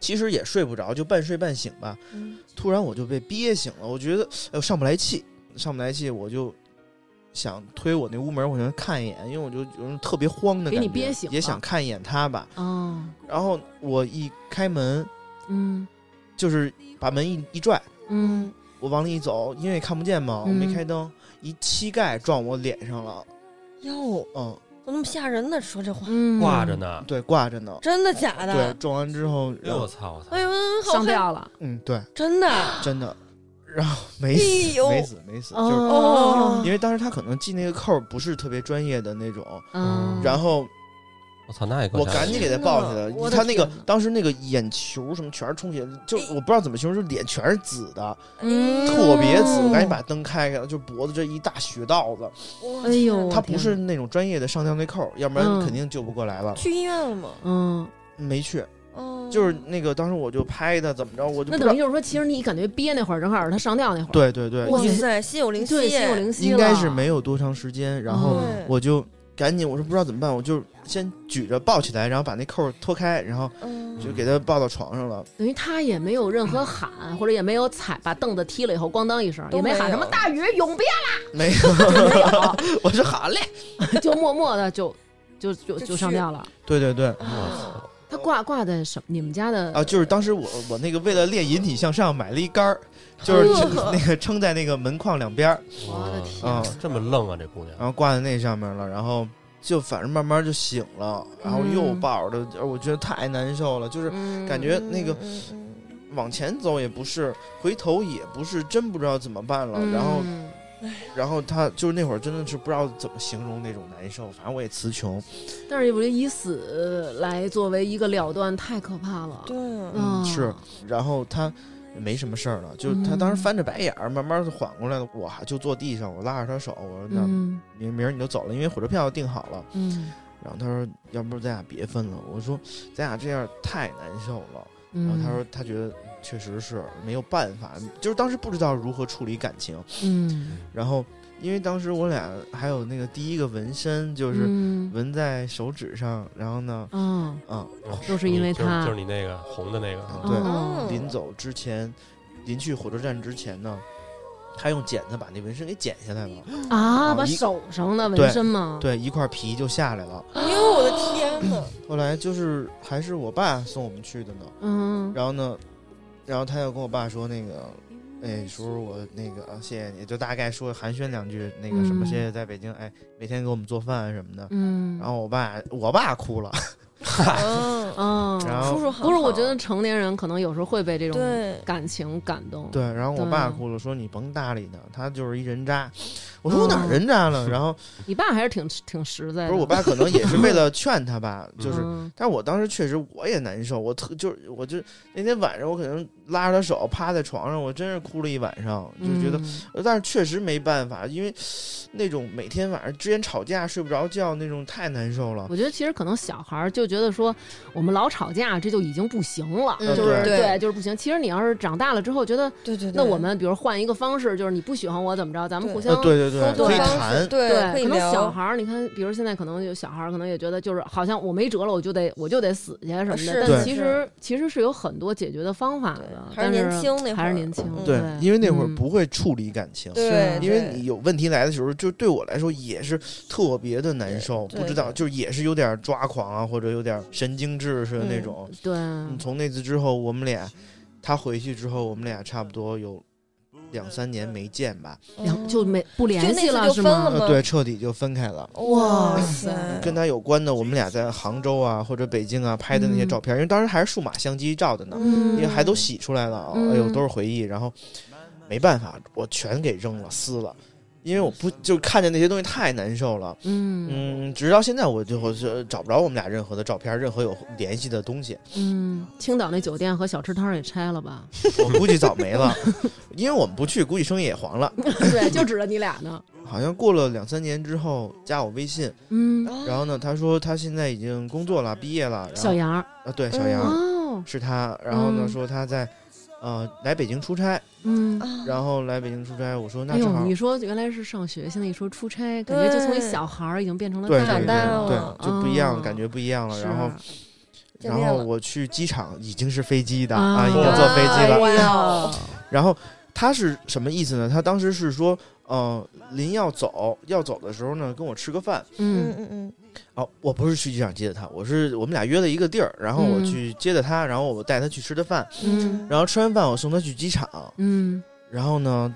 S4: 其实也睡不着，就半睡半醒吧。突然我就被憋醒了，我觉得哎呦上不来气，上不来气，我就想推我那屋门，我想看一眼，因为我就有种特别慌的
S2: 给
S4: 感觉，
S2: 你憋醒
S4: 也
S2: 了
S4: 想看一眼他吧。
S2: 哦
S4: 然后我一开门，
S2: 嗯
S4: 就是把门一一拽，
S2: 嗯，
S4: 我往里一走，因为看不见嘛，我
S2: 嗯
S4: 没开灯，一膝盖撞我脸上了，
S8: 哟，
S4: 嗯，
S8: 怎么那么吓人呢？说这话，
S2: 嗯
S1: 挂着，呢。
S4: 对，挂着呢。
S8: 真的假
S4: 对
S8: 的，？
S4: 撞完之后，
S1: 哎呦我操！我操
S8: 哎！呦，好
S2: 上
S8: 害，
S2: 吊了。
S4: 嗯，对，
S8: 真的，
S4: 真的，然后没
S8: 哎
S4: 死，
S8: 呦
S4: 没死，没死，就是
S8: 哦
S2: 哦，
S4: 因为当时他可能系那个扣儿不是特别专业的那种，
S2: 嗯，
S4: 然后
S1: 哦我操，那也够
S4: 我
S1: 吓
S4: 赶
S1: 人
S4: 紧给他抱起来
S2: 天哪我，的
S4: 他那个
S2: 天哪哎
S4: 当时那个眼球什么全是充血，就我不知道怎么形容，就脸全是紫的，
S2: 嗯
S4: 特别紫，赶紧把灯开开了，就脖子这一大血道子，
S8: 我
S2: 哎呦，
S4: 他不是那种专业的上吊那扣儿，要不然
S2: 嗯
S4: 肯定救不过来了，
S8: 去医院了吗？
S2: 嗯，
S4: 没去，
S8: 哦，
S4: 就是那个当时我就拍他怎么着，我就
S2: 那
S4: 不知道
S2: 等于，就是说，其实你感觉憋那会儿，正好是他上吊那会儿，
S4: 对对对，
S2: 我
S8: 哇塞，心有灵犀，
S2: 对，心有灵犀了，
S4: 应该是没有多长时间，然后。
S2: 嗯
S4: 我就赶紧，我说不知道怎么办，我就先举着抱起来，然后把那扣儿脱开，然后
S8: 嗯，
S4: 就给他抱到床上了。
S2: 等于他也没有任何
S4: 嗯
S2: 喊，或者也没有踩，把凳子踢了以后，咣当一声，
S8: 都
S2: 也没喊
S8: 没有
S2: 什么大雨永别，
S4: 没有，我说好嘞。
S2: (laughs) 就默默的就就就
S8: 就
S2: 就上
S8: 去
S2: 吊了。
S4: 对对对，
S8: 啊
S2: 他挂挂在什你们家的
S4: 啊，就是当时我我那个为了练引体向上买了一杆儿，就是
S8: 呵
S4: (laughs) 那个撑在那个门框两边儿，
S2: 我的天
S4: 啊
S1: 这么愣啊，这姑
S4: 然
S1: 娘。
S4: 后挂在那上面了，然后就反正慢慢就醒了，然后又
S2: 嗯
S4: 抱着，而我觉得太难受了，就是
S2: 嗯
S4: 感觉那个往前走也不是，回头也不是，真不知道怎么办了。然后
S2: 嗯
S4: 然后他就是那会儿真的是不知道怎么形容那种难受，反正我也词穷，
S2: 但是我觉得以死来作为一个了断，太可怕了。
S8: 对啊，
S2: 啊
S4: 嗯是，然后他也没什么事儿了，就他当时
S2: 嗯
S4: 翻着白眼儿，慢慢的缓过来了，我还就坐地上，我拉着他手，我说那
S2: 嗯
S4: 明明儿你就走了，因为火车票订好了，
S2: 嗯
S4: 然后他说要不咱俩别分了，我说咱俩这样太难受了，然后
S2: 嗯，
S4: 他说他觉得确实是没有办法，就是当时不知道如何处理感情，
S2: 嗯，
S4: 然后因为当时我俩还有那个第一个纹身就。
S2: 就是嗯
S4: 纹在手指上，然后呢，
S2: 嗯
S4: 嗯，
S2: 都是因为
S1: 就是
S2: 他
S1: 就是哦你那个红的那个，啊
S4: 对
S2: 哦
S4: 临走之前，临去火车站之前呢，他用剪子把那纹身给剪下来了，
S2: 啊，
S4: 哦
S2: 把
S4: 一
S2: 手上的
S4: 对
S2: 纹身吗？
S4: 对，一块皮就下来了。
S8: 哎呦，我的天呐，
S4: 后来就是还是我爸送我们去的呢，
S2: 嗯，
S4: 然后呢，然后他又跟我爸说那个。哎，叔叔，我那个啊谢谢你，就大概说寒暄两句，那个什么，
S2: 嗯
S4: 谢谢在北京，哎，每天给我们做饭啊什么的。
S2: 嗯，
S4: 然后我爸，我爸
S2: (laughs)
S4: 哭了，
S8: 嗯，
S2: 嗯，
S4: 然后
S8: 叔叔好，
S2: 不是，我觉得成年人可能有时候会被这种
S8: 对，
S2: 感情感动。
S4: 对，然后我爸
S2: 对
S4: 哭了，说你甭搭理他，他就是一人渣。我说我哪儿人渣了？然后
S2: 你爸还是挺挺实在的。
S4: 不是我爸可能也是为了劝他吧，就是
S2: 嗯
S4: 但我当时确实我也难受，我特就是我就那天晚上我可能拉着他手趴在床上，我真是哭了一晚上，就觉得，呃但是确实没办法，因为那种每天晚上之前吵架睡不着觉那种太难受了。
S2: 我觉得其实可能小孩儿就觉得说，我们老吵架，这就已经不行了，
S8: 嗯
S2: 就是
S8: 对
S2: 就是不行。其实你要是长大了之后，觉得
S8: 对对对，
S2: 那我们比如换一个方式，就是你不喜欢我怎么着，咱们
S8: 对
S2: 互相啊
S4: 呃，对对对，
S8: 沟
S4: 可以
S8: 通方式
S4: 谈，
S8: 对可以
S2: 可能小
S8: 聊，
S2: 孩儿，你看，比如现在可能有小孩儿，可能也觉得就是好像我没辙了，我就得我就得死去什么
S8: 啊是
S2: 的。
S4: 对
S2: 但其实其实是有很多解决的方法
S8: 对
S2: 的，
S8: 还
S2: 但
S8: 是年轻那会儿
S2: 还是年轻，
S8: 嗯
S4: 对，因为那会儿
S2: 嗯
S4: 不会处理感情。
S8: 对，
S4: 因为
S8: 对
S4: 你有问题来的时候，就对我来说也是特别的难受，
S8: 对
S4: 不知道就是也是有点抓狂啊，或者有点神经质似的那种。
S2: 对，
S4: 嗯从那次之后，我们俩他回去之后，我们俩差不多有两三年没见吧，
S2: 然后就没不联系
S3: 就那次
S2: 了
S3: 就是分
S2: 吗
S3: 了？
S4: 呃，
S3: 吗
S4: 对，彻底就分开了。
S2: 哇
S8: 塞
S4: 跟他有关的，我们俩在杭州啊或者北京啊拍的那些
S2: 嗯
S4: 照片，因为当时还是数码相机照的呢，
S2: 嗯
S4: 因为还都洗出来了，
S2: 嗯
S4: 哎呦都是回忆。然后没办法，我全给扔了撕了，因为我不就看见那些东西太难受了。
S2: 嗯
S4: 嗯，直到现在我就我就找不着我们俩任何的照片，任何有联系的东西，
S2: 嗯，青岛那酒店和小吃摊儿也拆了吧？
S4: 我估计早没了， (laughs) 因为我们不去，估计生意也黄了。 (laughs)
S2: 对，就指着你俩呢。
S4: 好像过了两三年之后加我微信，
S2: (laughs) 嗯，
S8: 哦
S4: 然后呢，他说他现在已经工作了，毕业了，然后
S2: 小杨儿
S4: 啊对小杨。
S2: 哦，
S4: 是他，然后呢、
S2: 嗯
S4: 说他在，呃，来北京出差，
S2: 嗯，
S4: 然后来北京出差，我说那
S2: 哎
S4: 正
S2: 呦，
S4: 好
S2: 你，说原来是上学，现在一说出差，感觉就从一小孩儿已经变成了
S4: 对
S2: 大
S4: 对
S3: 长
S4: 对
S3: 大
S2: 人。
S3: 了
S4: 对，就不一样，
S2: 嗯
S4: 感觉不一样了。然后
S2: 是
S3: 见
S4: 然
S3: 面
S4: 后
S3: 了
S4: 我去机场已经是飞机的
S2: 啊
S4: 啊，已经坐飞机了。
S3: 哎
S8: 哇
S3: 呀，
S4: 然后他是什么意思呢？他当时是说，呃，临要走要走的时候呢，跟我吃个饭。
S2: 嗯
S8: 嗯嗯
S4: 哦，我不是去机场接的他，我是我们俩约了一个地儿，然后我
S2: 嗯
S4: 去接的他，然后我带他去吃的饭，
S2: 嗯
S4: 然后吃完饭我送他去机场，
S2: 嗯
S4: 然后呢，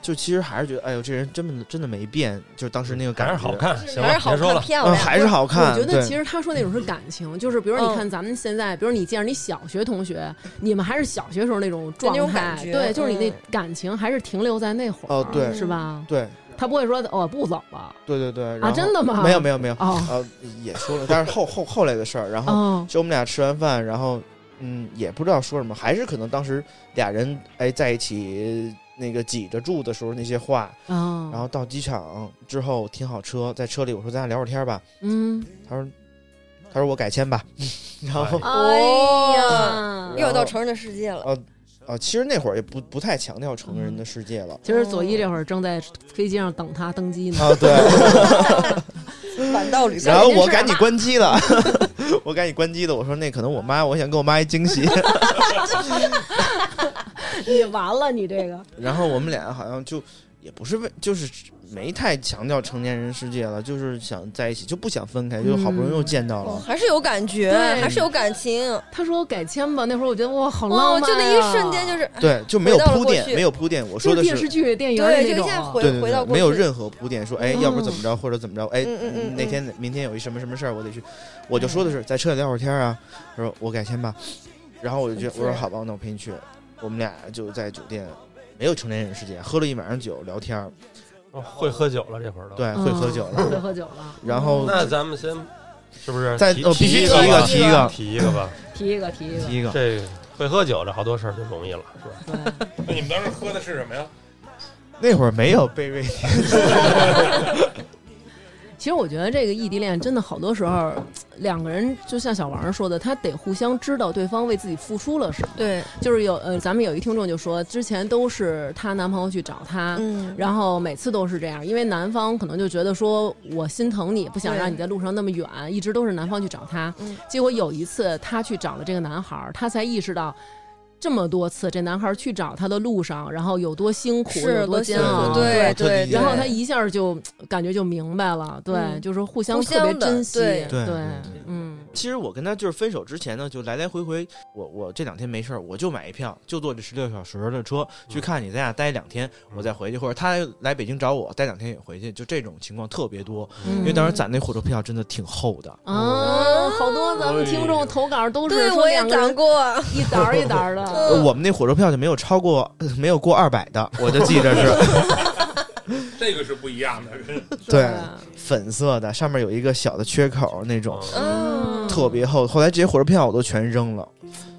S4: 就其实还是觉得，哎呦，这人真的真的没变，就当时那个感
S1: 还
S4: 觉
S1: 是好，看，行
S3: 还
S1: 了
S3: 是，好
S1: 别说
S3: 看
S1: 了。
S3: 漂
S4: 嗯，
S3: 亮，
S4: 还是好看。
S2: 我觉得
S4: 对
S2: 其实他说那种是感情，就是比如说你
S8: 嗯
S2: 看咱们现在，比如你见着你小学同学，你们还是小学时候那种
S8: 就那
S2: 状
S8: 种
S2: 态
S8: 感，觉
S2: 对，就是你那
S8: 嗯
S2: 感情还是停留在那会儿，
S4: 哦对
S2: 是吧？
S4: 对
S2: 他不会说哦不走了
S4: 对对对，然后
S2: 啊，真的吗？
S4: 没有没有没有，
S2: 哦
S4: 呃，也说了，但是后后后来的事儿，然后
S2: 哦，
S4: 就我们俩吃完饭，然后嗯，也不知道说什么，还是可能当时俩人哎在一起那个挤着住的时候那些话，
S2: 哦，
S4: 然后到机场之后停好车，在车里我说咱俩聊会儿天儿吧，
S2: 嗯，
S4: 他说他说我改签吧， (laughs) 然后
S1: 哎
S8: 哎呀，
S2: 啊
S8: 又到成人的世界了。
S4: 啊，其实那会儿也不不太强调成人的世界了。
S2: 其嗯实左
S8: 哦
S2: 一这会儿正在飞机上等他登机呢。
S4: 啊，对，
S2: (laughs)
S4: (laughs)
S8: 反倒旅
S4: 然后我赶紧关机了， (laughs) 我赶紧关机的。我说那可能我妈，我想给我妈一惊喜。
S2: (laughs) 你完了，你这个，
S4: 然后我们俩好像就也不是为，就是没太强调成年人世界了，就是想在一起，就不想分开，就好不容易又见到
S8: 哦
S4: 了。
S8: 还是有感觉，
S2: 对
S8: 还是有感情。
S2: 他说改签吧，那会儿我觉得哇，好浪
S8: 哦，
S2: 漫、啊
S8: 就那一瞬间，就是是
S4: 对，
S2: 哎
S4: 就没有
S8: 回到了
S4: 铺垫
S8: 过，去
S4: 没有铺垫。我说
S2: 就是
S4: 的
S2: 电视
S4: 是。
S2: 剧、电影儿
S8: 对，
S2: 里那
S8: 就一
S2: 种
S8: 下
S2: 啊。
S8: 回
S4: 对对
S8: 回到过
S4: 对，
S8: 去，
S4: 没有任何铺垫，说哎，要不怎么着，或者怎么着，哎
S8: 嗯嗯嗯，
S4: 那
S8: 嗯
S4: 天明天有一什么什么事儿，我得去。我就说的是在车里聊会儿天儿啊，他说我改签吧，然后我就觉得我说好吧，那我陪你去。我们俩就在酒店，没有成年人世界，喝了一晚上酒聊天儿，
S1: 哦会喝酒了，这会儿都。
S4: 对，会喝酒
S2: 嗯会
S4: 了。
S2: 喝酒了。
S4: 然后
S1: 那咱们先是不是
S4: 再
S1: 提
S4: 呃必须
S1: 一
S4: 提一
S1: 个
S4: 个
S1: 吧
S4: 提一个
S1: 提一个吧？
S2: 提一个， (laughs) 提一个，
S4: 提一个，
S1: 这个会喝酒，这好多事儿就容易了，是吧？
S2: 对，
S5: (laughs) 那你们当时喝的是什么呀？
S4: 那会儿没有贝瑞甜，
S2: 其实我觉得这个异地恋真的好多时候，两个人就像小王说的，他得互相知道对方为自己付出了什么。
S8: 对，
S2: 就是有呃，咱们有一听众就说，之前都是她男朋友去找她，
S8: 嗯，
S2: 然后每次都是这样，因为男方可能就觉得说我心疼你，不想
S8: 对
S2: 让你在路上那么远，一直都是男方去找她。
S8: 嗯
S2: 结果有一次她去找了这个男孩儿，她才意识到。这么多次，这男孩儿去找她的路上，然后有多辛苦，
S8: 是
S2: 有多煎熬，
S8: 多辛苦对
S4: 特地
S8: 对
S2: 然后她一下就感觉就明白了，对，
S8: 嗯
S2: 就是互相
S8: 互
S2: 特别
S8: 相的
S2: 珍惜，
S8: 对
S4: 对对
S2: 嗯，
S4: 其实我跟他就是分手之前呢，就来来回回，我我这两天没事儿，我就买一票，就坐这十六小时的车去看你，咱俩待两天，我再回去，或者他来北京找我待两天也回去，就这种情况特别多。
S2: 嗯
S4: 因为当时攒那火车票真的挺厚的，
S2: 啊，好多咱们听众投稿都是
S8: 对
S2: 说
S8: 我也
S2: 两个
S8: 长
S2: 人
S8: 过，
S2: 一沓儿一沓儿的，
S4: 呃我们那火车票就没有超过呃没有过二百的，我就记
S2: (laughs)
S4: 着是
S5: (laughs) 这个是不一样的，跟
S2: 是
S4: 对
S2: 吧
S4: 粉色的，上面有一个小的缺口那种，
S8: 嗯，
S4: 特别厚。后来这些火车票我都全扔了。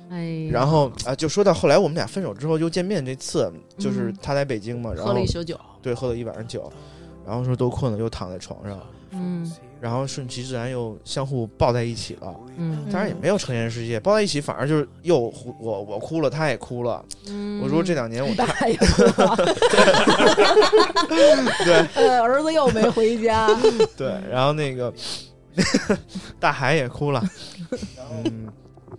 S2: 哎，
S4: 然后啊，就说到后来我们俩分手之后又见面，这次就是
S2: 嗯
S4: 他来北京嘛，然
S2: 喝
S4: 后
S2: 了一宿酒，
S4: 对喝了一晚上酒，然后说都困了，又躺在床上，
S2: 嗯
S4: 然后顺其自然又相互抱在一起了。
S2: 嗯，
S4: 当然也没有成年人世界，抱在一起反而就是又哭我我哭了，他也哭了。我说这两年我
S2: 嗯
S4: 太
S2: 大爷了，
S4: 对
S2: (laughs) 呃，儿子又没回家，
S4: (laughs) 对，然后那个 (laughs) 大海也哭了，嗯，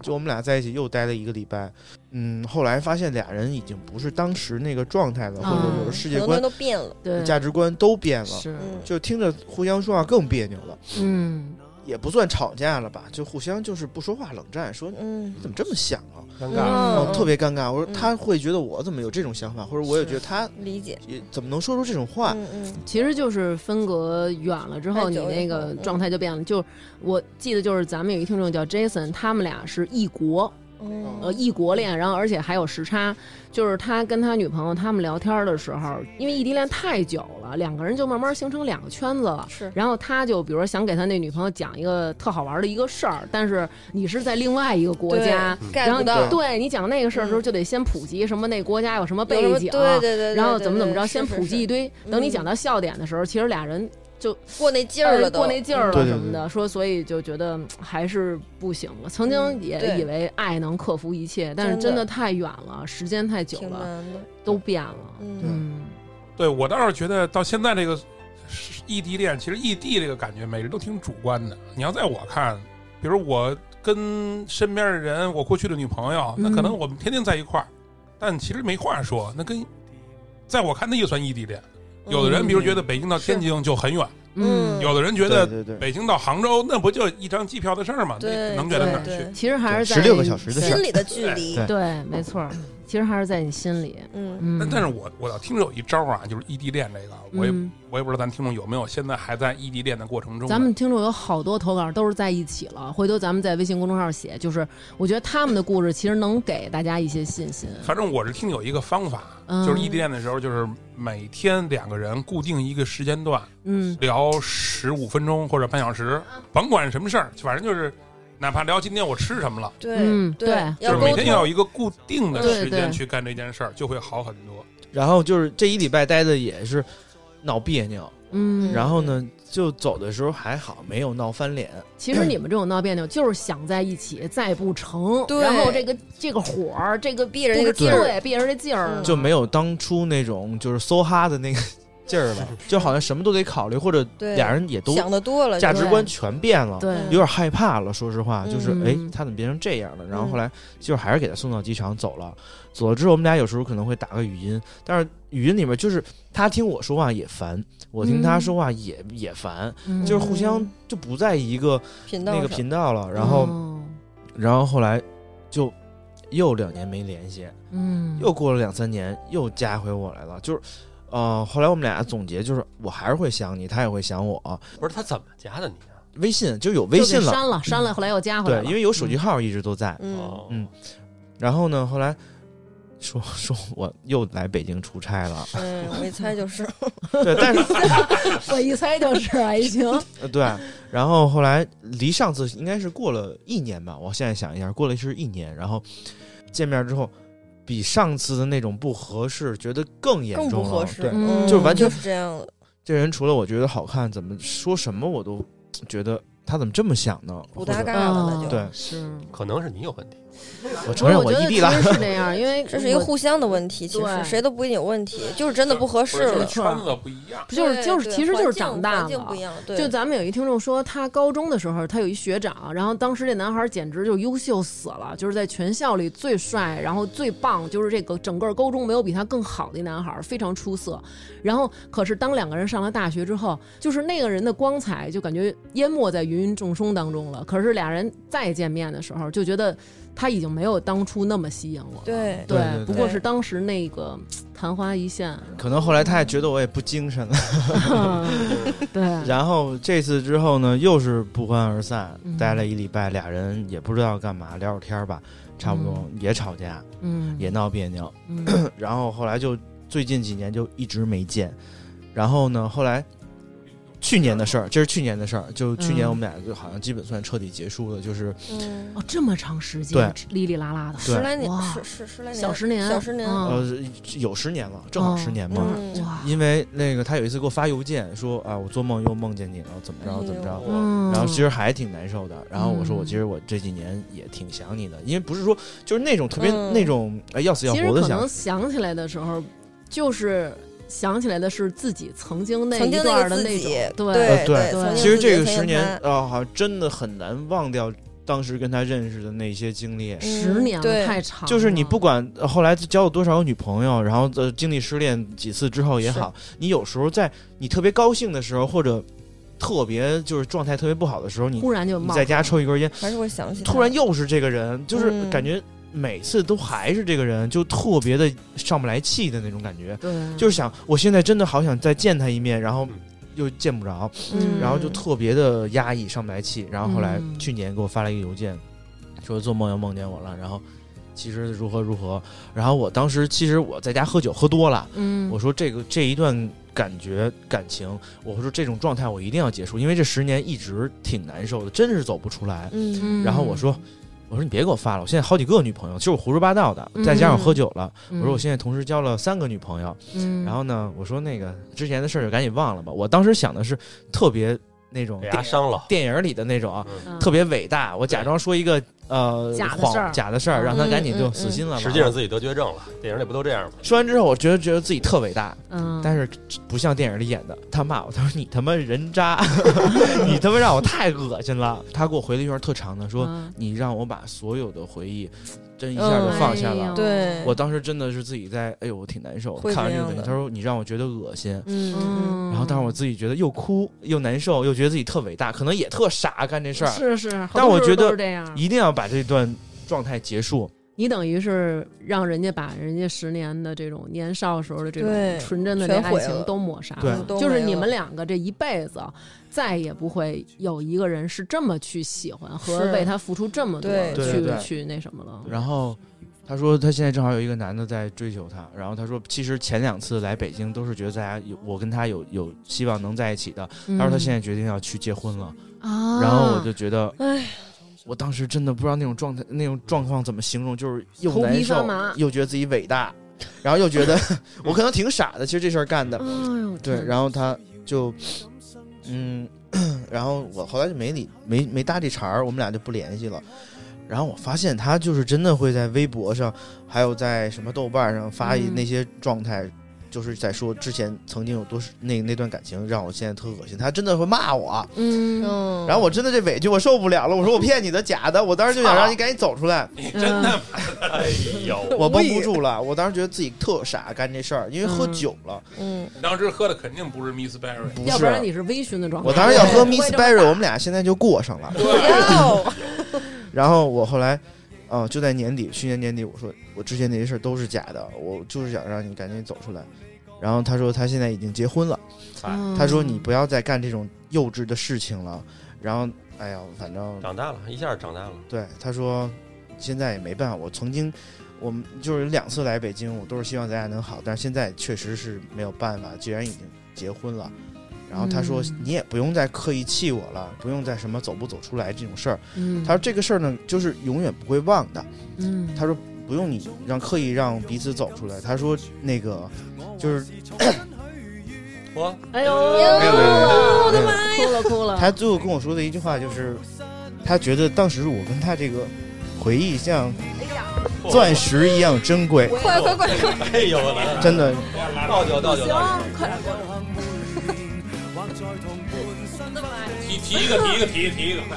S4: 就我们俩在一起又待了一个礼拜，嗯，后来发现俩人已经不是当时那个状态了，
S2: 啊
S4: 或者有的世界
S8: 很多
S4: 观
S8: 人、都变了，
S2: 嗯对，
S4: 价值观都变了，
S2: 是，
S8: 嗯，
S4: 就听着互相说话更别扭了。
S2: 嗯，
S4: 也不算吵架了吧，就互相就是不说话，冷战，说你
S3: 嗯，
S4: 怎么这么想啊，
S1: 尴
S3: 嗯
S1: 尬。
S4: 然后特别尴尬。我
S3: 嗯
S4: 说他会觉得我怎么有这种想法，或者我也觉得他
S8: 理解，
S4: 也怎么能说出这种话？
S3: 嗯嗯，
S2: 其实就是分隔远了之后，
S3: 太
S2: 你
S3: 久以后
S2: 那个
S3: 嗯
S2: 状态就变了。就我记得，就是咱们有一听众叫 Jason，他们俩是异国，
S3: 嗯
S2: 呃，异国恋，然后而且还有时差。就是他跟他女朋友他们聊天的时候，因为异地恋太久了，两个人就慢慢形成两个圈子了。
S3: 是
S2: 然后他就比如说想给他那女朋友讲一个特好玩的一个事儿，但是你是在另外一个国家，
S1: 嗯
S8: 干
S2: 然后
S8: 不到，嗯
S2: 对你讲那个事儿的时候，就得先普及什么那国家有什么背
S8: 有什么
S2: 景，啊
S8: 对对对对，
S2: 然后
S8: 对
S2: 怎么怎么着，
S8: 对是
S2: 先
S8: 是
S2: 普及一
S8: 是
S2: 堆。等你讲到笑点的时候，其实俩人哎
S8: 过那劲儿了都，
S2: 过那劲儿
S4: 嗯对
S2: 了
S4: 对
S2: 什么的，说所以就觉得嗯还是不行了。曾经也
S8: 嗯对
S2: 以为爱能克服一切，但是真
S8: 真的
S2: 的太远了，时间太久
S8: 挺
S2: 了，
S8: 难的，
S2: 都变了。
S8: 嗯，
S2: 嗯，
S5: 对我倒是觉得到现在这个异地恋，其实异地这个感觉每人都挺主观的。你要在我看，比如我跟身边的人，我过去的女朋友，那可能
S2: 嗯
S5: 我们天天在一块儿，但其实没话说。那跟在我看，那也算异地恋。
S4: 嗯
S5: 有的人，比如觉得北京到天津就很远，
S2: 嗯
S5: 有的人觉
S4: 对
S5: 得
S4: 对对，
S5: 北京到杭州那不就一张机票的事儿吗？那
S8: 对，
S5: 能远到哪儿
S8: 对
S5: 去？
S8: 对
S2: 其实还是在
S4: 十六个小时的事
S8: 心
S4: 儿，
S8: 里
S4: (laughs)
S8: 的距离，
S4: 对
S2: 对，没错儿，其实还是在你心里。
S8: 嗯，
S2: 嗯，
S5: 但但是我我老听着有一招啊，就是异地恋这个，我也、
S2: 嗯
S5: 我也不知道咱听众有没有现在还在异地恋的过程中呢。
S2: 咱们听众有好多投稿都是在一起了，回头咱们在微信公众号写，就是我觉得他们的故事其实能给大家一些信心。
S5: 反正我是听有一个方法，
S2: 嗯
S5: 就是异地恋的时候，就是每天两个人固定一个时间段
S2: 嗯
S5: 聊十五分钟或者半小时，
S8: 嗯
S5: 甭管什么事儿，反正就是哪怕聊今天我吃什么了，
S8: 对
S2: 嗯
S5: 就
S8: 要
S5: 是
S8: 沟
S5: 每天要
S8: 通，
S5: 有一个固定的
S2: 对
S5: 时
S2: 对
S5: 间去干这件事儿，就会好很多。
S4: 然后就是这一礼拜待的也是闹别扭，
S2: 嗯，
S4: 然后呢，就走的时候还好，没有闹翻脸。
S2: 其实你们这种闹别扭，就是想在一起，再不成，
S8: 对
S2: 然后这个这个火儿，这个
S8: 避着那个劲儿，
S2: 对，憋着这劲儿
S8: 嗯
S4: 就没有当初那种就是梭哈的那个 (laughs) 劲儿了，就好像什么都得考虑，或者
S8: 对
S4: 俩人也都
S8: 想的多了，
S4: 价
S8: 就
S4: 值
S8: 是
S4: 观全变了，
S2: 对，
S4: 有点害怕了。说实话，就是
S2: 嗯
S4: 哎，诶他怎么变成这样了？然后
S8: 嗯
S4: 后来就是还是给他送到机场走了。走了之后，我们俩有时候可能会打个语音，但是语音里面就是他听我说话也烦，我听他说话也也烦，
S2: 嗯
S4: 就是互相就不在一个
S8: 频道
S4: 那个
S8: 上哦
S4: 频道了。然后，然后后来就又两年没联系。
S2: 嗯，
S4: 又过了两三年，又加回我来了，就是，呃，后来我们俩总结就是，我还是会想你，他也会想我。
S1: 不是他怎么加的你啊？
S4: 微信就有微
S2: 就
S4: 信
S2: 给
S4: 了，嗯
S2: 删了，删了，后来又加回来
S4: 对
S2: 了，，嗯
S4: 因为有手机号一直都在。
S8: 嗯，
S1: 哦
S4: 嗯然后呢，后来说说我又来北京出差了，
S8: 嗯，我一猜就是，
S4: 对， (laughs)
S8: (laughs)
S4: 但是
S2: 我一猜就是
S8: 啊
S2: 还行，
S4: 呃对，然后后来离上次应该是过了一年吧，我现在想一下，过了是一年，然后见面之后，比上次的那种不合适，觉得更严
S8: 更
S4: 重了，
S8: 不合适，
S4: 对，
S8: 嗯
S4: 就是完全
S8: 就是这样的，
S4: 这人除了我觉得好看，怎么说什么我都觉得他怎么这么想呢？
S8: 不搭嘎的
S2: 嗯，
S8: 那就，
S4: 对
S2: 是。
S1: (laughs) 可能是你有问题。
S4: 我
S2: 不
S4: 承
S2: 是，
S4: 认
S2: 我觉
S4: 异
S2: 得
S4: 地
S2: 其
S4: 了，
S2: 实是这样，因为
S8: 这是一个
S2: 我
S8: 互相的问题，其
S2: 对
S8: 实谁都不一定有问题，就是真的不合适
S5: 就是
S8: 了。
S5: 圈子不一样，
S2: 不就是就是，
S8: 对
S2: 其实
S8: 环
S2: 就是
S8: 境
S2: 长大
S8: 环境
S2: 了
S8: 不一。样，对，
S2: 就咱们有一听众说，他高中的时候，他有一学长，然后当时这男孩简直就优秀死了，就是在全校里最帅，然后最棒，就是这个整个高中没有比他更好的男孩，非常出色。然后，可是当两个人上了大学之后，就是那个人的光彩就感觉淹没在芸芸众生当中了。可是俩人再见面的时候，就觉得他已经没有当初那么吸引我了。
S8: 对
S4: 对对对
S2: 不过是当时那个昙花一现。
S4: 可能后来他也觉得我也不精神了。
S8: 嗯
S2: 对，
S4: 然后这次之后呢，又是不欢而散
S2: 嗯，
S4: 待了一礼拜，俩人也不知道干嘛，聊会儿天儿吧，差不多也吵架，
S2: 嗯，
S4: 也闹别扭。
S2: 嗯
S4: (coughs) 然后后来就最近几年就一直没见。然后呢，后来去年的事儿，这是去年的事儿，就去年
S2: 嗯
S4: 我们俩就好像基本算彻底结束了，就是
S8: 嗯，
S2: (laughs) 哦，这么长时间，哩哩啦啦的，
S4: 对
S8: 十来年
S2: 哇，
S8: 十十十来年，
S2: 小十年，
S8: 小十年，
S4: 呃
S2: 嗯，
S4: 有十年了，正好十年嘛。
S8: 嗯
S2: 哇，
S4: 因为那个他有一次给我发邮件说啊，我做梦又梦见你了，怎么
S8: 哎
S4: 着
S8: 呦
S4: 怎么着。
S2: 嗯，
S4: 然后其实还挺难受的。然后我说
S2: 嗯
S4: 我其实我这几年也挺想你的，因为不是说就是那种特别
S8: 嗯
S4: 那种哎要死要
S2: 其实
S4: 活的
S2: 可
S4: 想
S2: 能，想起来的时候，就是想起来的是自己曾经那
S8: 曾
S2: 一
S8: 经
S2: 段
S8: 那
S2: 的
S8: 个自
S2: 那
S8: 己
S2: 种，，
S4: 呃
S8: 对，
S4: 对
S2: 对
S8: 曾经
S4: 其实
S8: 自己
S4: 这个
S8: 曾经
S4: 十年啊
S8: 他、
S4: 好像真的很难忘掉当时跟他认识的那些经历。
S8: 嗯
S2: 十年了，
S8: 对
S2: 太长了，
S4: 就是你不管呃后来交了多少个女朋友，然后呃经历失恋几次之后也好，你有时候在你特别高兴的时候，或者特别就是状态特别不好的时候，你
S2: 忽然就
S4: 你
S2: 冒
S4: 在家抽一根烟，
S8: 还是会想起他
S4: 突然又是这个人，就是
S8: 嗯
S4: 感觉每次都还是这个人，就特别的上不来气的那种感觉。
S2: 对，
S4: 就是想，我现在真的好想再见他一面，然后
S1: 嗯
S4: 又见不着，
S2: 嗯
S4: 然后就特别的压抑，上不来气。然后后来
S2: 嗯
S4: 去年给我发了一个邮件，说做梦又梦见我了，然后其实如何如何。然后我当时其实我在家喝酒喝多了，
S2: 嗯，
S4: 我说这个这一段感觉感情，我说这种状态我一定要结束，因为这十年一直挺难受的，真是走不出来。
S8: 嗯
S2: 嗯
S4: 然后我说。我说你别给我发了，我现在好几个女朋友，其实我胡说八道的，
S2: 嗯
S4: 再加上我喝酒了。
S2: 嗯，
S4: 我说我现在同时交了三个女朋友，
S2: 嗯，
S4: 然后呢，我说那个之前的事儿就赶紧忘了吧。我当时想的是特别那种
S1: 给
S4: 电
S1: 他伤了，
S4: 电影里的那种啊，
S2: 嗯
S4: 特别伟大，我假装说一个呃
S2: 假的
S4: 谎
S2: 事儿
S4: 假的事儿，
S2: 嗯
S4: 让他赶紧
S8: 嗯
S4: 就
S8: 嗯
S4: 死 (laughs) 心了。
S1: 实际上自己得绝症了。电影里不都这样吗？
S4: 说完之后，我觉得觉得自己特伟大，
S2: 嗯，
S4: 但是不像电影里演的。他骂我，他说你他妈人
S2: (laughs)
S4: 渣，你他妈让我太恶心了。他给我回了一段特长的，说
S2: 嗯
S4: 你让我把所有的回忆真一下就放下
S2: 哎
S4: 了
S2: 呦。
S8: 对，
S4: 我当时真的是自己在，哎呦，我挺难受。
S8: 会
S4: 看完这个
S8: 这样
S4: 东西，
S8: 的
S4: 他说你让我觉得恶心，
S8: 嗯嗯
S2: 嗯，
S4: 然后但是我自己觉得又哭又难受，又觉得自己特伟大，可能也特傻干这事儿，
S2: 是是，好
S4: 但
S2: 多
S4: 我
S2: 事
S4: 觉
S2: 儿都
S4: 得
S2: 是这样，
S4: 一定要把这段状态结束。
S2: 你等于是让人家把人家十年的这种年少时候的这种
S8: 对
S2: 纯真的这
S8: 全
S2: 爱
S8: 毁
S2: 情
S8: 了
S2: 都抹杀
S4: 对
S2: 了，
S8: 都
S2: 就是
S8: 没
S2: 你们
S8: 了
S2: 两个这一辈子再也不会有一个人是这么去喜欢和
S8: 是
S2: 为他付出这么多
S8: 对
S4: 对对
S2: 去
S4: 对
S2: 去那什么了。
S4: 然后他说他现在正好有一个男的在追求他，然后他说其实前两次来北京都是觉得大家有我跟他有有希望能在一起的，他说他现在决定要去结婚了，
S2: 在嗯啊，
S4: 然后我就觉得
S8: 哎，
S4: 我当时真的不知道那种状态那种状况怎么形容，就是又
S2: 头皮发
S4: 难受
S2: 麻
S4: 又觉得自己伟大，然后又觉得 (laughs) 我可能挺傻的，其实这事儿干的，
S2: 哎呦
S4: 对，
S2: 天
S4: 然后他就，嗯， (clears throat) 然后我后来就没理没没搭这茬儿，我们俩就不联系了。然后我发现他就是真的会在微博上，还有在什么豆瓣上发一
S2: 嗯
S4: 那些状态，就是在说之前曾经有多是那那段感情让我现在特恶心，他真的会骂我，
S2: 嗯，
S8: 嗯，
S4: 然后我真的这委屈我受不了了，我说我骗你的假的，我当时就想让
S5: 操
S4: 你赶紧走
S2: (laughs)
S4: 出来，
S5: 你真的
S1: 哎
S8: (laughs)
S1: 呦，
S4: 我绷不住了，我当时觉得自己特傻干这事儿，因为喝
S2: 嗯
S4: 酒了，
S8: 嗯
S5: 你当时喝的肯定不是 Miss Berry，
S4: 不
S2: 要不然
S4: 是。
S2: 你是微醺的状态。
S4: 我当时要喝
S2: 不会
S4: Miss
S2: 这么
S4: Berry，我们俩现在就过上了。
S8: 哟
S4: (laughs) 然后我后来，啊、就在年底，去年年底，我说我之前那些事儿都是假的，我就是想让你赶紧走出来。然后他说他现在已经结婚了，
S2: 嗯
S4: 他说你不要再干这种幼稚的事情了。然后，哎呀，反正
S1: 长大了，一下长大了。 (laughs)
S4: 对他说现在也没办法，我曾经。我们就是有两次来北京，我都是希望咱俩能好，但是现在确实是没有办法，既然已经结婚了，然后他说、
S2: 嗯
S4: 你也不用再刻意气我了，不用再什么走不走出来这种事儿。
S2: 嗯
S4: 他说这个事儿呢，就是永远不会忘的，
S2: 嗯，
S4: 他说不用你让刻意让彼此走出来。他说那个
S2: (laughs)
S4: 就是
S1: 我
S2: 哎呦，
S1: 没有没有没有
S2: 我的妈呀，哭了哭了，
S4: 他最后跟我说的一句话就是，他觉得当时我跟他这个回忆像
S2: 哎
S4: 钻石一样珍贵，
S8: (laughs) 快快快快，
S4: (laughs)
S1: 哎呦，我来
S4: 真的。
S1: 倒酒倒酒倒酒。
S2: 快点过来。
S5: 提提一个提一个提一个提一个，快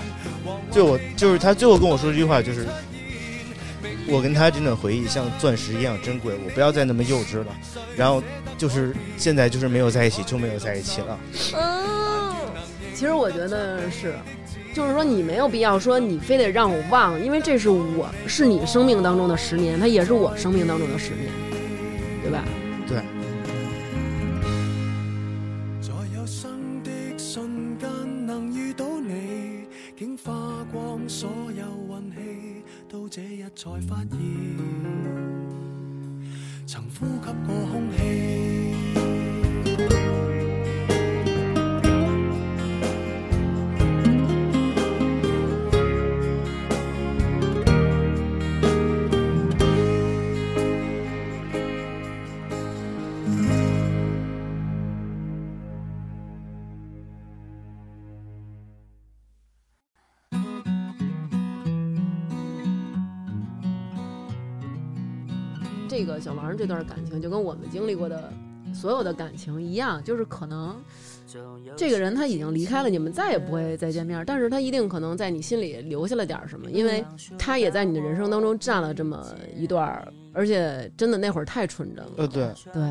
S4: 就我就是他最后跟我说这句话就是。我跟他真的回忆像钻石一样珍贵，我不要再那么幼稚了。然后就是现在就是没有在一起就没有在一起了。
S8: 嗯，
S2: 其实我觉得是，就是说你没有必要说你非得让我忘，因为这是我是你生命当中的十年，它也是我生命当中的十年，对吧？
S4: 对，
S10: 在有生的瞬间能遇到你，竟花光所有运氣，到這日才發現，曾呼吸過空氣。
S2: 这个小王这段感情就跟我们经历过的所有的感情一样，就是可能这个人他已经离开了，你们再也不会再见面，但是他一定可能在你心里留下了点儿什么，因为他也在你的人生当中占了这么一段儿而且真的那会儿太纯真了。
S4: 呃，对，
S2: 对，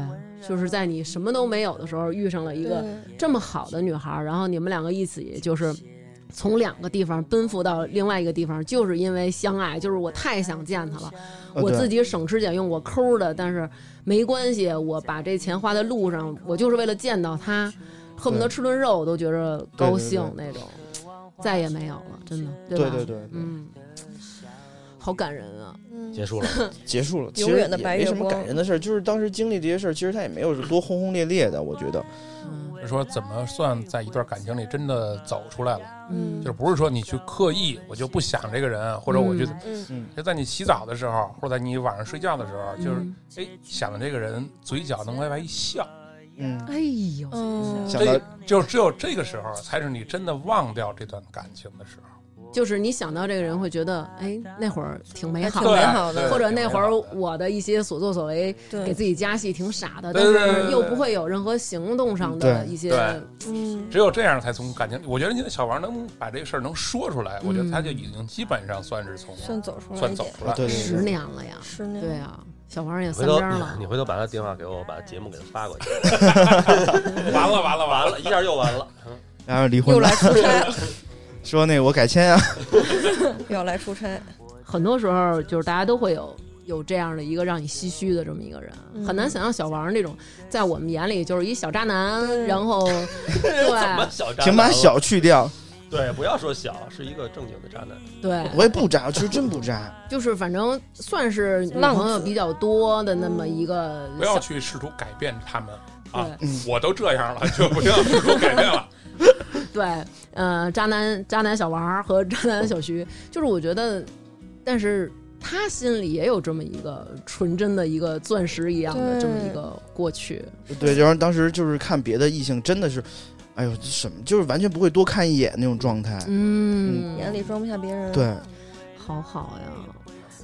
S2: 就是在你什么都没有的时候遇上了一个
S4: 对
S2: 这么好的女孩儿，然后你们两个一起就是从两个地方奔赴到另外一个地方，就是因为相爱，就是我太想见她了，
S4: 哦
S11: 呃
S2: 我
S11: 对
S2: 自己省吃俭用，我抠儿的，但是没关系，我把这钱花在路上，我就是为了见到她，恨不得
S4: 对
S2: 吃顿肉我都觉着高兴
S4: 对
S2: 那种，再也没有了，真的，
S4: 对
S2: 吧？
S4: 对对对
S2: 嗯，好感人啊，(laughs)
S1: 结束了，
S4: (laughs) 结束了，其
S2: 永
S4: 实
S2: 远的
S4: 也
S2: 白
S4: 没
S2: 月
S4: 什么
S2: 光
S4: 感人的事儿，就是当时经历这些事儿，其实他也没有多轰轰烈烈的，我觉得。
S2: 嗯
S5: 说怎么算在一段感情里真的走出来了？
S2: 嗯
S5: 就是不是说你去刻意，我就不想这个人，啊或者我就
S2: 嗯
S4: 嗯
S5: 就在你洗澡的时候，或者在你晚上睡觉的时候，就是
S2: 嗯
S5: 哎想着这个人，嘴角能歪歪一笑，
S4: 嗯，
S2: 哎呦，
S4: 想到
S5: 这就只有这个时候才是你真的忘掉这段感情的时候。
S2: 就是你想到这个人，会觉得哎，那会儿挺美好
S5: 挺
S2: 的，
S5: 美好 (laughs) 的对啊
S2: 或者
S5: 挺美
S2: 那
S5: 好
S2: 会儿我的一些所作所为，
S3: 对
S2: 给自己加戏挺傻的，但
S5: 对对对
S2: 是
S5: 对
S2: 又
S5: 对
S2: 不会有任何行动上的
S5: 对
S2: 一些，
S5: 对
S3: 嗯，
S5: 只有这样才从感情，我觉得现在小王能把这个事儿能说出来，我觉得
S2: 嗯
S5: 他就已经基本上算是从
S3: 算走出来一点
S5: 算走出来。
S2: 十年了呀，
S3: 十年，
S2: 对啊，小王也
S1: 回
S2: 三
S1: 头
S2: 张
S3: (laughs)
S2: 了，
S1: 你回头把他电话给我，我把节目给他发过去。
S5: 完了完
S1: (laughs)
S5: 了
S1: 完了，一下又完了。嗯
S4: 然后离婚了， (laughs) 说那个我改签啊，
S3: 要来出差，
S2: 很多时候就是大家都会有有这样的一个让你唏嘘的这么一个人，
S3: 嗯
S2: 很难想象小王这种在我们眼里就是一小渣男，然
S3: (laughs)
S2: 后
S1: 怎么
S2: 对
S1: 小渣男了
S4: 请把小去掉。
S1: 对，不要说小，是一个正经的渣男。
S2: 对，
S4: 我也不渣，我其实真不渣。
S2: 就是反正算是女朋友比较多的那么一个
S4: 嗯
S5: 不要去试图改变他们啊
S2: 对！
S5: 我都这样了，就不要试图改变了。
S2: 对，呃，渣男渣男小王儿和 (laughs) 渣男小徐，就是我觉得，但是他心里也有这么一个纯真的一个钻石一样的
S3: 对
S2: 这么一个过去，
S4: 对，然后当时就是看别的异性，真的是，哎呦，这什么就是完全不会多看一眼那种状态。
S2: 嗯，
S3: 眼里嗯装不下别人。
S4: 对，
S2: 好好呀。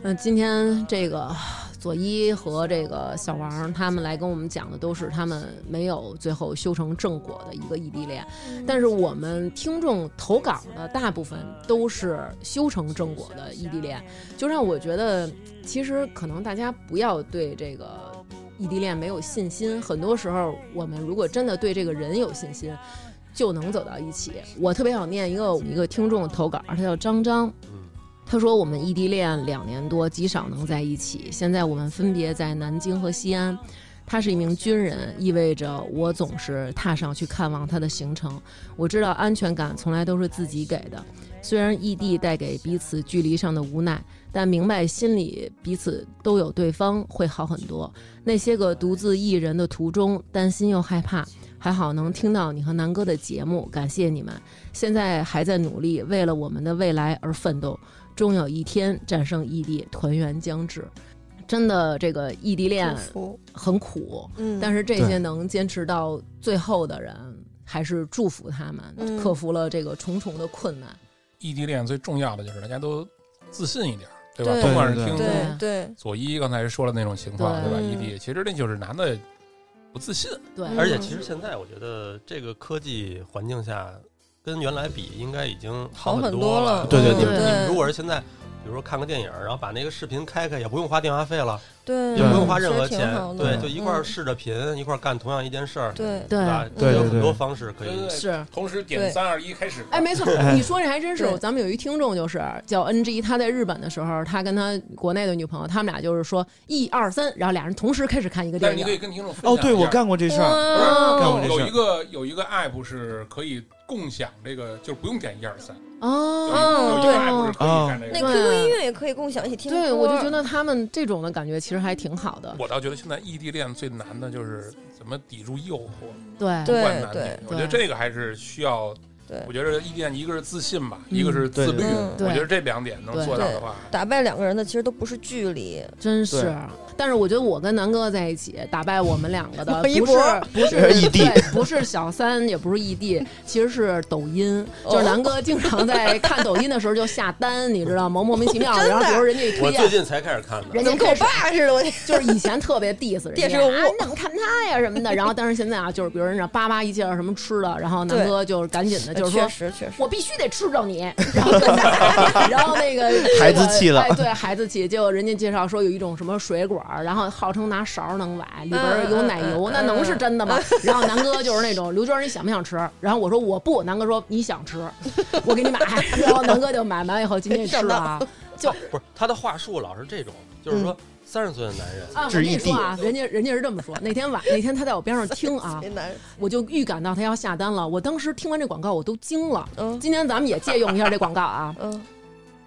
S2: 那今天这个佐伊和这个小王儿他们来跟我们讲的都是他们没有最后修成正果的一个异地恋，但是我们听众投稿的大部分都是修成正果的异地恋，就让我觉得其实可能大家不要对这个。异地恋没有信心，很多时候我们如果真的对这个人有信心，就能走到一起。我特别想念一个一个听众投稿，他叫张张，他说：“我们异地恋两年多，极少能在一起。现在我们分别在南京和西安。他是一名军人，意味着我总是踏上去看望他的行程。我知道安全感从来都是自己给的，虽然异地带给彼此距离上的无奈，但明白心里彼此都有对方会好很多。那些个独自一人的途中，担心又害怕。”还好能听到你和南哥的节目，感谢你们！现在还在努力，为了我们的未来而奋斗。终有一天战胜异地，团圆将至。真的，这个异地恋
S3: 祝福
S2: 很苦，
S3: 嗯
S2: 但是这些
S3: 对
S2: 能坚持到最后的人，还是祝福他们、
S5: 嗯
S2: 克服了这个重重的困难。
S5: 异地恋最重要的就是大家都自信一点，对吧？
S2: 对
S5: 甭管是
S2: 对
S5: 听
S2: 对对
S5: 左一刚才说了那种情况，
S2: 对
S5: 对吧？异地其实那就是男的不自信，
S2: 对嗯
S1: 而且其实现在我觉得这个科技环境下，跟原来比应该已经
S3: 好很
S1: 很
S3: 多
S1: 了
S3: 了。
S4: 对对
S1: 你们你
S4: 对
S1: 们如果是现在，比如说看个电影，然后把那个视频开开，也不用花电话费了，
S3: 对
S1: 也不用花任何
S3: 其实挺
S1: 钱
S3: 好，的
S1: 对，
S3: 嗯
S1: 就一块儿试着频，一块儿干同样一件事儿，
S3: 对
S1: 吧？
S2: 对
S1: 有
S2: 对
S1: 很
S2: 对
S1: 多方式可
S5: 对对
S1: 以，
S5: 对同时点
S2: 对
S5: 三二一开始。
S2: (laughs) 哎，没错你说这还真是
S5: 对。
S2: 咱们有一听众就是叫 NG，他在日本的时候，他跟他国内的女朋友，他们俩就是说一二三，然后俩人同时开始看一个
S5: 但
S2: 电影。
S5: 是你可以跟听众分享
S4: 哦，对，
S5: 一下
S4: 我干过这
S2: 嗯
S4: 事儿，干过这
S5: 有有
S4: 事
S5: 一
S4: 儿。
S5: 个有一个 app 是可以共享这个，就是不用点一二三，
S2: 哦，
S5: 有一
S2: 对
S5: 个 app 是可以干这
S3: 那
S4: 哦
S5: 个。
S3: QQ 音乐也可以共享一起听歌。
S2: 对，我就觉得他们这种的感觉其实还挺好的。
S5: 我倒觉得现在异地恋最难的就是怎么抵住诱惑，
S2: 对
S5: 不管男
S2: 对
S5: 女
S2: 对，
S5: 我觉得这个还是需要。
S3: 对，
S5: 我觉得异地恋一个是自信吧，
S2: 嗯
S5: 一个是自律，
S2: 对
S5: 我
S2: 对
S5: 觉得这两点能做到的话，
S3: 打败两个人的其实都不是距离，
S2: 真是
S5: 对。
S2: 但是我觉得我跟南哥在一起，打败我们两个
S3: (laughs)
S2: 的
S3: 王一
S2: 不是
S3: 博
S2: 不是
S4: 异地
S2: 对不是小三，也不是异地，其实是抖音。
S3: 哦
S2: 就是南哥经常在看抖音的时候就下单，你知道吗？莫名其 (laughs)
S3: (laughs)
S2: 妙，
S3: 真的
S2: 然后比如人家一推
S1: 我
S2: 荐
S1: 最，近才开始看的，
S2: 人家
S3: 跟我爸似的，我
S2: (laughs) 就是以前特别 diss 人家，
S3: 电视购物
S2: 啊你怎么看他呀什么的。然后但是现在啊，就是比如人家叭叭一介绍什么吃的，然后南哥就是赶紧的的，就是说，
S3: 呃确实确实
S2: 我必须得吃
S3: (laughs)
S2: 着你，然后然后那
S4: (laughs)
S2: 个
S4: 孩子气了
S2: 哎，对孩子气，结果人家介绍说有一种什么水果，然后号称拿勺能崴，里边有奶油，
S3: 嗯嗯嗯
S2: 那能是真的
S3: (laughs)
S2: 吗？然后南哥就是那种刘娟，你想不想吃？然后我说我不，南哥说你想吃，我给你买， (laughs) 然后南哥就买完以后今天就吃了
S3: (laughs)
S2: 啊， (laughs) 就
S1: (laughs) 不是他的话术老是这种，就是说三十岁的男人
S2: 啊，我跟你说啊，人家人家是这么说。那天晚那天他在我边上听啊， (laughs) 我就预感到他要下单了。我当时听完这广告，我都惊了。
S3: 嗯
S2: 今天咱们也借用一下这广告
S3: (laughs)
S2: 啊。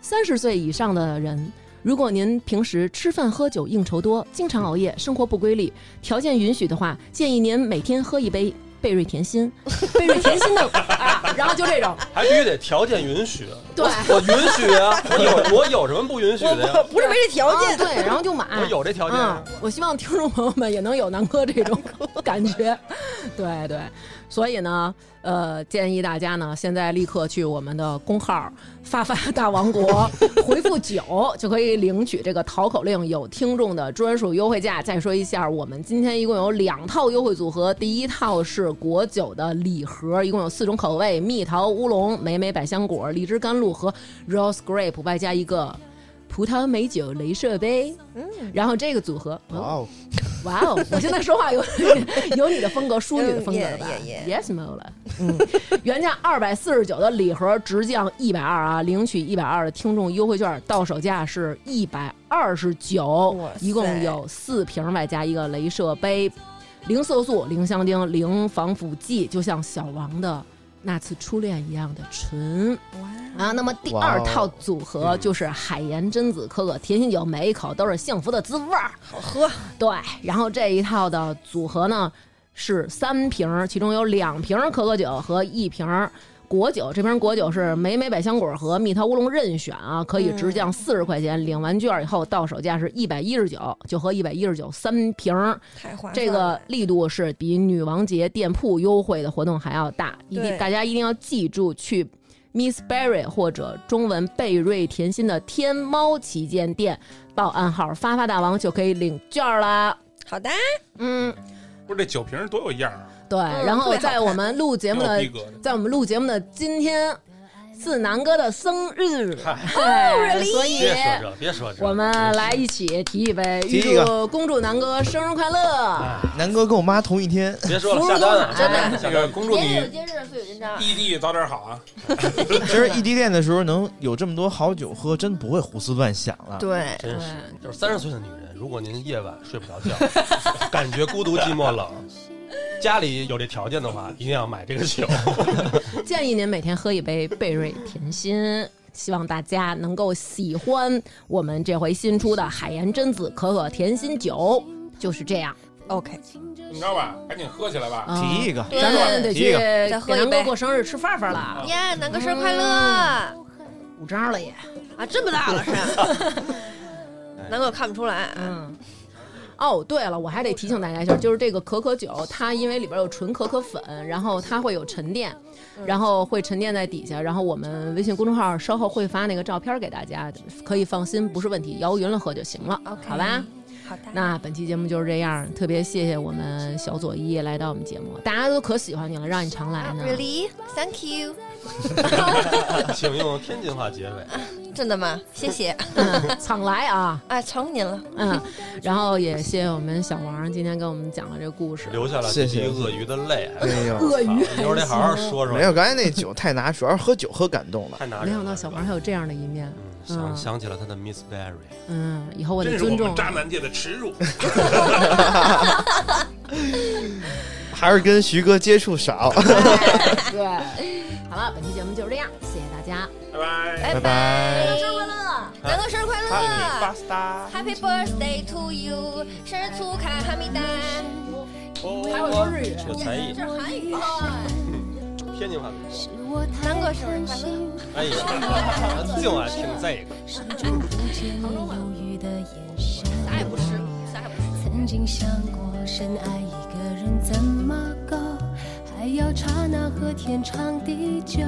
S2: 三十岁以上的人，如果您平时吃饭喝酒应酬多，经常熬夜，生活不规律，条件允许的话，建议您每天喝一杯贝瑞甜心。贝瑞甜心的 (laughs) 啊，然后就这种。
S1: 还必须得条件允许。
S2: (laughs) 对
S1: 我我允许啊，我有我有什么不允许的呀？
S3: (laughs)
S2: (laughs)
S3: 不是没这条件
S2: 啊对，然后就买。
S1: 我有这条件
S2: 啊我希望听众朋友们也能有南哥这种 (laughs) 感觉。对对，所以呢，呃，建议大家呢，现在立刻去我们的公号“发发大王
S1: (laughs)
S2: 国”，回复九就可以领取这个淘口令，有听众的专属优惠价。再说一下，我们今天一共有两套优惠组合，第一套是果酒的礼盒，一共有四种口味：蜜桃乌龙、莓莓百香果、荔枝甘露和 rose grape，外加一个。葡萄美酒镭射杯，
S3: 嗯
S2: 然后这个组合，
S4: 哇
S2: 哦
S4: 哦，
S2: 哇哦，我现在说话有 (laughs) 有你的风格，淑女的风格了吧
S3: 嗯也也
S2: ？Yes, m o l a 嗯，原价二百四十九的礼盒直降一百二啊，领取一百二的听众优惠券，到手价是一百二十九
S3: 哇，
S2: 一共有四瓶，外加一个镭射杯，零色素、零香精、零防腐剂，就像小王的那次初恋一样的纯。啊，那么第二套组合就是海盐榛子可可甜心酒，每一口都是幸福的滋味儿，好喝。对，然后这一套的组合呢是三瓶儿，其中有两瓶儿可可酒和一瓶儿果酒。这瓶果酒是莓莓百香果和蜜桃乌龙任选啊，可以直
S3: 嗯
S2: 降四十块钱，领完券以后到手价是一百一十九，就合一百一十九三瓶儿。
S3: 太划算了
S2: 这个力度是比女王节店铺优惠的活动还要大，一定
S3: 对
S2: 大家一定要记住去 Miss Berry 或者中文贝瑞甜心的天猫旗舰店报暗号“发发大王”就可以领券啦。
S3: 好的，
S2: 嗯，
S5: 不是这酒瓶多有样儿啊，
S2: 对，
S3: 嗯
S2: 然
S3: 特
S2: 后
S3: 别好
S2: 在我们录节目的
S5: 挺有逼格的，
S2: 在我们录节目的今天是南哥的生日，
S3: really？
S2: 对，所以
S1: 别说这，别说这，
S2: 我们来一起提一杯，
S4: 提
S2: 预
S4: 一个
S2: 祝公主南哥生日快
S5: 哎
S2: 乐！
S4: 南哥跟我妈同一天，
S1: 哎别说了，下单啊，
S2: 真的
S1: 下单
S5: 这
S1: 下
S5: 个
S1: 单。
S5: 公主
S3: 年有
S5: 你
S3: 今日，岁有今朝。
S5: 异地早点好啊，
S4: 其实异地恋的时候能有这么多好酒喝，真不会胡思乱想了。
S3: 对，
S1: 真是，就是三十岁的女人，如果您夜晚睡不着觉，感觉 (laughs) 孤独寂寞冷，家里有这条件的话，一定要买这个
S2: (laughs)
S1: 酒。
S2: 建议您每天喝一杯贝瑞甜心。希望大家能够喜欢我们这回新出的海盐榛子可可甜心酒，就是这样。
S3: OK，
S5: 你知道吧？赶紧喝起来吧。
S2: 嗯
S4: 提一个，
S2: 咱们得
S4: 提
S2: 去
S4: 一个，
S2: 给
S3: 再喝一
S2: 南哥
S3: 杯
S2: 过生日吃饭饭了，嗯
S3: 耶，啊南哥生日快乐！
S2: 五张了也。
S3: 啊，这么大
S2: (laughs)
S3: 了是？南哥我看不出来，啊
S2: 嗯。哦，对了，我还得提醒大家一下，就是这个可可酒，它因为里边有纯可可粉，然后它会有沉淀，
S3: 嗯
S2: 然后会沉淀在底下，然后我们微信公众号稍后会发那个照片给大家，可以放心，不是问题，摇匀了喝就行了
S3: OK
S2: 好吧？
S3: 好的
S2: 那本期节目就是这样，特别谢谢我们小左一来到我们节目，大家都可喜欢你了，让你常来呢。
S3: 啊 Really？Thank you。
S1: 请用天津话结尾。
S3: 真的吗？谢谢。
S2: (laughs) 嗯常来啊，
S3: 哎，成您了。
S2: 嗯，然后也谢谢我们小王今天给我们讲了这个故事。
S1: 留下了
S4: 谢
S1: 几
S4: 谢
S1: 滴鳄鱼的泪。
S4: 哎呦，
S2: 鳄鱼
S1: 一会儿得
S5: 啊
S1: 好好说说。
S4: 没有，刚才
S1: (laughs)
S4: 那酒太拿，主要是喝酒喝感动了。
S1: 太拿人了
S2: 没想到小王还有这样的一面，
S1: 嗯
S2: 嗯
S1: 想想起了他的 Miss Berry。
S2: 嗯，以后我得
S5: 真是我
S2: 尊重
S5: 们。渣男界的耻辱。
S4: 还是跟徐哥接触少。
S2: (laughs) 对，
S1: (laughs)
S2: 好了，本期节目就是这样，谢谢大家。
S5: 拜拜。
S3: 拜
S4: 拜
S3: 南哥生日快乐！南哥生日快
S1: 啊
S3: 乐！Happy birthday to you！生日축하합니다！
S2: 还会说日语。
S1: 哦有才艺
S3: 这，是韩语。 (laughs)
S1: 天津话。
S3: 南哥生日快乐！
S1: 哎呀，净爱听这个。
S7: 始终不见犹豫的眼神。
S3: 啥也不吃，啥也不吃。
S7: 曾经想过，深爱一个人怎么够？还要刹那和天长地久？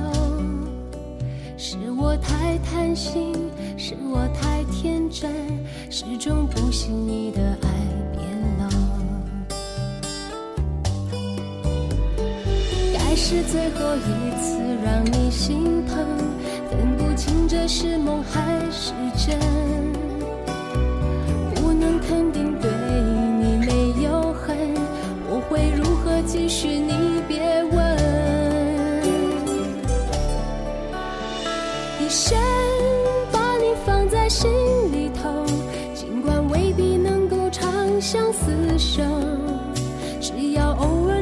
S7: 是我太贪心，是我太天真，始终不信你的爱变冷。该
S11: 是最后一次让你心疼，分不清这是梦还是真。不能肯定对你没有恨，我会如何继续你别问。一生把你放在心里头，尽管未必能够长相厮守，只要偶尔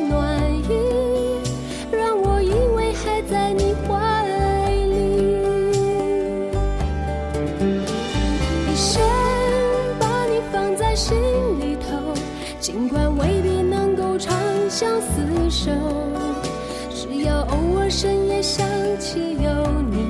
S11: 暖意。让我以为还在你怀里。一生把你放在心里头，尽管未必能够长相厮守，只要偶尔深夜想起有你，